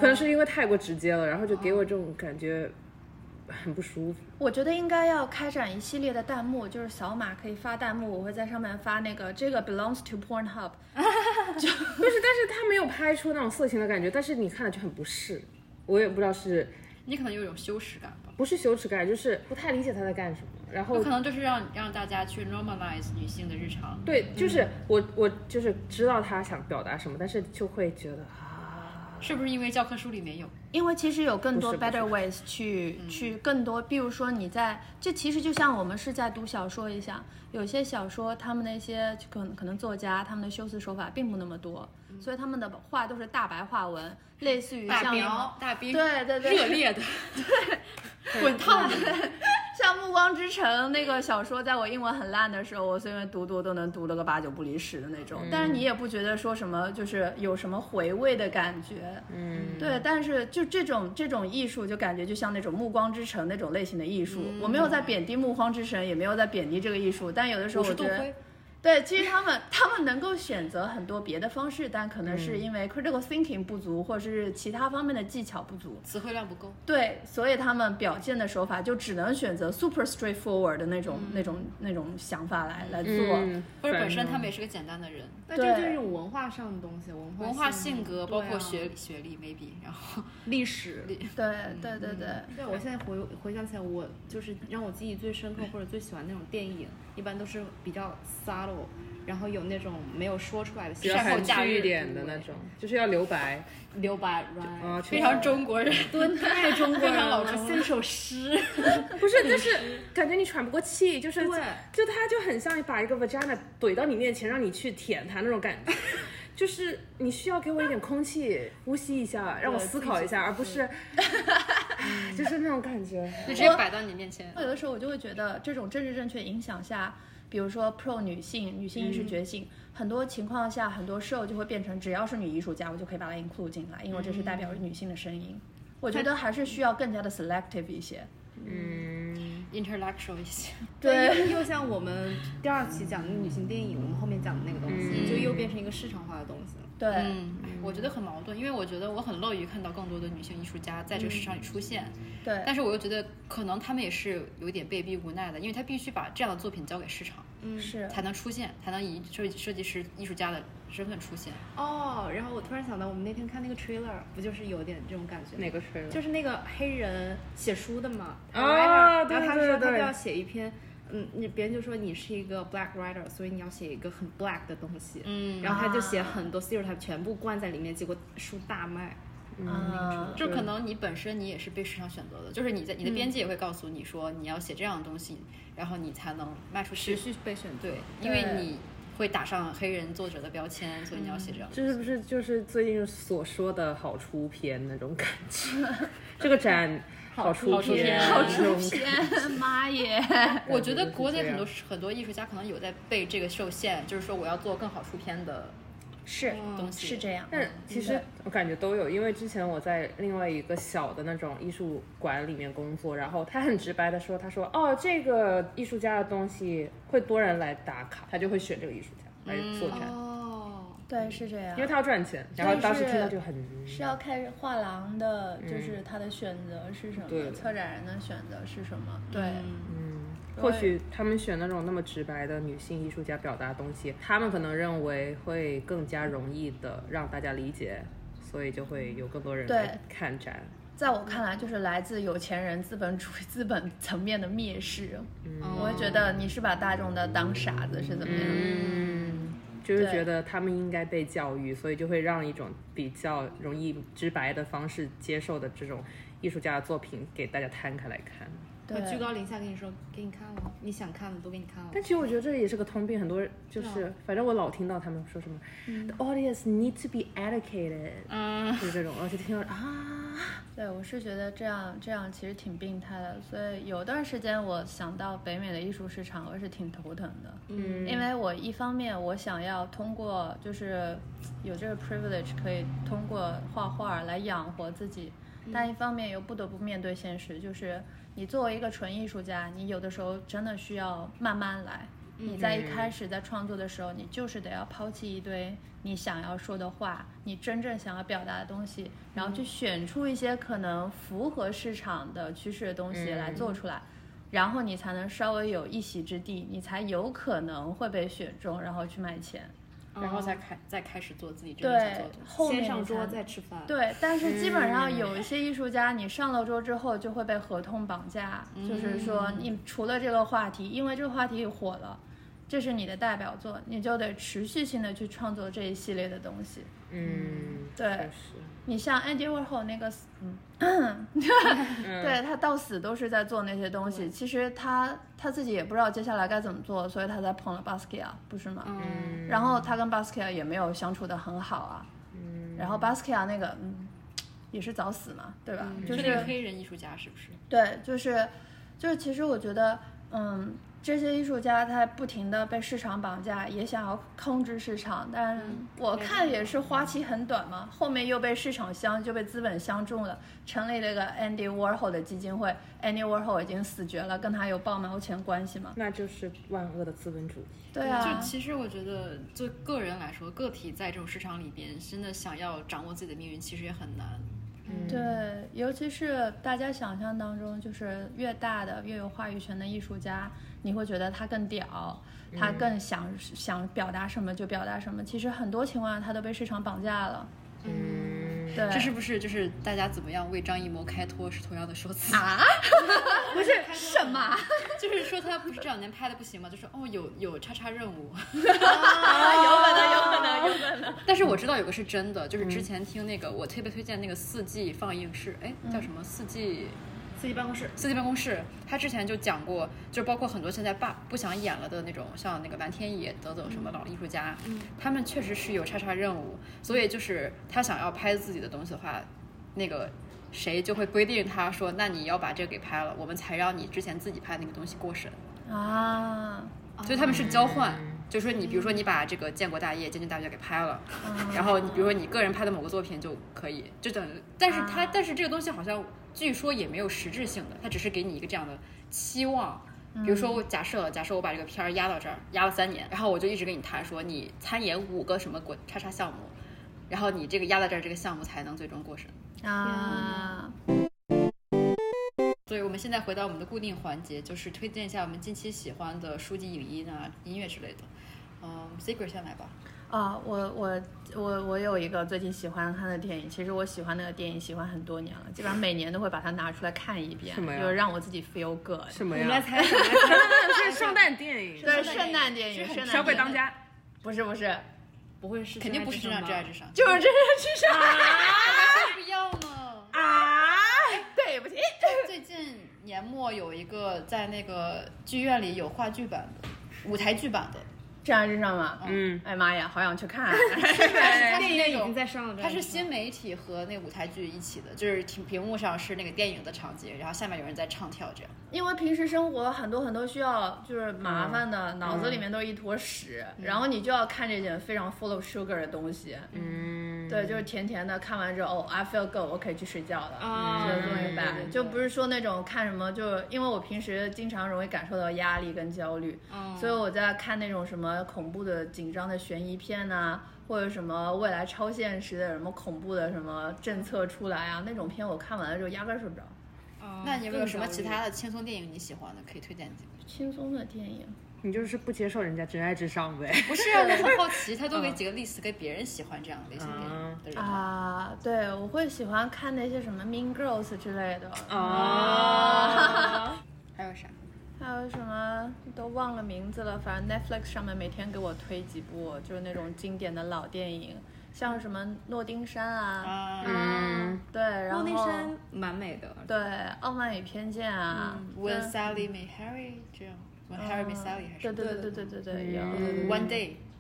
[SPEAKER 2] 可能是因为太过直接了，然后就给我这种感觉很不舒服。
[SPEAKER 4] 我觉得应该要开展一系列的弹幕，就是扫码可以发弹幕，我会在上面发那个这个 belongs to Pornhub。
[SPEAKER 2] 不是，但是他没有拍出那种色情的感觉，但是你看了就很不适，我也不知道是
[SPEAKER 1] 你可能有一种羞耻感吧。
[SPEAKER 2] 不是羞耻感，就是不太理解他在干什么。然
[SPEAKER 1] 有
[SPEAKER 2] 后
[SPEAKER 1] 可能就是让让大家去 normalize 女性的日常。
[SPEAKER 2] 对，就是我我就是知道他想表达什么，但是就会觉得啊，
[SPEAKER 1] 是不是因为教科书里面有？
[SPEAKER 4] 因为其实有更多
[SPEAKER 2] 不是嗯
[SPEAKER 4] better ways 去去更多，比如说你在这其实就像我们是在读小说一样，有些小说他们那些可能可能作家他们的修辞手法并不那么多，
[SPEAKER 2] 嗯
[SPEAKER 4] 所以他们的话都是大白话文，类似于
[SPEAKER 1] 大
[SPEAKER 4] 像
[SPEAKER 1] 兵，大兵，
[SPEAKER 4] 对对对
[SPEAKER 1] 热烈的，滚烫的，
[SPEAKER 4] 像《暮光之城》那个小说，在我英文很烂的时候，我随便读读都能读了个八九不离十的那
[SPEAKER 1] 嗯
[SPEAKER 4] 种。但是你也不觉得说什么，就是有什么回味的感觉。
[SPEAKER 2] 嗯，
[SPEAKER 4] 对，但是就这种这种艺术，就感觉就像那种《暮光之城》那种类型的艺术。
[SPEAKER 1] 嗯
[SPEAKER 4] 我没有在贬低《暮光之城》，也没有在贬低这个艺术，但有的时
[SPEAKER 1] 我
[SPEAKER 4] 候我
[SPEAKER 1] 是
[SPEAKER 4] 觉
[SPEAKER 1] 杜
[SPEAKER 4] 得
[SPEAKER 1] 辉，。
[SPEAKER 4] 对，其实他们他们能够选择很多别的方式，但可能
[SPEAKER 1] 嗯
[SPEAKER 4] 是因为 critical thinking 不足，或者是其他方面的技巧不足。
[SPEAKER 1] 词汇量不够。
[SPEAKER 4] 对，所以他们表现的手法就只能选择 super straightforward 的那种、
[SPEAKER 1] 嗯
[SPEAKER 4] 那种、那种想法来来做。
[SPEAKER 1] 或者本身他们也是个简单的人，
[SPEAKER 3] 但这就是
[SPEAKER 4] 对
[SPEAKER 3] 一种文化上的东西，文化
[SPEAKER 1] 文化性格包括
[SPEAKER 3] 对啊
[SPEAKER 1] 学学历 maybe，然后
[SPEAKER 3] 历史。
[SPEAKER 4] 对对对对，
[SPEAKER 3] 对，我现在回回想起来，我就是让我记忆最深刻或者最喜欢那种电影，一般都是比较 subtle，然后有那种没有说出来的
[SPEAKER 2] 比较
[SPEAKER 1] 晒后
[SPEAKER 2] 含
[SPEAKER 1] 假
[SPEAKER 2] 蓄
[SPEAKER 1] 日
[SPEAKER 2] 一点的那种，就是要留白
[SPEAKER 3] 留白
[SPEAKER 2] 啊，
[SPEAKER 4] 嗯
[SPEAKER 3] ，right？
[SPEAKER 2] 确
[SPEAKER 1] 非
[SPEAKER 2] 实
[SPEAKER 1] 常中国人。
[SPEAKER 3] 对， 太中国人
[SPEAKER 1] 非常老
[SPEAKER 3] 了，
[SPEAKER 1] 中
[SPEAKER 3] 像一首诗。
[SPEAKER 2] 不是，就是感觉你喘不过气，就是
[SPEAKER 3] 对
[SPEAKER 2] 就它就很像把一个 vagina 怼到你面前，让你去舔它那 种感觉。就是你需要给我一点空气，呼吸一下，让我思考一下，而不是，唉 就是那种感觉。
[SPEAKER 1] 就直接摆到你面前。
[SPEAKER 4] 有的时候我就会觉得，这种政治正确影响下，比如说 pro 女性、女性意
[SPEAKER 1] 嗯
[SPEAKER 4] 识觉醒，很多情况下，很多 show 就会变成只要是女艺术家，我就可以把它 include 进来，因为这是代表女性的声音。我觉得还是需要更加的 selective 一些。
[SPEAKER 2] 嗯
[SPEAKER 1] 嗯 intellectual 一些，
[SPEAKER 4] 对，
[SPEAKER 3] 又又像我们第二期讲的女性电影，我们后面讲的那个东西，就又变成一个市场化的东西了。
[SPEAKER 4] 对，
[SPEAKER 1] 嗯，我觉得很矛盾，因为我觉得我很乐于看到更多的女性艺术家在这个市场里出现，
[SPEAKER 4] 对
[SPEAKER 1] 但是我又觉得可能他们也是有一点被逼无奈的，因为他必须把这样的作品交给市场，
[SPEAKER 3] 嗯
[SPEAKER 4] 是
[SPEAKER 1] 才能出现，才能以设设计师、艺术家的身份出现。
[SPEAKER 3] 哦，然后我突然想到，我们那天看那个 trailer，不就是有点这种感觉吗？
[SPEAKER 2] 个吹
[SPEAKER 3] 就是那个黑人写书的嘛，他
[SPEAKER 2] 嗯啊
[SPEAKER 3] writer，
[SPEAKER 2] 对
[SPEAKER 3] 然后他
[SPEAKER 2] 对
[SPEAKER 3] 说他就
[SPEAKER 2] 对
[SPEAKER 3] 要写一篇，嗯，你别人就说你是一个 black writer，所以你要写一个很 black 的东西，
[SPEAKER 1] 嗯
[SPEAKER 3] 然后他就写很多 stereotype 全部灌在里面，结果书大卖。
[SPEAKER 1] 嗯
[SPEAKER 4] 啊，
[SPEAKER 1] 就可能你本身你也是被市场选择的，就是你在你的边界也会告诉你说你要写这样的东西，然后你才能卖出去。
[SPEAKER 3] 续被选对
[SPEAKER 1] 对，因为
[SPEAKER 4] 对
[SPEAKER 1] 你会打上黑人作者的标签，所以你要写这样。
[SPEAKER 2] 这是不是就是最近所说的好出片那种感觉？这个展好出
[SPEAKER 1] 好出
[SPEAKER 2] 片，
[SPEAKER 1] 片好
[SPEAKER 2] 出
[SPEAKER 4] 天，妈耶！
[SPEAKER 1] 我觉得国内
[SPEAKER 2] 就是这
[SPEAKER 1] 很
[SPEAKER 2] 样
[SPEAKER 1] 多很多艺术家可能有在被这个受限，就是说我要做更好出片的
[SPEAKER 4] 是
[SPEAKER 1] 东西。
[SPEAKER 4] 嗯是这样，
[SPEAKER 2] 但其实
[SPEAKER 4] 对
[SPEAKER 2] 我感觉都有，因为之前我在另外一个小的那种艺术馆里面工作，然后他很直白的说，他说哦，这个艺术家的东西会多人来打卡，他就会选这个艺术家来做展，
[SPEAKER 1] 嗯
[SPEAKER 3] 哦，
[SPEAKER 4] 对是这样
[SPEAKER 2] 嗯因为。他要赚钱。然后当时听到就很
[SPEAKER 4] 是要看画廊的，就是他的选择是什么，
[SPEAKER 2] 嗯对嗯
[SPEAKER 4] 策展人的选择是什么，对，
[SPEAKER 2] 或许他们选那种那么直白的女性艺术家表达的东西，他们可能认为会更加容易的让大家理解，所以就会有更多人
[SPEAKER 4] 对
[SPEAKER 2] 来看展。
[SPEAKER 4] 在我看来，就是来自有钱人资本主义资本层面的蔑视。我会觉得你是把大众的当傻子是怎么样？
[SPEAKER 2] 嗯，就是
[SPEAKER 4] 对
[SPEAKER 2] 觉得他们应该被教育，所以就会让一种比较容易直白的方式接受的这种艺术家的作品给大家摊开来看。
[SPEAKER 4] 对
[SPEAKER 3] 我居高临下跟你说，给你看了，你想看的都给你看了。
[SPEAKER 2] 但其实我觉得这也是个通病，很多人就是，反正我老听到他们说什么、t h e audience need to be educated”，
[SPEAKER 1] 嗯，
[SPEAKER 2] 就是这种，我就听到啊，
[SPEAKER 4] 对，我是觉得这样这样其实挺病态的。所以有段时间我想到北美的艺术市场，我是挺头疼的。嗯，因为我一方面我想要通过就是有这个 privilege 可以通过画画来养活自己，但一方面又不得不面对现实，就是你作为一个纯艺术家，你有的时候真的需要慢慢来。你在一开始在创作的时候，你就是得要抛弃一堆你想要说的话，你真正想要表达的东西，然后去选出一些可能符合市场的趋势的东西来做出来，然后你才能稍微有一席之地，你才有可能会被选中，然后去卖钱。
[SPEAKER 1] 然后再开再开始做自己真正想
[SPEAKER 4] 对
[SPEAKER 1] 做的东，西。
[SPEAKER 4] 后面
[SPEAKER 3] 先上
[SPEAKER 4] 你才
[SPEAKER 3] 桌再吃饭。
[SPEAKER 4] 对，但是基本上有一些艺术家，你上了桌之后就会被合同绑架，就是说你除了这个话题，因为这个话题火了，这是你的代表作，你就得持续性的去创作这一系列的东西。
[SPEAKER 2] 嗯，
[SPEAKER 4] 对
[SPEAKER 2] 确实，
[SPEAKER 4] 你像 Andy Warhol 那个死，嗯， 对他到死都是在做那些东西。其实他他自己也不知道接下来该怎么做，所以他才捧了 Basquiat，不是吗？
[SPEAKER 2] 嗯
[SPEAKER 4] 然后他跟 Basquiat 也没有相处的很好啊。
[SPEAKER 2] 嗯
[SPEAKER 4] 然后 Basquiat 那个，嗯，也是早死嘛，对吧？
[SPEAKER 2] 嗯
[SPEAKER 4] 就是是
[SPEAKER 1] 那个黑人艺术家是不是？
[SPEAKER 4] 对，就是就是，其实我觉得，嗯，这些艺术家他不停的被市场绑架，也想要控制市场，但我看也是花期很短嘛，后面又被市场相就被资本相中了，成立了一个 Andy Warhol 的基金会，Andy Warhol 已经死绝了，跟他有半毛钱关系吗？
[SPEAKER 2] 那就是万恶的资本主义。
[SPEAKER 4] 对啊
[SPEAKER 1] 就，其实我觉得，就个人来说，个体在这种市场里边，真的想要掌握自己的命运，其实也很难。
[SPEAKER 4] 对，尤其是大家想象当中，就是越大的越有话语权的艺术家，你会觉得他更屌，
[SPEAKER 2] 嗯
[SPEAKER 4] 他更想、想表达什么就表达什么。其实很多情况下，他都被市场绑架了。
[SPEAKER 2] 嗯，
[SPEAKER 4] 对，
[SPEAKER 1] 这是不是就是大家怎么样为张艺谋开脱是同样的说辞？
[SPEAKER 4] 啊？不是什么？
[SPEAKER 1] 就是说他不是这两年拍的不行吗？就说哦有有叉叉任务，
[SPEAKER 4] 啊
[SPEAKER 1] 但是我知道有个是真的，就是之
[SPEAKER 4] 嗯
[SPEAKER 1] 前听那个我特别推荐那个四季放映室，哎
[SPEAKER 4] 嗯
[SPEAKER 1] 叫什么四季？
[SPEAKER 3] 自己办公室
[SPEAKER 1] 四季办公室，他之前就讲过，就包括很多现在爸不想演了的那种，像那个蓝天野、等等什么老艺术家，他们确实是有叉叉任务，所以就是他想要拍自己的东西的话，那个谁就会规定他说，那你要把这个给拍了，我们才让你之前自己拍那个东西过审，
[SPEAKER 4] 啊，
[SPEAKER 1] 所以他们是交换。就说你，比如说你把这个《建国大业》《建军大业》给拍了，
[SPEAKER 4] 嗯
[SPEAKER 1] 然后你比如说你个人拍的某个作品就可以，就等。但是它，但是这个东西好像据说也没有实质性的，它只是给你一个这样的期望。比如说，我假设假设我把这个片儿压到这儿，压了三年，然后我就一直跟你谈说，你参演五个什么国叉叉项目，然后你这个压到这儿这个项目才能最终过审。
[SPEAKER 4] 啊，
[SPEAKER 1] 所以我们现在回到我们的固定环节，就是推荐一下我们近期喜欢的书籍、影音啊、音乐之类的。嗯，Secret 先来吧。
[SPEAKER 4] 啊，我我我我有一个最近喜欢看的电影，其实我喜欢那个电影喜欢很多年了，基本上每年都会把它拿出来看一遍
[SPEAKER 2] 什么，呀
[SPEAKER 4] 就让我自己 feel good。
[SPEAKER 2] 什么
[SPEAKER 3] 我们来
[SPEAKER 2] 呀？
[SPEAKER 3] 猜 想，来猜
[SPEAKER 2] 这是圣诞电影，
[SPEAKER 4] 对，圣诞电影，圣诞
[SPEAKER 2] 小鬼
[SPEAKER 4] 电
[SPEAKER 2] 当
[SPEAKER 4] 影
[SPEAKER 2] 家。
[SPEAKER 4] 不是不是，
[SPEAKER 3] 不会是
[SPEAKER 1] 肯定不是
[SPEAKER 3] 这
[SPEAKER 1] 真
[SPEAKER 3] 样
[SPEAKER 1] 爱至爱至 上，
[SPEAKER 4] 就是真人至上
[SPEAKER 2] 啊
[SPEAKER 1] 不要呢。
[SPEAKER 4] 啊！对不起，
[SPEAKER 1] 最近年末有一个在那个剧院里有话剧版的，舞台剧 版的，
[SPEAKER 4] 真人至上嘛，
[SPEAKER 2] 嗯，
[SPEAKER 4] 哎妈呀，好想去看。
[SPEAKER 1] 但是它
[SPEAKER 3] 电
[SPEAKER 1] 是
[SPEAKER 3] 影
[SPEAKER 1] 那
[SPEAKER 3] 已经
[SPEAKER 1] 种。
[SPEAKER 3] 在上了，
[SPEAKER 1] 它是新媒体和那舞台剧一起的，就是屏屏幕上是那个电影的场景，然后下面有人在唱跳这样。
[SPEAKER 4] 因为平时生活很多很多需要就是
[SPEAKER 3] 嗯
[SPEAKER 4] 麻烦的，脑子里面都是一坨屎，然后你就要看这件非常 full of sugar 的东西，
[SPEAKER 2] 嗯，
[SPEAKER 4] 对，就是甜甜的，看完之后哦，I feel good，我可以去睡觉了。
[SPEAKER 3] 啊，
[SPEAKER 4] 就是这么一
[SPEAKER 3] 对
[SPEAKER 4] 般，
[SPEAKER 3] 对
[SPEAKER 4] 就不是说那种看什么，就因为我平时经常容易感受到压力跟焦虑，
[SPEAKER 3] 哦
[SPEAKER 1] 嗯
[SPEAKER 4] 所以我在看那种什么恐怖的、紧张的悬疑片呐、或者什么未来超现实的什么恐怖的什么政策出来啊，那种片我看完了之后压根儿睡不着。
[SPEAKER 1] 那你有没有什么
[SPEAKER 3] 哦更
[SPEAKER 1] 其
[SPEAKER 3] 早一
[SPEAKER 1] 他的轻松电影你喜欢的可以推荐几个？
[SPEAKER 4] 轻松的电影，
[SPEAKER 2] 你就是不接受人家真爱至上呗。
[SPEAKER 1] 不是啊，嗯我很好奇，他都给几个 list 给别人喜欢这样的类型电影的人吗。
[SPEAKER 4] 啊，对，我会喜欢看那些什么 Mean Girls 之类的，
[SPEAKER 1] 嗯
[SPEAKER 2] 哦，
[SPEAKER 1] 还有啥？
[SPEAKER 4] 还有什么都忘了名字了，反正 Netflix 上面每天给我推几部，就是那种经典的老电影，像什么《诺丁山》啊，
[SPEAKER 1] 啊，
[SPEAKER 2] 嗯，
[SPEAKER 4] 对，然后
[SPEAKER 3] 诺丁
[SPEAKER 1] 哦
[SPEAKER 3] 山哦蛮美的，
[SPEAKER 4] 对，《傲慢与偏见》啊，
[SPEAKER 1] When
[SPEAKER 3] 嗯
[SPEAKER 1] Sally Met Harry 这样，When Harry Met 嗯 Sally 还
[SPEAKER 4] 对
[SPEAKER 1] 是
[SPEAKER 4] 对对对对
[SPEAKER 1] 嗯
[SPEAKER 4] 对对，有，
[SPEAKER 1] One Day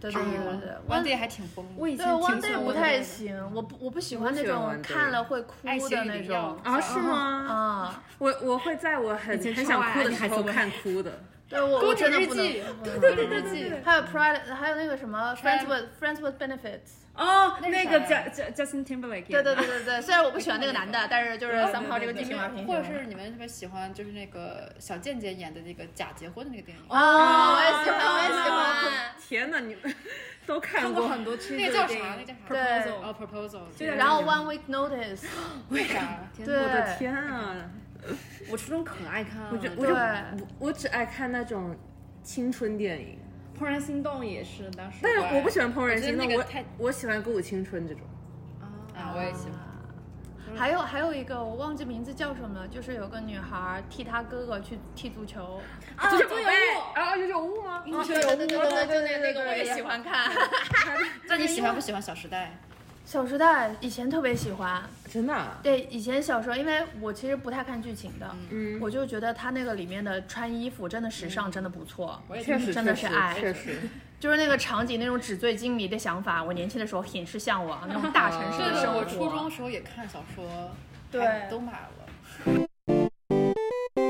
[SPEAKER 4] 对对
[SPEAKER 1] 之一
[SPEAKER 4] 对
[SPEAKER 1] 吗
[SPEAKER 4] 对对
[SPEAKER 1] ，One Day 还挺崩的。嗯
[SPEAKER 3] 我以
[SPEAKER 4] 对
[SPEAKER 3] 前挺喜欢
[SPEAKER 4] 汪队不
[SPEAKER 3] 的
[SPEAKER 4] 太行，我不我不喜欢那
[SPEAKER 2] 我
[SPEAKER 4] 种
[SPEAKER 2] 不喜欢
[SPEAKER 4] 看了会哭
[SPEAKER 1] 爱情
[SPEAKER 4] 的
[SPEAKER 1] 与
[SPEAKER 4] 那
[SPEAKER 1] 灵药
[SPEAKER 4] 种
[SPEAKER 2] 啊是吗？
[SPEAKER 4] 啊，
[SPEAKER 2] 我我会在我很
[SPEAKER 3] 前
[SPEAKER 2] 很
[SPEAKER 3] 超
[SPEAKER 2] 想
[SPEAKER 3] 爱
[SPEAKER 2] 哭的
[SPEAKER 3] 你
[SPEAKER 2] 时
[SPEAKER 3] 还
[SPEAKER 2] 候
[SPEAKER 3] 是会
[SPEAKER 2] 看哭的。
[SPEAKER 4] 对我我
[SPEAKER 1] 公主
[SPEAKER 4] 真的
[SPEAKER 1] 日
[SPEAKER 4] 不能
[SPEAKER 1] 记，
[SPEAKER 4] 不能
[SPEAKER 1] 公主日记，
[SPEAKER 4] 还有 Pride，还有那个什么 Friends with Friends with Benefits。
[SPEAKER 2] 哦，
[SPEAKER 1] 那
[SPEAKER 3] 那
[SPEAKER 1] 个
[SPEAKER 3] 个
[SPEAKER 1] 叫
[SPEAKER 3] Ju- Ju- Justin Timberlake，
[SPEAKER 4] 对
[SPEAKER 3] 演
[SPEAKER 4] 对
[SPEAKER 3] 的
[SPEAKER 4] 对对对，虽然我不喜欢那个男的，但是就是
[SPEAKER 3] 对
[SPEAKER 4] somehow 这个
[SPEAKER 3] 对
[SPEAKER 4] 剧情
[SPEAKER 3] 对
[SPEAKER 4] 还挺喜
[SPEAKER 1] 或
[SPEAKER 4] 欢
[SPEAKER 1] 者
[SPEAKER 4] 的
[SPEAKER 1] 是你们特别喜欢，就是那个小贱贱演的那个假结婚的那个电影，
[SPEAKER 4] 哦，我也喜欢，我也喜欢。
[SPEAKER 2] 天哪，你们都看
[SPEAKER 3] 看过
[SPEAKER 2] 过？
[SPEAKER 3] 很多这
[SPEAKER 1] 那个叫啥？那个叫啥？
[SPEAKER 4] 对
[SPEAKER 1] 哦，Proposal，
[SPEAKER 3] 就对
[SPEAKER 4] 然后 One Week Notice，
[SPEAKER 1] 为啥？
[SPEAKER 4] 对，
[SPEAKER 2] 我的天啊！
[SPEAKER 3] 我初中可爱看了，
[SPEAKER 2] 我就我
[SPEAKER 4] 哎对
[SPEAKER 2] 就我我只爱看那种青春电影，
[SPEAKER 3] 怦然心动也是当时，
[SPEAKER 2] 但我不喜欢怦然心动，
[SPEAKER 1] 我觉得那个
[SPEAKER 2] 我
[SPEAKER 1] 太
[SPEAKER 2] 我喜欢歌舞青春这种。
[SPEAKER 1] 啊，我也喜欢。
[SPEAKER 4] 还有还有一个我忘记名字叫什么了，就是有个女孩替她哥哥去踢足球，
[SPEAKER 3] 啊，
[SPEAKER 2] 九九
[SPEAKER 3] 对
[SPEAKER 2] 五
[SPEAKER 3] 有我
[SPEAKER 2] 啊，九九五吗？啊
[SPEAKER 3] 对对对对对对对
[SPEAKER 4] 那个我也喜欢看。
[SPEAKER 1] 那你喜欢不喜欢《小时代
[SPEAKER 4] 小时代以前特别喜欢，
[SPEAKER 2] 真的啊？
[SPEAKER 4] 对以前小时候，因为我其实不太看剧情的，嗯，我就觉得他那个里面的穿衣服真的时尚，真的不错，
[SPEAKER 2] 确实，
[SPEAKER 4] 真的是
[SPEAKER 2] 确实
[SPEAKER 4] 爱
[SPEAKER 2] 确实。
[SPEAKER 4] 就是那个场景那种纸醉金迷的想法，我年轻的时候很是向往那种大城》？市
[SPEAKER 1] 对
[SPEAKER 4] 的
[SPEAKER 1] 对，
[SPEAKER 4] 生活。
[SPEAKER 1] 我初中的时候也看小说，
[SPEAKER 4] 对
[SPEAKER 1] 还都买了。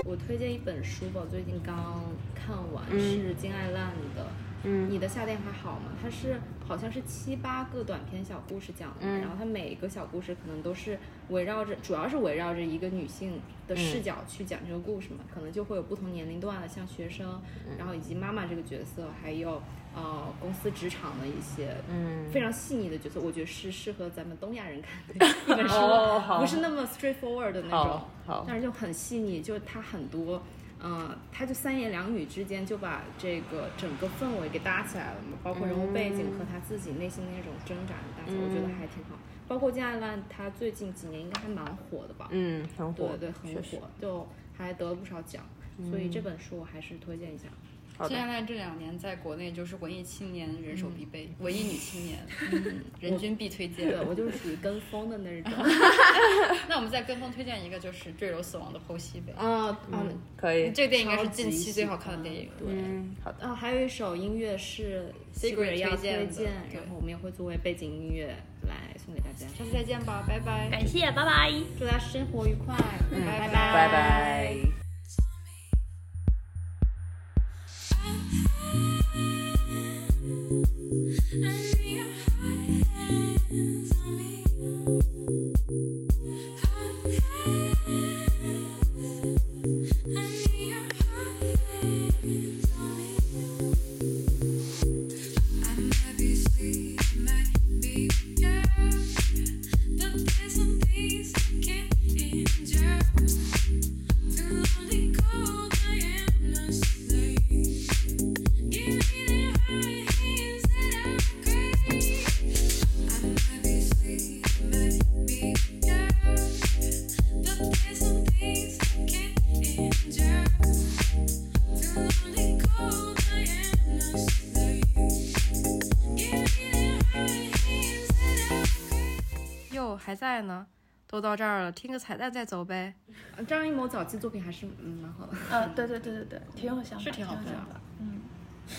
[SPEAKER 3] 我推荐一本书吧，我最近刚看完，
[SPEAKER 1] 嗯
[SPEAKER 3] 是金爱烂的。
[SPEAKER 2] 嗯
[SPEAKER 3] 你的夏天还好吗？它是好像是七八个短篇小故事讲的，
[SPEAKER 2] 嗯
[SPEAKER 3] 然后它每一个小故事可能都是围绕着，主要是围绕着一个女性的
[SPEAKER 2] 嗯
[SPEAKER 3] 视角去讲这个故事嘛，可能就会有不同年龄段的，像学生，
[SPEAKER 2] 嗯
[SPEAKER 3] 然后以及妈妈这个角色，还有呃公司职场的一些
[SPEAKER 2] 嗯
[SPEAKER 3] 非常细腻的角色，我觉得是适合咱们东亚人看 的一本书，
[SPEAKER 2] 哦好
[SPEAKER 3] 不是那么 straightforward 的那种
[SPEAKER 2] 好，好
[SPEAKER 3] 但是就很细腻，就是它很多，呃，它就三言两语之间就把这个整个氛围给搭起来了嘛，包括人物背景和他自己内心的那种挣扎的搭起来，我觉得还挺好。包括金爱烂，他最近几年应该还蛮火的吧？
[SPEAKER 2] 嗯，很火。
[SPEAKER 3] 对对，很火，就还得了不少奖，所以这本书我还是推荐一下。
[SPEAKER 2] 好的
[SPEAKER 1] 现在这两年在国内就是文艺青年人手必备，文艺女青 年、嗯人均必推荐
[SPEAKER 3] 对。嗯 我就是属于跟风的那种。
[SPEAKER 1] 那我们再跟风推荐一个，就是《坠楼死亡的剖析》呗。
[SPEAKER 3] 啊啊，
[SPEAKER 2] 可以。
[SPEAKER 1] 这个电影应该是近期最好看的电影。
[SPEAKER 3] 对。
[SPEAKER 2] 嗯，好的。
[SPEAKER 3] 啊，还有一首音乐是
[SPEAKER 1] Sigrid
[SPEAKER 3] 要
[SPEAKER 1] 推荐
[SPEAKER 3] 推
[SPEAKER 1] 的
[SPEAKER 3] 荐，
[SPEAKER 1] 对
[SPEAKER 3] 然后我们也会作为背景音乐来送给大家。
[SPEAKER 1] 下次再见吧，拜拜。
[SPEAKER 3] 哎
[SPEAKER 4] 感谢，拜拜。
[SPEAKER 3] 祝大家生活愉快，嗯
[SPEAKER 2] 拜
[SPEAKER 3] 拜
[SPEAKER 2] 拜。
[SPEAKER 1] 哟，还在呢，都到这儿了，听个彩蛋再走呗。
[SPEAKER 3] 呃张艺谋早期作品还是嗯蛮好的，
[SPEAKER 4] 呃，对对对对对，挺有想法，
[SPEAKER 1] 是挺好
[SPEAKER 4] 有
[SPEAKER 1] 看
[SPEAKER 4] 想
[SPEAKER 1] 的
[SPEAKER 4] 法。嗯，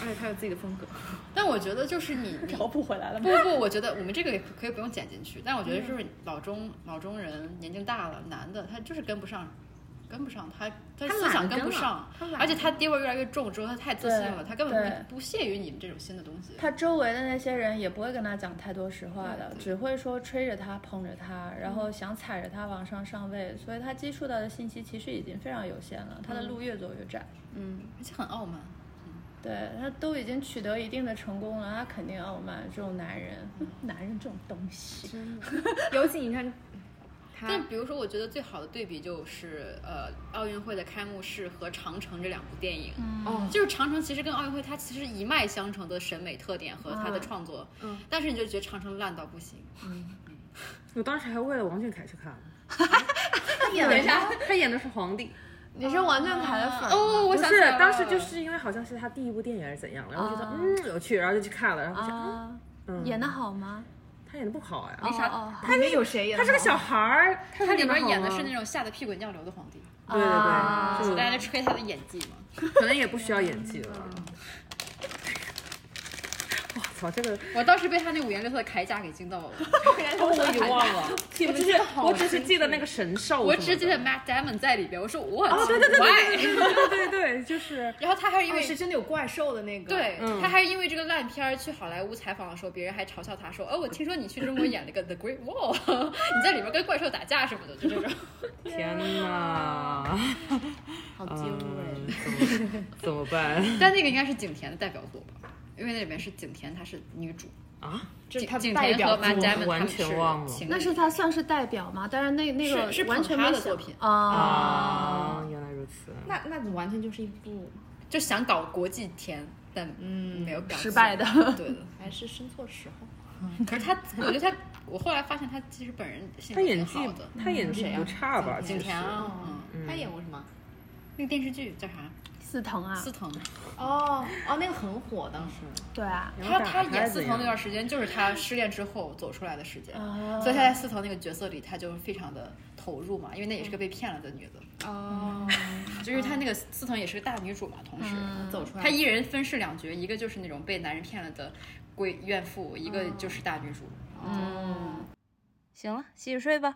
[SPEAKER 3] 而且他有自己的风格。
[SPEAKER 1] 但我觉得就是你，你
[SPEAKER 4] 不回来了
[SPEAKER 1] 不不，我觉得我们这个也可以不用剪进去。但我觉得就是老中老中人年龄大了，男的他就是跟不上，跟不上，他他
[SPEAKER 3] 他
[SPEAKER 1] 思
[SPEAKER 3] 懒
[SPEAKER 1] 想
[SPEAKER 3] 得
[SPEAKER 1] 跟
[SPEAKER 3] 跟
[SPEAKER 1] 不
[SPEAKER 3] 了
[SPEAKER 1] 上
[SPEAKER 3] 他懒，得
[SPEAKER 1] 而且他地位越来越重之后，他太自信了，
[SPEAKER 4] 对
[SPEAKER 1] 他根本
[SPEAKER 4] 对
[SPEAKER 1] 不不屑于你们这种新的东西。
[SPEAKER 4] 他周围的那些人也不会跟他讲太多实话的，只会说吹着他、捧着他，然后想踩着他往上上位，所以他接触到的信息其实已经非常有限了，他的路越走越窄。
[SPEAKER 1] 嗯，而且很傲慢。
[SPEAKER 4] 对他都已经取得一定的成功了，他肯定傲慢。这种男人， 男人这种东西，
[SPEAKER 3] 尤其你看他
[SPEAKER 1] 但比如说，我觉得最好的对比就是呃，奥运会的开幕式和《长城》这两部电影。
[SPEAKER 3] 哦，
[SPEAKER 1] 就是《长城》其实跟奥运会它其实一脉相承的审美特点和它的创作，
[SPEAKER 3] 嗯
[SPEAKER 1] 但是你就觉得《长城》烂到不行。
[SPEAKER 2] 我当时还为了王俊凯去看了。
[SPEAKER 3] 他演
[SPEAKER 2] 等一
[SPEAKER 3] 了
[SPEAKER 2] 下，他演的是皇帝。
[SPEAKER 4] 你是王俊凯的粉
[SPEAKER 1] 哦，我
[SPEAKER 2] 不
[SPEAKER 1] 想
[SPEAKER 2] 是，当时就是因为好像是他第一部电影还是怎样，然后觉得嗯有趣，然后就去看了，然后就想嗯
[SPEAKER 4] 啊？演的好吗？
[SPEAKER 2] 他演的不好呀。
[SPEAKER 4] 啥？哦
[SPEAKER 3] 他里面有谁演
[SPEAKER 2] 他
[SPEAKER 3] 的
[SPEAKER 2] 是
[SPEAKER 3] 好？
[SPEAKER 2] 个小孩儿，
[SPEAKER 1] 它里边演的
[SPEAKER 2] 好
[SPEAKER 1] 是
[SPEAKER 2] 吗嗯
[SPEAKER 1] 那种吓得屁滚尿流的皇帝，
[SPEAKER 2] 对对
[SPEAKER 4] 啊
[SPEAKER 1] 所
[SPEAKER 2] 对，就
[SPEAKER 1] 以大家就吹他的演技嘛。
[SPEAKER 2] 可能也不需要演技了。我操，这个
[SPEAKER 1] 我当时被他那五颜六色的铠甲给惊到了，
[SPEAKER 2] 我已经忘了，我只是我只是记得那个神兽什么的，
[SPEAKER 1] 我只记得 Matt Damon 在里边，我说我
[SPEAKER 2] 哦，对对对对
[SPEAKER 1] 怪。
[SPEAKER 2] 对对对对对，就是
[SPEAKER 1] 然后他还是因
[SPEAKER 3] 因
[SPEAKER 1] 为
[SPEAKER 3] 为是真的有怪兽的那个。
[SPEAKER 1] 对、
[SPEAKER 2] 嗯
[SPEAKER 1] 他还是因为这个烂片儿去好莱坞采访的时候，别人还嘲笑他说：“ 哦，我听说你去中国演了个 The Great Wall，你 在里面跟怪兽打架什么的，就 这种。
[SPEAKER 2] 天 哪，
[SPEAKER 3] 好
[SPEAKER 2] 嗯
[SPEAKER 3] 惊人。
[SPEAKER 2] 怎么怎么办”
[SPEAKER 1] 但那个应该是景甜的代表作吧，因为那里面是景甜，她是女主，
[SPEAKER 2] 啊？
[SPEAKER 1] 景
[SPEAKER 3] 她
[SPEAKER 1] 景
[SPEAKER 3] 代
[SPEAKER 1] 甜
[SPEAKER 3] 表
[SPEAKER 1] 和
[SPEAKER 3] 作
[SPEAKER 1] Matt Damon
[SPEAKER 2] 完全忘了
[SPEAKER 1] 情侣
[SPEAKER 4] 那是他算是代表吗？但是那那个
[SPEAKER 1] 是是
[SPEAKER 4] 完全没
[SPEAKER 1] 捧他的
[SPEAKER 4] 想
[SPEAKER 1] 作品
[SPEAKER 4] 啊。
[SPEAKER 2] 啊，原来如此。
[SPEAKER 3] 那那你完全就是一部
[SPEAKER 1] 就想搞国际甜，但嗯没有搞
[SPEAKER 4] 失败的
[SPEAKER 1] 清 对的。
[SPEAKER 3] 还是生错时候。
[SPEAKER 1] 可是他，我觉得他，我后来发现他其实本人性格
[SPEAKER 2] 他
[SPEAKER 1] 挺
[SPEAKER 2] 演技
[SPEAKER 1] 好的，
[SPEAKER 2] 他演技
[SPEAKER 1] 谁啊
[SPEAKER 2] 不差吧？
[SPEAKER 1] 景
[SPEAKER 2] 其实
[SPEAKER 1] 甜啊，嗯，他演过什么？那个电视剧叫啥？
[SPEAKER 4] 四藤啊，
[SPEAKER 1] 司藤。
[SPEAKER 3] 哦哦，那个很火，当时
[SPEAKER 4] 对啊，
[SPEAKER 1] 他
[SPEAKER 2] 打
[SPEAKER 1] 他
[SPEAKER 2] 开
[SPEAKER 1] 演司
[SPEAKER 2] 怎
[SPEAKER 1] 藤那
[SPEAKER 2] 样
[SPEAKER 1] 段时间，就是他失恋之后走出来的时间，
[SPEAKER 4] 哦
[SPEAKER 1] 所以他在司藤那个角色里，他就非常的投入嘛，因为那也是个被骗了的女的，嗯
[SPEAKER 3] 哦，
[SPEAKER 1] 就是他那个司藤也是个大女主嘛，同时，
[SPEAKER 3] 走出来
[SPEAKER 1] 她一人分饰两角，一个就是那种被男人骗了的贵怨妇，一个就是大女主。
[SPEAKER 3] 嗯。
[SPEAKER 1] 行了，洗洗睡吧。